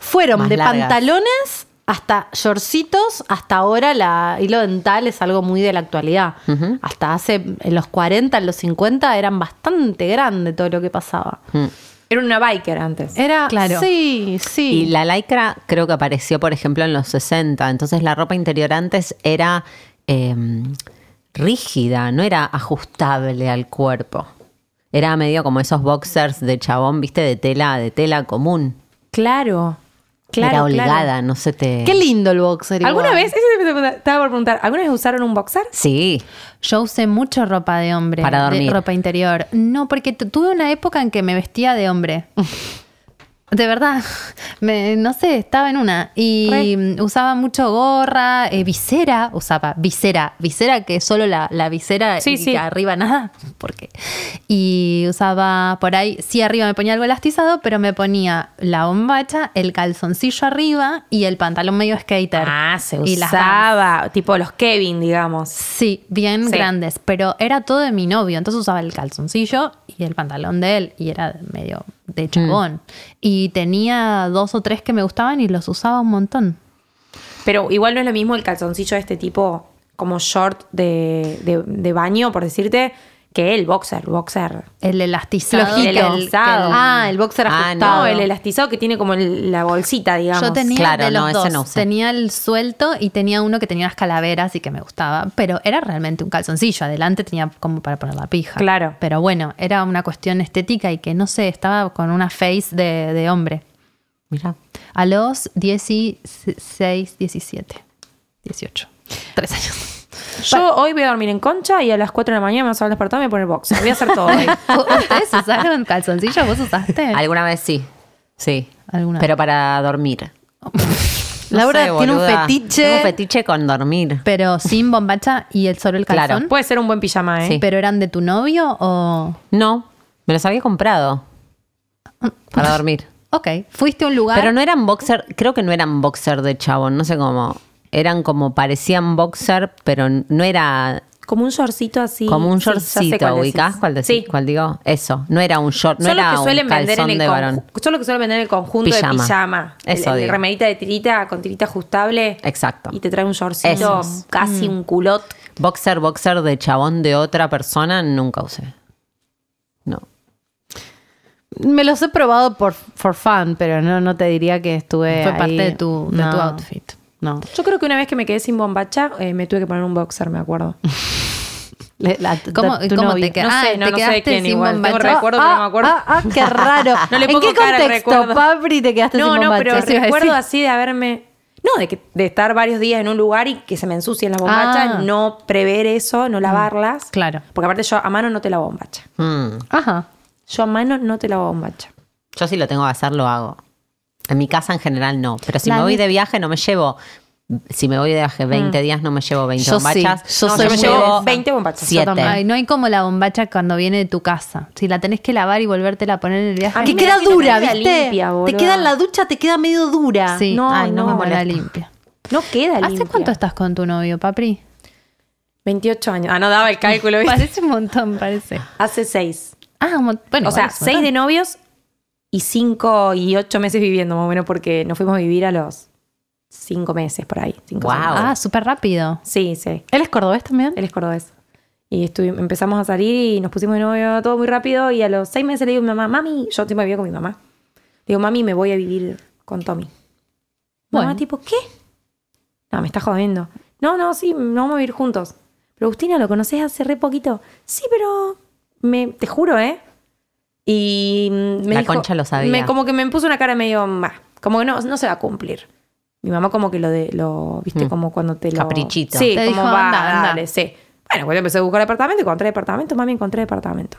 A: fueron
D: Más
A: de
D: largas.
A: pantalones hasta shortcitos, hasta ahora la hilo dental es algo muy de la actualidad.
D: Ujú.
A: Hasta hace, en los 40, en los 50, eran bastante grande todo lo que pasaba.
E: Era una biker antes.
C: Eh,
A: Era,
C: Claro.
A: sí, sí.
D: Y la lycra creo que apareció, por ejemplo, en los 60. Entonces la ropa interior antes era eh, rígida, no era ajustable al cuerpo. Era medio como esos boxers de chabón, viste, de tela, de tela común.
E: Claro. Claro.
D: era
E: claro.
D: holgada, no se te.
A: Qué lindo el boxer.
E: ¿Alguna
A: igual.
E: vez? Eso te pregunta- estaba por preguntar. ¿Alguna vez usaron un boxer?
D: Sí.
C: Yo usé mucho ropa de hombre.
D: Para
C: de
D: dormir.
C: ropa interior. No, porque tu- tuve una época en que me vestía de hombre. De verdad, me- no sé, estaba en una. Y mm, usaba mucho gorra, eh, visera, usaba visera, visera que solo la, la visera
E: Sí,
C: y
E: sí.
C: arriba nada, porque. Y usaba por ahí, sí, arriba me ponía algo elastizado, pero me ponía la bombacha, el calzoncillo arriba y el pantalón medio skater.
E: Ah,
C: Y las Vans.
E: Tipo los Kevin, digamos.
C: Sí, bien
E: Sí.
C: grandes, pero era todo de mi novio, entonces usaba el calzoncillo y el pantalón de él y era medio de chabón. Y tenía dos o tres que me gustaban y los usaba un montón.
E: Pero igual no es lo mismo el calzoncillo de este tipo, como short de, de- de baño, por decirte, que el boxer. Boxer.
C: El elastizado.
E: Flojito.
C: que el- que el-
E: Elastizado.
A: Ah, el boxer
D: Ah, no.
A: ajustado.
E: No, el elastizado que tiene como el- la bolsita, digamos.
C: yo tenía
D: Claro,
C: de los
D: no, ese
C: dos.
D: no usé.
C: tenía el suelto y tenía uno que tenía las calaveras y que me gustaba, pero era realmente un calzoncillo. Adelante tenía como para poner la pija.
E: Claro.
C: Pero bueno, era una cuestión estética y que no sé, estaba con una face de, de hombre.
D: Mira.
C: A los 16, 17, 18. Tres años.
E: Yo hoy voy a dormir en concha y a las 4 de la mañana me vas a despertar y me voy a poner boxer. Voy a hacer todo hoy.
C: ¿U- ¿Ustedes usaron calzoncillos? ¿Vos
E: Eh.
C: usaste?
D: Alguna vez sí. Sí.
C: Alguna
D: Pero para dormir. No
A: Laura
D: sé,
A: tiene un
D: boluda.
A: fetiche.
D: Tengo un fetiche con dormir.
C: Pero sin bombacha y el solo el
D: Claro.
C: calzón.
E: Puede ser un buen pijama, ¿eh?
D: Sí.
C: ¿Pero eran de tu novio o...?
D: No, me los había comprado. Para dormir.
C: Ok, fuiste a un lugar...
D: Pero no eran boxer, creo que no eran boxer de chabón, no sé cómo. Eran como parecían boxer, pero no era
E: Como un shortcito así.
D: como un
E: Sí, ya sé
D: shortcito,
E: cuál decís.
D: ¿ubicás cuál decís?
E: Sí.
D: ¿Cuál digo? Eso, no era un short, no
E: son
D: era
E: los que suelen
D: un
E: vender
D: calzón
E: en el
D: de varón.
E: conju- son los que suelen vender en el conjunto de
D: Pijama.
E: pijama.
D: Eso
E: el, el
D: digo.
E: remerita de tirita con tirita ajustable.
D: Exacto. Mm.
E: Y te trae un shortcito,
D: Esos.
E: casi un culot.
D: Boxer, boxer de chabón de otra persona nunca usé. No.
A: Me los he probado por for fun, pero no, no te diría que estuve.
C: Fue
A: ahí.
C: parte de tu- de tu
A: No,
C: outfit.
A: No.
E: Yo creo que una vez que me quedé sin bombacha, eh, me tuve que poner un boxer, me acuerdo.
A: Le- la-
C: ¿Cómo,
A: tu
C: cómo
A: novio.
C: te quedaste?
E: No sé,
C: Ah,
E: no,
C: te
E: no sé
C: quedaste
E: quién
C: sin
E: igual. Tengo
C: bombacha.
E: recuerdo, pero no me acuerdo.
A: Ah, ah, qué raro.
E: No le
A: ¿En
E: pongo
A: qué
E: cara al
A: contexto,
E: recuerdo.
A: Papri, te quedaste
E: No,
A: sin
E: no,
A: bombacha?
E: pero
A: Eso iba a
E: recuerdo
A: decir.
E: así de haberme. No, de, que, de estar varios días en un lugar y que se me ensucien las bombachas,
C: Ah. Mm,
E: no prever eso, no lavarlas.
C: claro.
E: Porque aparte yo a mano no te lavo bombacha.
D: Mm.
C: Ajá.
E: Yo a mano no te lavo bombacha.
D: Yo si lo tengo que hacer, lo hago. En mi casa en general no. Pero si
C: La
D: me voy
C: neta-
D: de viaje, no me llevo. Si me voy de viaje 20 días, no me llevo 20
A: Yo sí.
D: bombachas.
A: Yo soy
D: me
A: muy de
D: llevo
A: esa.
E: 20 bombachas, yo
D: 7.
A: también.
C: Ay, no hay como la bombacha cuando viene de tu casa. Si la tenés que lavar y volvértela a poner en el viaje.
E: A mí
A: Que
E: me
A: queda
E: da que
A: dura,
E: la queda
A: ¿viste?
E: limpia,
A: te
E: boluda.
A: queda en la ducha, te queda medio dura.
C: Sí.
E: No,
C: Ay, no,
E: no,
C: me
E: molesta.
C: la limpia.
E: No queda limpia.
C: ¿Hace cuánto estás con tu novio, Papri?
E: 28 años. Ah, no daba el cálculo, ¿viste?
C: Parece un montón, parece.
E: Hace 6.
C: Ah, un mon- bueno.
E: o sea,
C: igual es un
E: 6
C: montón.
E: de novios y 5 y 8 meses viviendo, más o menos, porque nos fuimos a vivir a los 5 meses por ahí. cinco,
D: Guau.
E: seis.
C: Ah, súper rápido.
E: Sí, sí.
A: ¿Él es cordobés también?
E: Él es cordobés. Y estuvimos- empezamos a salir y nos pusimos de novio todo muy rápido. Y a los 6 meses le digo a mi mamá, mami, yo siempre vivía con mi mamá. Le digo, mami, me voy a vivir con Tommy.
C: Bueno.
E: Mamá, tipo, ¿qué? No, me está jodiendo. No, no, sí, no vamos a vivir juntos. Pero Agustina, ¿lo conoces hace re poquito? Sí, pero me, te juro, ¿eh? Y mm, me
F: La
E: dijo-
F: concha lo sabía.
E: me- como que me puso una cara medio, "Bah", como que no, no se va a cumplir. Mi mamá como que lo, de, lo viste, como cuando te lo...
F: Mm. Caprichito.
E: Sí,
C: Te dijo,
E: como va,
C: "Anda, anda".
E: dale, sí. Bueno, cuando empecé a buscar apartamento, encontré departamento, mami, encontré departamento.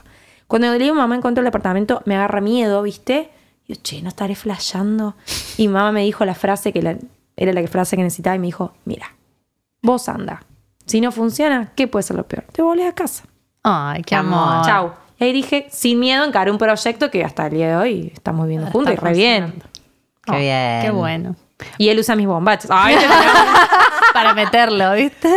E: Cuando le digo, mamá, encontré el departamento, me agarra miedo, ¿viste? Y yo, che, no estaré flasheando. Y mamá me dijo la frase que la- era la frase que necesitaba y me dijo, mira, vos anda. Si no funciona, ¿qué puede ser lo peor? Te volvés a casa.
C: Ay, qué amor.
E: Chau. Y ahí dije, sin miedo, encaré un proyecto que hasta el día de hoy estamos viviendo
C: Ah,
E: juntos y re bien.
F: Qué bien.
C: Qué bueno.
E: Y él usa mis bombachas. Ay,
C: Para meterlo, ¿viste?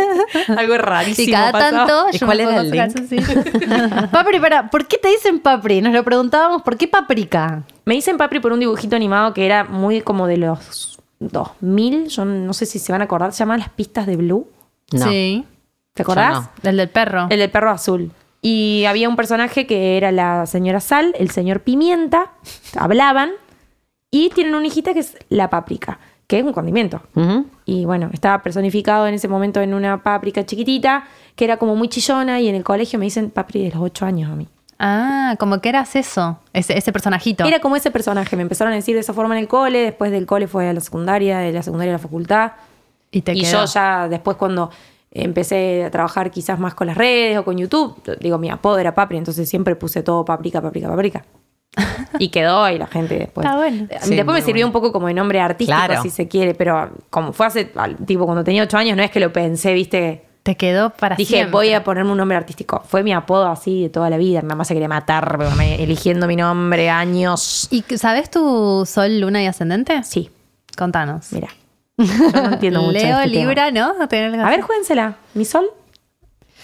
E: algo rarísimo.
C: Y cada
E: pasó.
C: tanto.
F: ¿Y
C: yo
F: cuál
C: me
F: era
C: pongo
F: el
C: su calzoncillo. papri, para, ¿por qué te dicen papri? Nos lo preguntábamos, ¿por qué paprika?
E: Me dicen Papri por un dibujito animado que era muy como de los 2000. Yo no sé si se van a acordar. Se llaman Las Pistas de Blue.
F: No.
C: Sí.
E: ¿Te acordás?
F: no.
C: El del perro.
E: El del perro azul. Y había un personaje que era la señora Sal, el señor Pimienta, hablaban, y tienen una hijita que es la páprica, que es un condimento.
F: Ujú.
E: Y bueno, estaba personificado en ese momento en una páprica chiquitita, que era como muy chillona, y en el colegio me dicen papri de los ocho años a mí.
C: Ah, como que eras eso, ese, ese personajito.
E: Era como ese personaje, me empezaron a decir de esa forma en el cole, después del cole fue a la secundaria, de la secundaria a la facultad.
C: y te
E: y
C: quedó.
E: yo ya después cuando empecé a trabajar quizás más con las redes o con YouTube, digo, mi apodo era Papri, entonces siempre puse todo Paprika, Paprika, Paprika. Y quedó y la gente después.
C: Está bueno.
E: Eh,
F: Sí,
E: después
F: muy
E: me sirvió un poco como de nombre artístico,
F: Claro.
E: si se quiere, pero como fue hace, al- tipo cuando tenía ocho años, no es que lo pensé, viste.
C: Te quedó para
E: Dije,
C: siempre.
E: voy a ponerme un nombre artístico. Fue mi apodo así de toda la vida. Mi mamá se quería matar porque me- eligiendo mi nombre años.
C: ¿Y que- sabes tu sol, luna y ascendente?
E: Sí,
C: Contanos.
E: mira. Yo no entiendo mucho. de
C: Leo,
E: este tema.
C: Libra, ¿no? Tenés algo
E: A ver,
C: así.
E: juénsela. Mi sol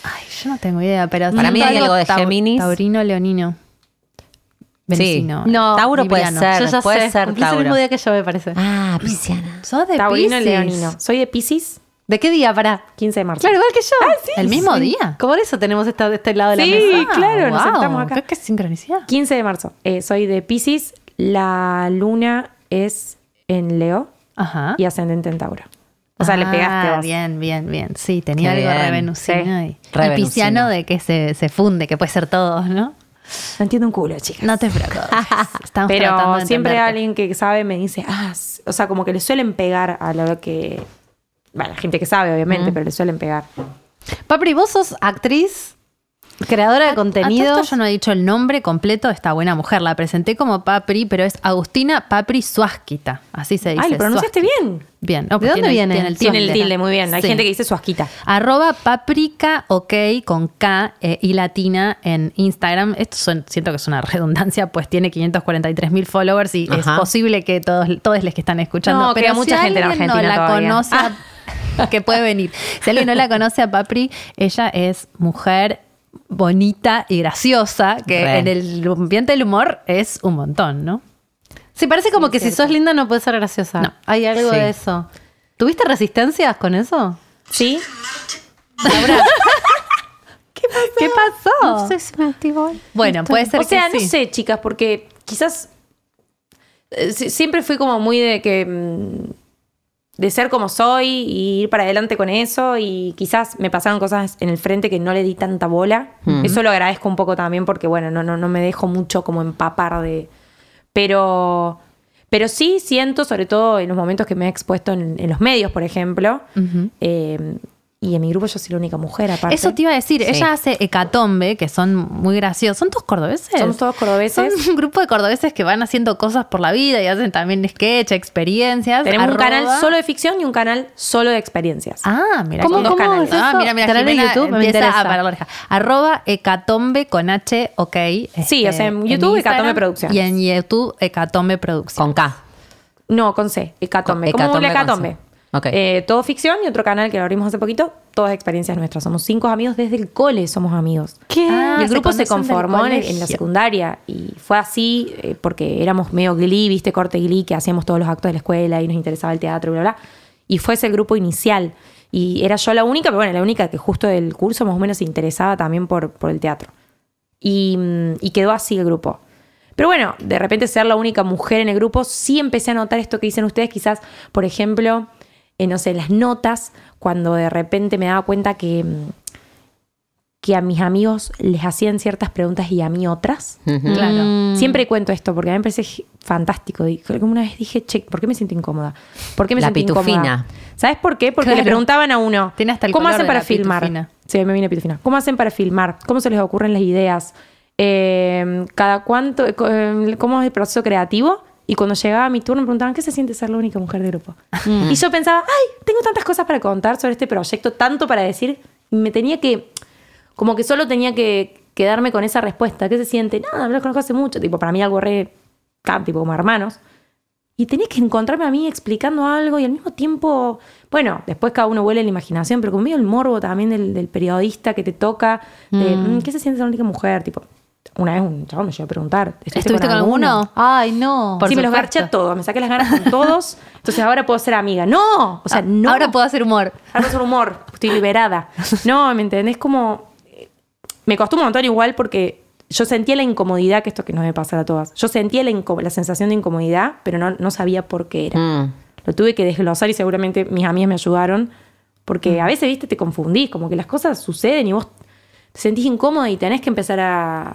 C: Ay, yo no tengo idea, pero
F: Para mí
C: siento
F: hay algo de
C: tau-
F: Géminis.
C: Taurino, leonino. Venecino.
F: Sí. No, Tauro puede
C: libriano.
F: ser.
A: Yo ya
F: puede
A: sé,
F: ser
A: cumplís el
F: Tauro.
A: mismo día que yo, me parece.
F: Ah, Pisciana.
C: ¿Sos de
E: Taurino y
C: Piscis?
E: Leonino. Soy de Pisces,
A: ¿De qué día? Pará.
E: 15 de marzo.
A: Claro, igual que yo.
C: ¿El mismo día? Ah,
A: Como eso tenemos esta, este lado de la
E: Ah, Sí.
A: mesa.
E: claro, nos sentamos acá.
C: ¿Qué, qué sincronicidad?
E: 15 de marzo. Eh, soy de Pisces, la luna es en Leo
C: Ajá.
E: y ascendente en Tauro. O sea, le
C: Ah,
E: pegaste vos.
C: Bien, bien, bien. Sí, tenía
F: Qué
C: algo re
F: bien.
C: venusino
E: Sí.
C: y-
F: Re
C: y pisciano
F: venusino.
C: de que se, se funde, que puede ser todos, ¿no?
E: No entiendo un culo, chicas.
C: No te preocupes. Estamos tratando
E: Pero
C: de
E: siempre
C: entenderte.
E: alguien que sabe me dice, ah, s- o sea, como que le suelen pegar a lo que. Bueno, la gente que sabe, obviamente, pero le suelen pegar.
A: Ah. Papri, vos sos actriz, creadora de
C: A
A: contenido.
C: Ah, todo esto yo no he dicho el nombre completo de esta buena mujer. La presenté como Papri, pero es Agustina Papri Suásquita. Así se dice.
E: Ay, lo pronunciaste bien.
C: Suásquita. Bien. No,
A: ¿De
C: porque
A: dónde viene?
C: Tiene el tilde.
E: Tiene el tilde, muy bien. Hay
C: Sí.
E: gente que dice su asquita.
C: Arroba paprika ok con K eh, y latina en Instagram. Esto son- siento que es una redundancia, pues tiene 543 mil followers y es
F: Ajá.
C: posible que todos, todos los que están escuchando.
E: No, queda
C: pero
E: mucha
C: si
E: gente en
C: alguien no
E: Argentina
C: la
E: todavía.
C: conoce, a- que puede venir. Si alguien no la conoce a Papri, ella es mujer bonita y graciosa, que
F: Re.
C: en el ambiente del humor es un montón, ¿no?
A: Sí, parece como que si sos linda no puedes ser graciosa.
C: No.
A: Hay algo
F: Sí.
A: de eso. ¿Tuviste resistencias con eso?
E: ¿Sí?
A: ¿Qué pasó?
C: Bueno, puede ser
E: O sea,
C: que
E: no
C: sí.
E: sé, chicas, porque quizás eh, si- siempre fui como muy de que mm, de ser como soy y ir para adelante con eso y quizás me pasaron cosas en el frente que no le di tanta bola. Eso lo agradezco un poco también porque bueno, no no no me dejo mucho como empapar de pero pero sí siento sobre todo en los momentos que me he expuesto en, en los medios, por ejemplo, eh, y en mi grupo yo soy la única mujer aparte.
C: Eso te iba a decir. Ella hace Hecatombe, que son muy graciosos. ¿Son todos cordobeses?
E: Somos todos cordobeses.
C: Son un grupo de cordobeses que van haciendo cosas por la vida y hacen también sketch, experiencias.
E: Tenemos un
C: Arroba-
E: canal solo de ficción y un canal solo de experiencias.
C: Ah, mira.
E: ¿Cómo-
C: Son dos
E: cómo
C: canales.
A: es
C: Ah,
A: eso?
C: mira, mira.
A: Canal de
C: Jimena
A: YouTube, me
C: empieza ah,
A: interesa.
C: a parar la oreja. Arroba hecatombe con H, ok. este,
E: Sí, o sea, en YouTube,
C: Instagram
E: Hecatombe Producciones.
C: Y en YouTube, hecatombe producción.
F: Con K.
E: No, con C, Hecatombe.
F: Con-
E: ¿Cómo
F: Hecatombe
E: la Hecatombe?
F: con C. Ok.
E: Eh, todo ficción y otro canal que lo abrimos hace poquito, todas experiencias nuestras. Somos cinco amigos desde el cole, somos amigos.
A: ¿Qué?
C: Ah,
E: y el
C: se
E: grupo se,
C: conocen del
E: conformó en, en la
C: colegio.
E: secundaria y fue así eh, porque éramos medio glee, viste, corte glee, que hacíamos todos los actos de la escuela y nos interesaba el teatro, bla, bla. Y fue ese el grupo inicial. Y era yo la única, pero bueno, la única que justo del curso más o menos se interesaba también por, por el teatro. Y, mm, y quedó así el grupo. Pero bueno, de repente ser la única mujer en el grupo, sí empecé a notar esto que dicen ustedes, quizás, por ejemplo, eh, no sé, las notas, cuando de repente me daba cuenta que, mm, que a mis amigos les hacían ciertas preguntas y a mí otras.
D: Hmm.
C: Claro.
F: Mm.
E: Siempre cuento esto porque a mí me parece g- fantástico. Y creo que una vez dije, che, ¿por qué me siento incómoda? ¿Por qué me
F: La
E: siento incómoda?
F: pitufina.
E: ¿Sabes por qué? Porque le
C: Claro.
E: preguntaban a uno,
C: Tiene hasta el
E: ¿cómo
C: color
E: hacen
C: de
E: para
C: la
E: filmar?
C: pitufina.
E: Sí, me viene pitufina. ¿Cómo hacen para filmar? ¿Cómo se les ocurren las ideas? Eh, ¿Cada cuánto? eh, co- eh, ¿Cómo es el proceso creativo? Y cuando llegaba mi turno me preguntaban, ¿qué se siente ser la única mujer de grupo?
F: Mm.
E: y yo pensaba, ay, tengo tantas cosas para contar sobre este proyecto, tanto para decir, Y me tenía que como que solo tenía que quedarme con esa respuesta. ¿Qué se siente? Nada, no los conozco hace mucho. Tipo, para mí algo re camp, tipo como hermanos. Y tenía que encontrarme a mí explicando algo y al mismo tiempo, bueno, después cada uno vuela en la imaginación, pero conmigo el morbo también del, del periodista que te toca, de, "Mm, ¿qué se siente ser la única mujer? Tipo, una vez un chabón me llegó a preguntar,
C: ¿Estuviste con alguno? Ay, no.
E: sí, me los garché a todos, me saqué las ganas con todos, entonces ahora puedo ser amiga. No, o sea, no.
C: Ahora puedo hacer humor.
E: Ahora es un humor, estoy liberada. No, ¿me entendés? Como. eh, Me costó un montón igual porque yo sentía la incomodidad, que esto que nos debe pasar a todas. Yo sentía la, inco- la sensación de incomodidad, pero no, no sabía por qué
A: Mm.
E: era.
F: Mm.
E: Lo tuve que desglosar y seguramente mis amigas me ayudaron. Porque
A: Mm.
E: a veces, viste, te confundís, como que las cosas suceden y vos te sentís incómoda y tenés que empezar a.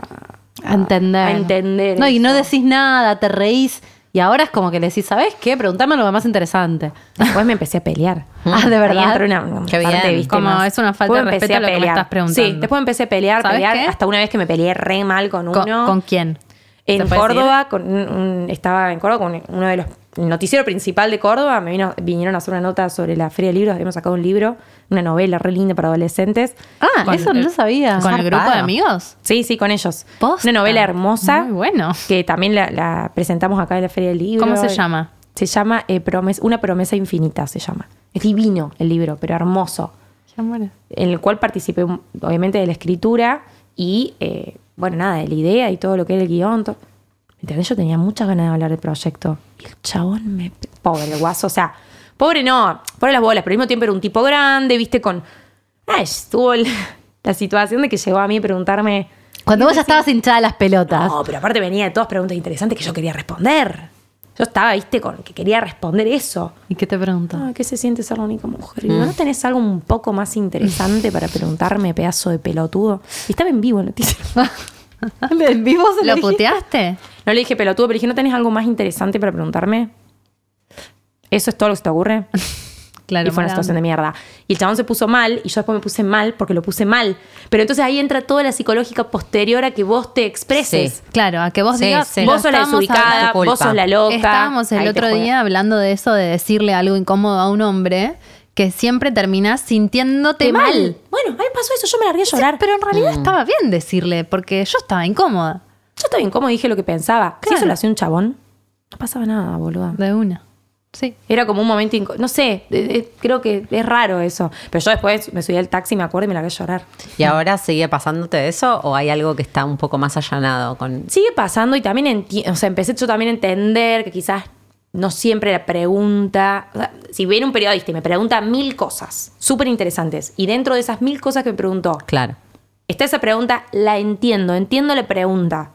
A: A entender.
E: A entender.
A: No, y no
E: eso.
A: decís nada, te reís. Y ahora es como que le decís, ¿sabes qué? Preguntame lo más interesante.
E: Después me empecé a pelear.
A: Ah, ¿de verdad?
E: Ahí entró una, una
F: Qué
E: parte,
F: bien.
E: ¿viste?
C: Como
E: más.
C: es una falta
E: Después
C: de
E: empecé
C: respeto
E: a
C: lo que me
E: pelear.
C: estás preguntando.
E: Sí, después empecé a pelear,
C: ¿Sabes
E: pelear.
C: qué?
E: Hasta una vez que me peleé re mal con
C: ¿Con,
E: uno.
C: con quién? ¿Se
E: En
C: puede
E: Córdoba, con un- un- estaba en Córdoba con uno de los el noticiero principal de Córdoba, me vino, vinieron a hacer una nota sobre la feria de libros, habíamos sacado un libro, una novela re linda para adolescentes.
A: Ah,
C: Con
A: eso no
C: el-
A: lo sabía.
C: decir? ¿Con el grupo de
F: Zarpado.
C: amigos?
E: Sí, sí, con ellos.
C: Posta.
E: Una novela hermosa.
C: Muy bueno.
E: Que también la, la presentamos acá en la feria del libro.
C: ¿Cómo se llama?
E: Se llama eh, Promes- Una promesa infinita, se llama. Es divino el libro, pero hermoso. en el cual participé um, obviamente de la escritura y, eh, bueno, nada, de la idea y todo lo que era el guión. to- ¿Entendés? Yo tenía muchas ganas de hablar del proyecto. Y el chabón me... Pobre el guaso, o sea, pobre no, pobre las bolas, pero al mismo tiempo era un tipo grande, viste, con... Ay, estuvo el- la situación de que llegó a mí a preguntarme...
A: Cuando vos ya estabas hinchada las pelotas.
E: No, pero aparte venía de todas preguntas interesantes que yo quería responder. Yo estaba, viste, con que quería responder eso. Mm.
A: ¿Y qué te preguntó?
E: Ah, ¿qué se siente ser la única mujer? Y digo, ¿no tenés algo un poco más interesante para preguntarme, pedazo de pelotudo? Y estaba en vivo el noticiero.
A: ¿En vivo se
C: ¿Lo
A: dijiste?
C: puteaste?
E: No le dije pelotudo, pero dije, ¿no tenés algo más interesante para preguntarme? ¿Eso es todo lo que se te ocurre?
C: Claro.
E: y fue una
C: mala
E: situación de mierda. Y el chabón se puso mal y yo después me puse mal porque lo puse mal. Pero entonces ahí entra toda la psicológica posterior a que vos te expreses.
F: Sí.
C: onda. Claro, a que vos
F: Sí,
C: digas.
F: sí.
C: lo
E: Vos sos la
C: estábamos
E: desubicada,
F: hablando- Tu culpa.
E: vos sos la loca.
C: Estábamos el
E: Ahí te
C: otro
E: juega.
C: día hablando de eso, de decirle algo incómodo a un hombre, que siempre terminás sintiéndote
E: Qué
C: mal.
E: mal. Mm. Bueno, a mí me pasó eso, yo me largué a
C: Sí,
E: llorar.
C: Pero en realidad estaba bien decirle, porque yo estaba incómoda.
E: Yo estaba incómodo y dije lo que pensaba. Si
C: Claro.
E: eso lo hacía un chabón, no pasaba nada, boluda.
C: De una. Sí.
E: Era como un momento, inco- no sé, eh, eh, creo que es raro eso. Pero yo después me subí al taxi, me acuerdo y me la a llorar.
F: ¿Y ahora sigue pasándote eso o hay algo que está un poco más allanado con
E: Sigue pasando y también enti- o sea, empecé yo también a entender que quizás no siempre la pregunta, o sea, si viene un periodista y me pregunta mil cosas súper interesantes y dentro de esas mil cosas que me preguntó,
F: claro?
E: está esa pregunta, la entiendo, entiendo la pregunta,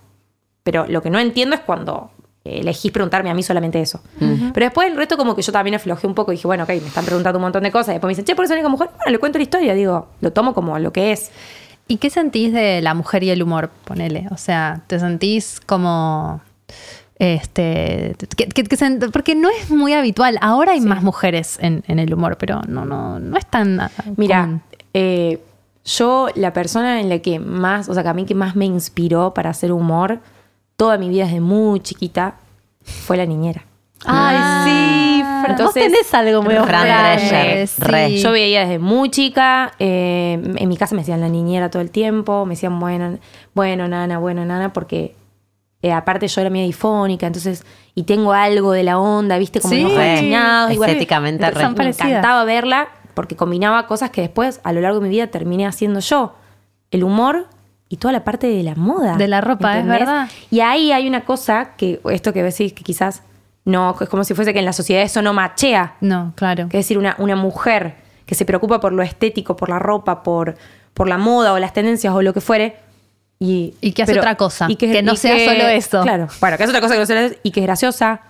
E: pero lo que no entiendo es cuando eh, elegís preguntarme a mí solamente eso. Pero después el resto como que yo también aflojé un poco y dije, bueno, ok, me están preguntando un montón de cosas. Y después me dicen, che, ¿por qué soy única mujer? Bueno, le cuento la historia, digo, lo tomo como lo que es.
C: ¿Y qué sentís de la mujer y el humor? Ponele. O sea, ¿te sentís como. Este. que- que- que sen- porque no es muy habitual. Ahora hay más mujeres en, en el humor, pero no, no, no es tan. ah, común.
E: Mira, eh, yo la persona en la que más, o sea, que a mí que más me inspiró para hacer humor toda mi vida desde muy chiquita fue la niñera.
A: Ay,
C: Ah.
A: sí, Fran. Vos
E: Entonces,
A: tenés algo muy
F: Fran
A: Fran.
F: Drescher,
C: sí.
F: re.
E: Yo veía desde muy chica, eh, en mi casa me decían la niñera todo el tiempo, me decían bueno, bueno, nana, bueno, nana, porque eh, aparte yo era medio difónica, entonces, y tengo algo de la onda, viste, como
C: Sí.
E: los ojos achinados, y bueno,
F: Estéticamente
E: entonces
C: re.
E: me
C: Son
E: encantaba verla porque combinaba cosas que después a lo largo de mi vida terminé haciendo yo. El humor y toda la parte de la moda.
C: De la ropa, es verdad.
E: Y ahí hay una cosa que, esto que decís que quizás no, es como si fuese que en la sociedad eso no machea.
C: No, claro.
E: Es decir, una, una mujer que se preocupa por lo estético, por la ropa, por, por la moda o las tendencias o lo que fuere. Y,
C: Y que hace otra cosa, que no sea solo eso.
F: Mm.
E: Claro. Bueno, que hace otra cosa que no sea eso y que es graciosa,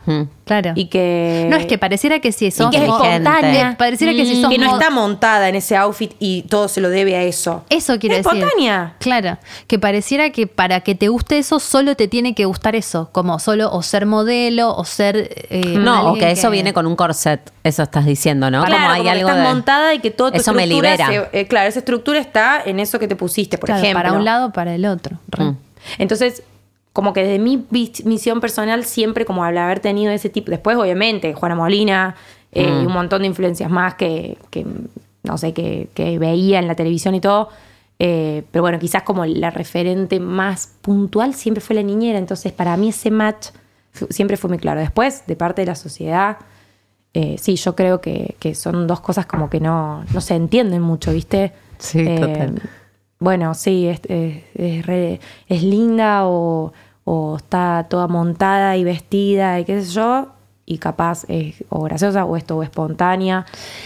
C: Claro.
E: Y que.
C: no, es que pareciera que si sos
E: que es
C: mo-
E: espontánea.
C: Eh, Pareciera que si sos
E: que no
C: mo-
E: está montada en ese outfit y todo se lo debe a eso.
C: Eso quiero
E: es
C: decir.
E: Espontánea.
C: Claro. Que pareciera que para que te guste eso, solo te tiene que gustar eso. Como solo o ser modelo o ser. eh,
D: Mm.
F: No, o
C: alguien
F: que eso viene con un corset, eso estás diciendo, ¿no?
E: Claro, como que estás
F: de-
E: montada y que todo tu
F: Eso me
E: estructura
F: libera.
E: se- eh, claro, esa estructura está en eso que te pusiste, por
C: Claro,
E: ejemplo.
C: Para un lado, para el otro. Re.
F: Mm.
E: Entonces, como que desde mi vis- misión personal, siempre como al haber tenido ese tipo. Después, obviamente, Juana Molina eh,
F: Mm.
E: y un montón de influencias más que, que, no sé, que, que veía en la televisión y todo. eh, pero bueno, quizás como la referente más puntual siempre fue la niñera. Entonces, para mí ese match fu- siempre fue muy claro. Después, de parte de la sociedad. eh, sí, yo creo que, que son dos cosas como que no, no se entienden mucho, ¿viste? Eh,
F: Sí, total.
E: Bueno, sí, es, es- es re- es linda o, o está toda montada y vestida y qué sé yo, y capaz es o graciosa o esto o espontánea.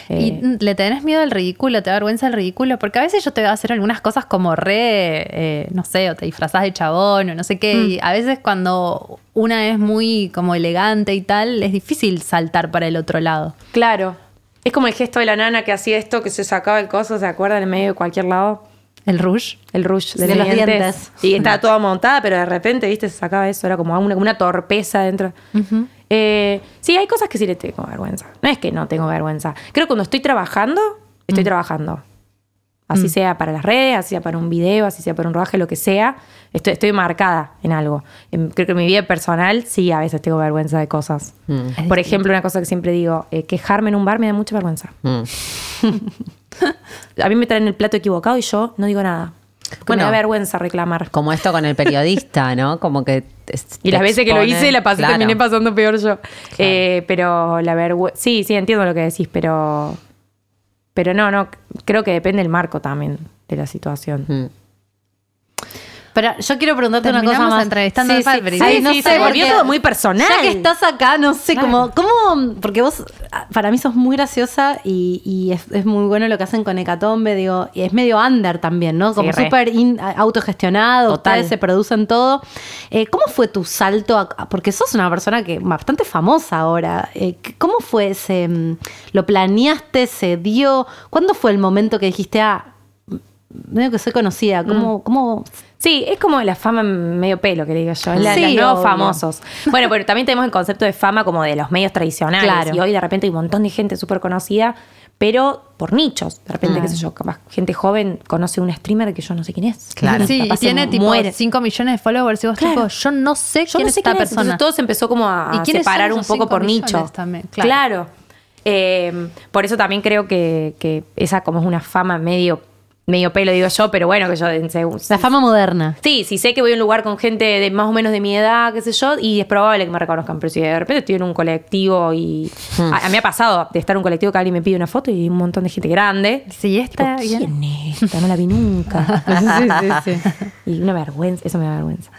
C: Y
E: eh,
C: mm, le tenés miedo al ridículo, te da vergüenza el ridículo, porque a veces yo te voy a hacer algunas cosas como re, eh, no sé, o te disfrazás de chabón o no sé qué, y a veces cuando una es muy como elegante y tal, es difícil saltar para el otro lado.
E: claro, es como el gesto de la nana que hacía esto, que se sacaba el coso, ¿se acuerdan? En medio de cualquier lado.
C: El rouge.
E: El rush de,
D: De
E: los
D: los
E: dientes.
D: dientes.
E: Y estaba toda montada, pero de repente, viste, se sacaba eso, era como una, como una torpeza dentro. Eh, sí, hay cosas que sí le tengo vergüenza. No es que no tengo vergüenza. Creo que cuando estoy trabajando, estoy trabajando.
F: Mm.
E: Así sea para las redes, así sea para un video, así sea para un rodaje, lo que sea, estoy, estoy marcada en algo. En- creo que en mi vida personal sí a veces tengo vergüenza de cosas.
F: Mm.
E: Por ejemplo, una cosa que siempre digo, eh, quejarme en un bar me da mucha vergüenza.
F: Mm.
E: a mí me traen el plato equivocado y yo no digo nada. Porque me
F: Bueno.
E: da vergüenza reclamar.
F: Como esto con el periodista, ¿no? Como que. te-
E: Y
F: te
E: las veces que lo
F: expone-
E: hice, la pasé,
F: Claro.
E: terminé pasando peor yo. Eh, pero la vergüenza. Sí, sí, entiendo lo que decís, pero. Pero no, no. Creo que depende el marco también de la situación.
D: Pero yo quiero preguntarte una cosa
C: Terminamos
D: más.
C: entrevistando a Fabri.
D: Ay,
C: Sí,
D: no
E: sí,
D: sé,
E: se volvió
D: porque
E: todo muy personal.
D: Ya que estás acá, no sé, como, ¿cómo? Porque vos, ah, para mí sos muy graciosa y, y es, es muy bueno lo que hacen con Hecatombe, digo, y es medio under también, ¿no? Como
E: Sí, re.
D: súper in- autogestionado,
E: Total.
D: ustedes se producen todo. Eh, ¿Cómo fue tu salto? a- a- porque sos una persona que bastante famosa ahora. Eh, ¿Cómo fue ese, mm, lo planeaste, se dio? ¿Cuándo fue el momento que dijiste, ah, medio que soy conocida? ¿Cómo, cómo
E: Sí, es como la fama en medio pelo, que le digo yo. es La,
D: Sí,
E: los nuevos
D: obvio.
E: famosos. Bueno, pero también tenemos el concepto de fama como de los medios tradicionales.
D: Claro.
E: Y hoy de repente hay un montón de gente súper conocida, pero por nichos. De repente,
C: Mm.
E: qué sé yo, capaz gente joven conoce un streamer que yo no sé quién es.
F: Claro.
C: Sí, y
E: Capaz se
C: tiene tipo
E: muere.
C: 5 millones de followers y vos
E: Claro.
C: tipo, yo no sé
E: Yo
C: quién
E: no
C: es
E: sé
C: esta
E: quién es, entonces
C: persona.
E: todo se empezó como
C: ¿Y
E: a, a
C: quiénes
E: separar
C: son
E: un
C: esos
E: poco
C: cinco
E: por nicho.
C: millones también? Claro.
E: claro. Eh, por eso también creo que, que esa como es una fama medio, medio pelo, digo yo, pero bueno, que yo en según.
D: La fama moderna.
E: Sí, si sé que voy a un lugar con gente de más o menos de mi edad, qué sé yo, y es probable que me reconozcan, pero si de repente estoy en un colectivo y...
C: Hmm.
E: A, a mí me ha pasado de estar en un colectivo que alguien me pide una foto y un montón de gente grande.
C: Sí, esta.
E: Tipo, ¿Quién es esta? No la vi nunca. Y una vergüenza, eso me da vergüenza.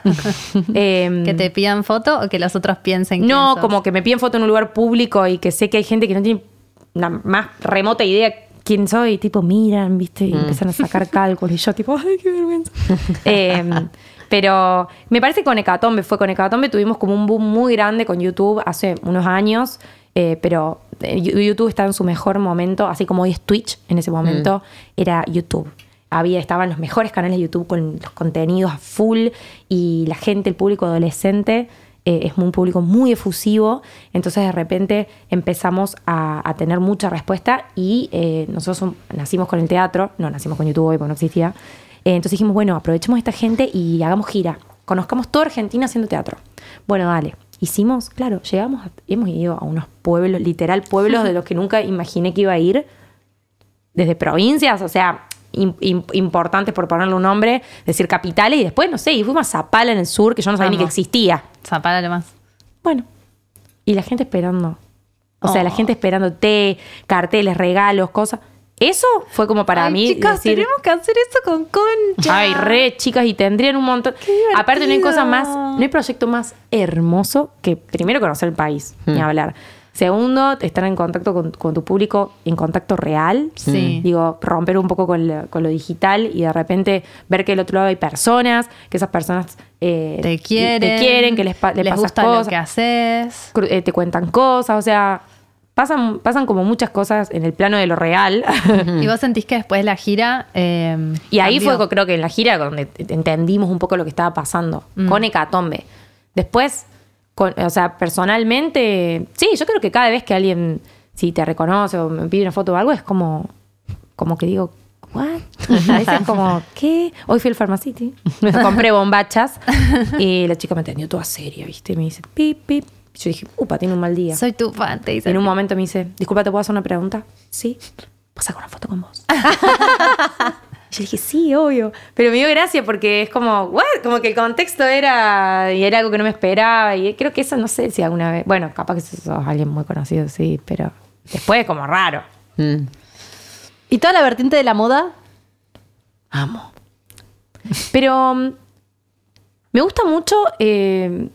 E: Em,
C: Que te pidan foto o que los otros piensen quién
E: No,
C: sos.
E: como que me piden foto en un lugar público y que sé que hay gente que no tiene la más remota idea quién soy, y tipo miran, ¿viste? Y empiezan a sacar cálculos y yo tipo, ay, qué vergüenza. Em, pero me parece que con Hecatombe fue con Hecatombe, tuvimos como un boom muy grande con YouTube hace unos años, eh, pero eh, Yu- YouTube estaba en su mejor momento, así como hoy es Twitch, en ese momento era YouTube. Había, estaban los mejores canales de YouTube con los contenidos a full y la gente, el público adolescente, eh, es un público muy efusivo, entonces de repente empezamos a, a tener mucha respuesta y eh, nosotros som- nacimos con el teatro, no nacimos con YouTube hoy porque no existía, Eh, entonces dijimos, bueno, aprovechemos a esta gente y hagamos gira, conozcamos toda Argentina haciendo teatro. Bueno, dale, hicimos, claro, llegamos, a- hemos ido a unos pueblos, literal pueblos de los que nunca imaginé que iba a ir, desde provincias, o sea, im- im- importantes por ponerle un nombre, decir capitales y después, no sé, y fuimos a Zapala en el sur, que yo no sabía ni que
C: Vamos.
E: existía.
C: Zapala lo más.
E: Bueno. Y la gente esperando. O sea, la
C: Oh.
E: gente esperando té, carteles, regalos, cosas. Eso fue como para
C: Ay,
E: mí.
C: Chicas,
E: decir,
C: tenemos que hacer eso con Concha.
E: Ay, re, chicas, y tendrían un montón. Aparte, no hay cosa más, no hay proyecto más hermoso que primero conocer el país, ni hablar. Segundo, estar en contacto con, con tu público, en contacto real.
C: Sí.
E: Digo, romper un poco con lo, con lo digital y de repente ver que del otro lado hay personas, que esas personas eh,
C: Te quieren.
E: te quieren, que les, pa- le pasas
C: gusta
E: cosas,
C: lo que haces.
E: cru- eh, te cuentan cosas, o sea, pasan, pasan como muchas cosas en el plano de lo real.
C: Y vos sentís que después la gira. eh,
E: Mm. Y ahí
C: cambió.
E: fue, creo que en la gira, donde entendimos un poco lo que estaba pasando con Hecatombe. Después, con- o sea, personalmente, sí, yo creo que cada vez que alguien, si te reconoce o me pide una foto o algo, es como, como que digo, ¿what? A veces como, ¿qué? Hoy fui al Pharmacity, me compré bombachas y la chica me atendió toda seria, ¿viste? Y me dice, pip, pip. Y Yo dije, upa, tiene un mal día.
C: Soy tu fan, te
E: Y
C: dice.
E: en un momento me dice, disculpa, ¿te puedo hacer una pregunta? Sí. ¿Puedo sacar una foto con vos? Yo dije, sí, obvio. Pero me dio gracia porque es como, ¿what? Como que el contexto era, y era algo que no me esperaba. Y creo que eso no sé si alguna vez, bueno, capaz que si sos alguien muy conocido, sí, pero después es como raro.
A: ¿Y toda la vertiente de la moda?
E: Amo. Pero mm, me gusta mucho eh,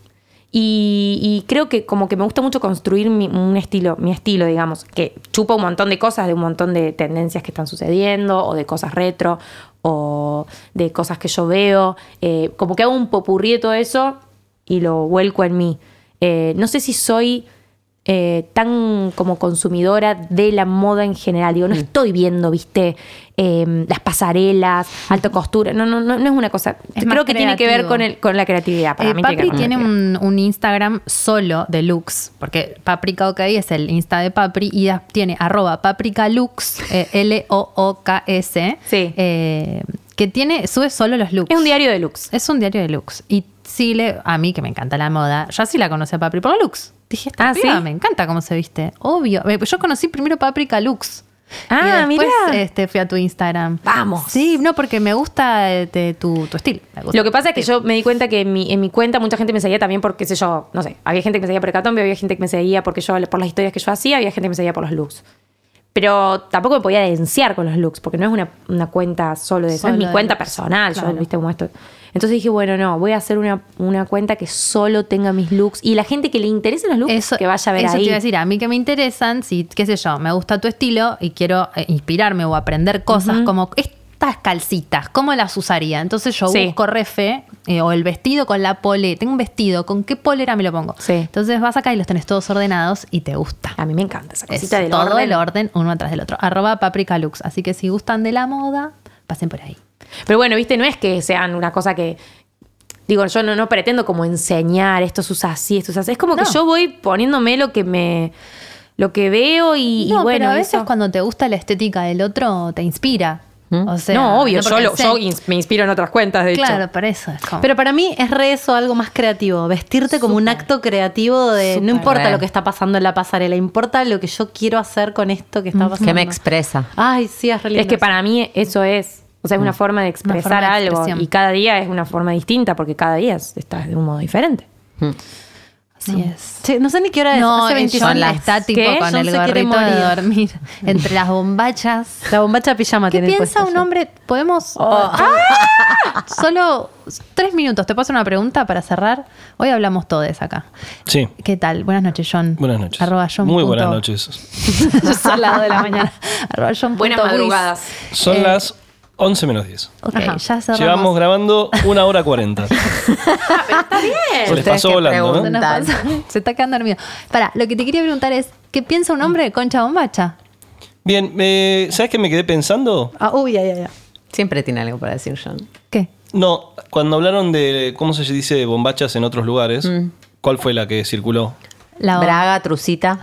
E: y, y creo que como que me gusta mucho construir mi, un estilo, mi estilo, digamos, que chupa un montón de cosas, de un montón de tendencias que están sucediendo o de cosas retro o de cosas que yo veo. eh, como que hago un popurrí de todo eso y lo vuelco en mí. Eh, no sé si soy eh, tan como consumidora de la moda en general. Digo, no estoy viendo, viste, eh, las pasarelas, alta costura. No, no, no, no es una cosa.
C: Es más
E: Creo que tiene que ver
C: creativo.
E: con, el, con la creatividad. Para
C: Eh,
E: mí
C: Papri
E: que ver con la
C: tiene
E: creatividad.
C: un, un Instagram solo de looks, porque Paprika OK es el Insta de Papri y da- tiene arroba paprika looks, eh, L-O-O-K-S,
E: Sí.
C: eh, que tiene, sube solo los looks.
E: Es un diario de looks.
C: Es un diario de looks. Y sí le, a mí que me encanta la moda, yo así la conocí a Papri por los looks. Dije, esta
E: Ah, ¿sí?
C: piba me encanta cómo se viste, obvio. Eh, Yo conocí primero Paprika looks.
E: Ah,
C: y después,
E: mirá.
C: este, fui a tu Instagram.
E: Vamos.
C: Sí, no, porque me gusta eh, te- tu, tu estilo. Me gusta.
E: Lo que pasa es que yo me di cuenta que en mi, en mi cuenta mucha gente me seguía también porque, qué sé yo, no sé, había gente que me seguía por Hecatombe, había gente que me seguía porque yo, por las historias que yo hacía, había gente que me seguía por los looks. Pero tampoco me podía denunciar con los looks, porque no es una, una cuenta solo de eso,
C: Solo
E: es mi
C: de
E: cuenta
C: looks,
E: personal, yo,
C: claro.
E: viste, como esto. Entonces dije, bueno, no, voy a hacer una, una cuenta que solo tenga mis looks y la gente que le interesen los looks, que vaya a ver
C: eso
E: ahí.
C: te iba a decir, a mí que me interesan, si, qué sé yo, me gusta tu estilo y quiero eh, inspirarme o aprender cosas como estas calcitas, ¿cómo las usaría? Entonces yo
E: Sí.
C: busco refe eh, o el vestido con la pole, tengo un vestido, ¿con qué polera me lo pongo?
E: Sí.
C: Entonces vas acá y los tenés todos ordenados y te gusta.
E: A mí me encanta esa
C: Es
E: cosita del
C: todo
E: orden.
C: el orden uno atrás del otro. Arroba paprika lux. Así que si gustan de la moda, pasen por ahí.
E: Pero bueno, viste, no es que sean una cosa que. Digo, yo no, no pretendo como enseñar, esto se usa así, esto se hace. Es como que
C: No.
E: yo voy poniéndome lo que me. lo que veo y, y
C: no,
E: bueno.
C: pero a veces
E: eso-
C: cuando te gusta la estética del otro, te inspira. O sea,
E: ¿Mm? no, obvio, yo,
C: porque
E: lo- yo
C: ense-
E: ins- me inspiro en otras cuentas, de
C: Claro,
E: hecho.
C: por eso es como-
A: Pero para mí es re eso, algo más creativo. Vestirte como un acto creativo de no importa
F: Re.
A: lo que está pasando en la pasarela, importa lo que yo quiero hacer con esto que está pasando.
F: Que me expresa.
A: Ay, sí, es re lindo
E: Es que
A: eso.
E: para mí eso es. O sea, es una forma de
C: Mm. forma de
E: expresar algo.
C: expresión.
E: Y cada día es una forma distinta, porque cada día es- estás de un modo diferente.
C: Así es.
A: Che, no sé ni qué hora es.
C: No,
A: hace
C: eh,
A: 25
C: John
A: años.
C: está tipo
A: ¿Qué?
C: con
A: John
C: el
A: se quiere
C: gorrito de
A: morir.
C: dormir entre las bombachas.
A: La bombacha pijama
C: ¿Qué
A: tiene
C: piensa
A: puesta
C: un
A: ya.
C: hombre? Podemos... Oh. Ah. Solo tres minutos. Te paso una pregunta para cerrar. Hoy hablamos todos acá.
G: Sí.
C: ¿Qué tal? Buenas noches, John.
G: Buenas noches.
C: Arroba John.
G: Muy
C: punto-
G: buenas noches.
C: Yo soy las dos de la mañana. Arroba John.
E: Buenas
C: punto Wiz.
E: madrugadas.
G: Son
C: Eh.
G: las 11 menos 10.
C: Ok, ya cerramos.
G: Llevamos grabando una hora 40. Se les
F: Ustedes
G: pasó
F: que
G: volando,
C: Se
G: ¿no?
C: nos pasó. Se está quedando dormido. Para, lo que te quería preguntar es, ¿qué piensa un hombre de concha bombacha?
G: Bien, eh, ¿sabes qué me quedé pensando?
A: Ah, uy, ay, ay, ay.
F: Siempre tiene algo para decir, John.
C: ¿Qué?
G: No, cuando hablaron de cómo se dice bombachas en otros lugares,
C: Mm.
G: ¿cuál fue la que circuló?
C: La
F: Braga, trucita.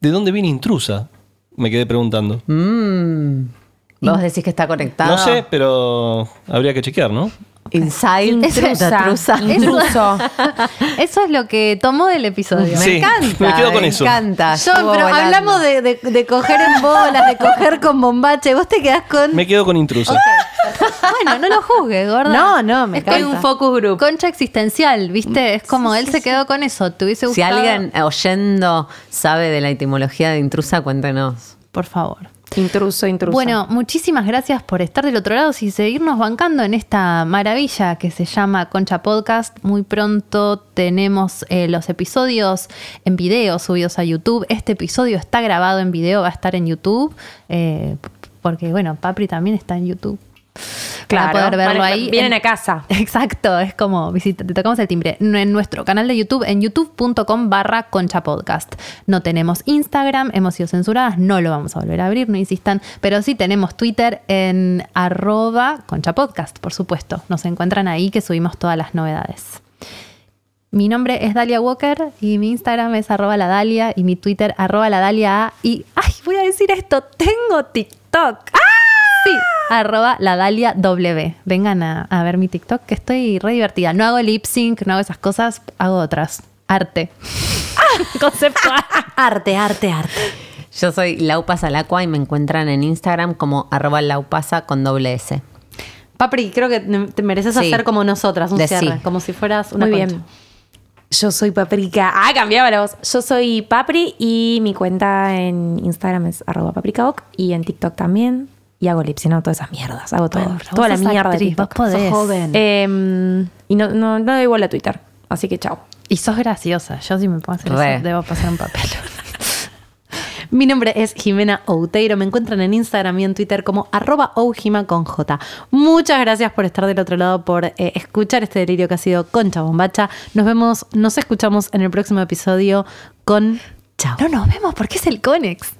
G: ¿De dónde viene intrusa? Me quedé preguntando.
F: Mm. Vos decís que está conectado.
C: Ah.
G: No sé, pero habría que chequear, ¿no?
F: Inside. Intrusa. Trusa.
C: Intruso. Eso es lo que tomó del episodio.
F: Me
G: Sí,
F: encanta. eh,
G: me quedo con eso.
F: Me encanta.
A: John,
F: Estuvo
A: pero
F: volando.
A: hablamos de, de- de coger en bolas, de coger con bombacha, y vos te quedás con.
G: Me quedo con intrusa.
C: Bueno, no lo juzgues, gorda.
A: No, no, me
C: Es como
A: encanta.
C: un focus group. Concha existencial, ¿viste? Es como él se quedó con eso. ¿Te hubiese
F: Si
C: gustado?
F: alguien oyendo sabe de la etimología de intrusa, cuéntenos.
C: Por favor.
E: Intruso, intruso.
C: Bueno, muchísimas gracias por estar del otro lado y seguirnos bancando en esta maravilla que se llama Concha Podcast. Muy pronto tenemos eh, los episodios en video subidos a YouTube. Este episodio está grabado en video, va a estar en YouTube, eh, porque bueno, Papri también está en YouTube.
E: Claro,
C: para poder verlo
E: van a-
C: ahí.
E: vienen
C: En-
E: a casa.
C: Exacto, es como visita, te tocamos el timbre. No, En nuestro canal de YouTube, en youtube.com barra concha podcast. No tenemos Instagram, hemos sido censuradas, no lo vamos a volver a abrir, no insistan, pero sí tenemos Twitter en arroba concha podcast, por supuesto. Nos encuentran ahí que subimos todas las novedades. Mi nombre es Dalia Walker y mi Instagram es arroba la Dalia y mi Twitter arroba la Dalia A. Y, ay, voy a decir esto, tengo TikTok. Sí, arroba la Dalia W. Vengan a, a ver mi TikTok que estoy re divertida. No hago lip sync, no hago esas cosas, hago otras. Arte. Ah, Conceptual.
D: Arte, arte, arte.
F: Yo soy Laupasa Lacua y me encuentran en Instagram como arroba laupasa con doble S.
A: Papri, creo que te mereces
F: Sí.
A: hacer como nosotras un
F: Decí.
A: cierre, como si fueras una
E: Muy bien.
A: concha.
E: Yo soy Paprika. Ah, cambiaba la voz. Yo soy Papri y mi cuenta en Instagram es arroba paprikaoc y en TikTok también. Y hago lips, no todas esas mierdas. Hago todo.
C: Bueno, pero
E: toda la
C: vos sos
E: mierda de
C: actriz,
E: TikTok.
C: vos podés.
E: Sos joven. Eh, y no, no, no doy igual a Twitter. Así que chao.
C: Y sos graciosa. Yo si me pongo a hacer
F: Re.
C: eso, debo pasar un papel.
A: Mi nombre es Jimena Outeiro. Me encuentran en Instagram y en Twitter como arroba oujima con J. Muchas gracias por estar del otro lado, por eh, escuchar este delirio que ha sido Concha Bombacha. Nos vemos, nos escuchamos en el próximo episodio con Chao.
C: No nos vemos porque es el Conex.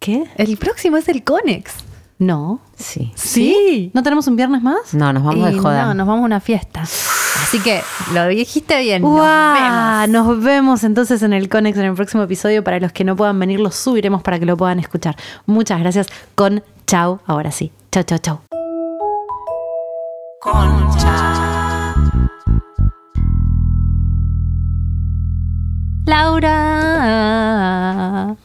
A: ¿Qué?
C: El próximo es el Conex.
A: No.
F: Sí.
A: ¿Sí? ¿No tenemos un viernes más?
F: No, nos vamos
C: Y
F: de joda.
C: No, nos vamos a una fiesta. Así que lo dijiste bien. nos vemos.
A: ¡Guau! Nos vemos entonces en el Conex en el próximo episodio. Para los que no puedan venir, lo subiremos para que lo puedan escuchar. Muchas gracias con Chao. Ahora sí. Chao, chao, chao.
C: Laura.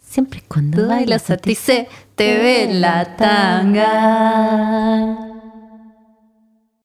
F: Siempre cuando
C: Tú bailas a ti se te ve la tanga.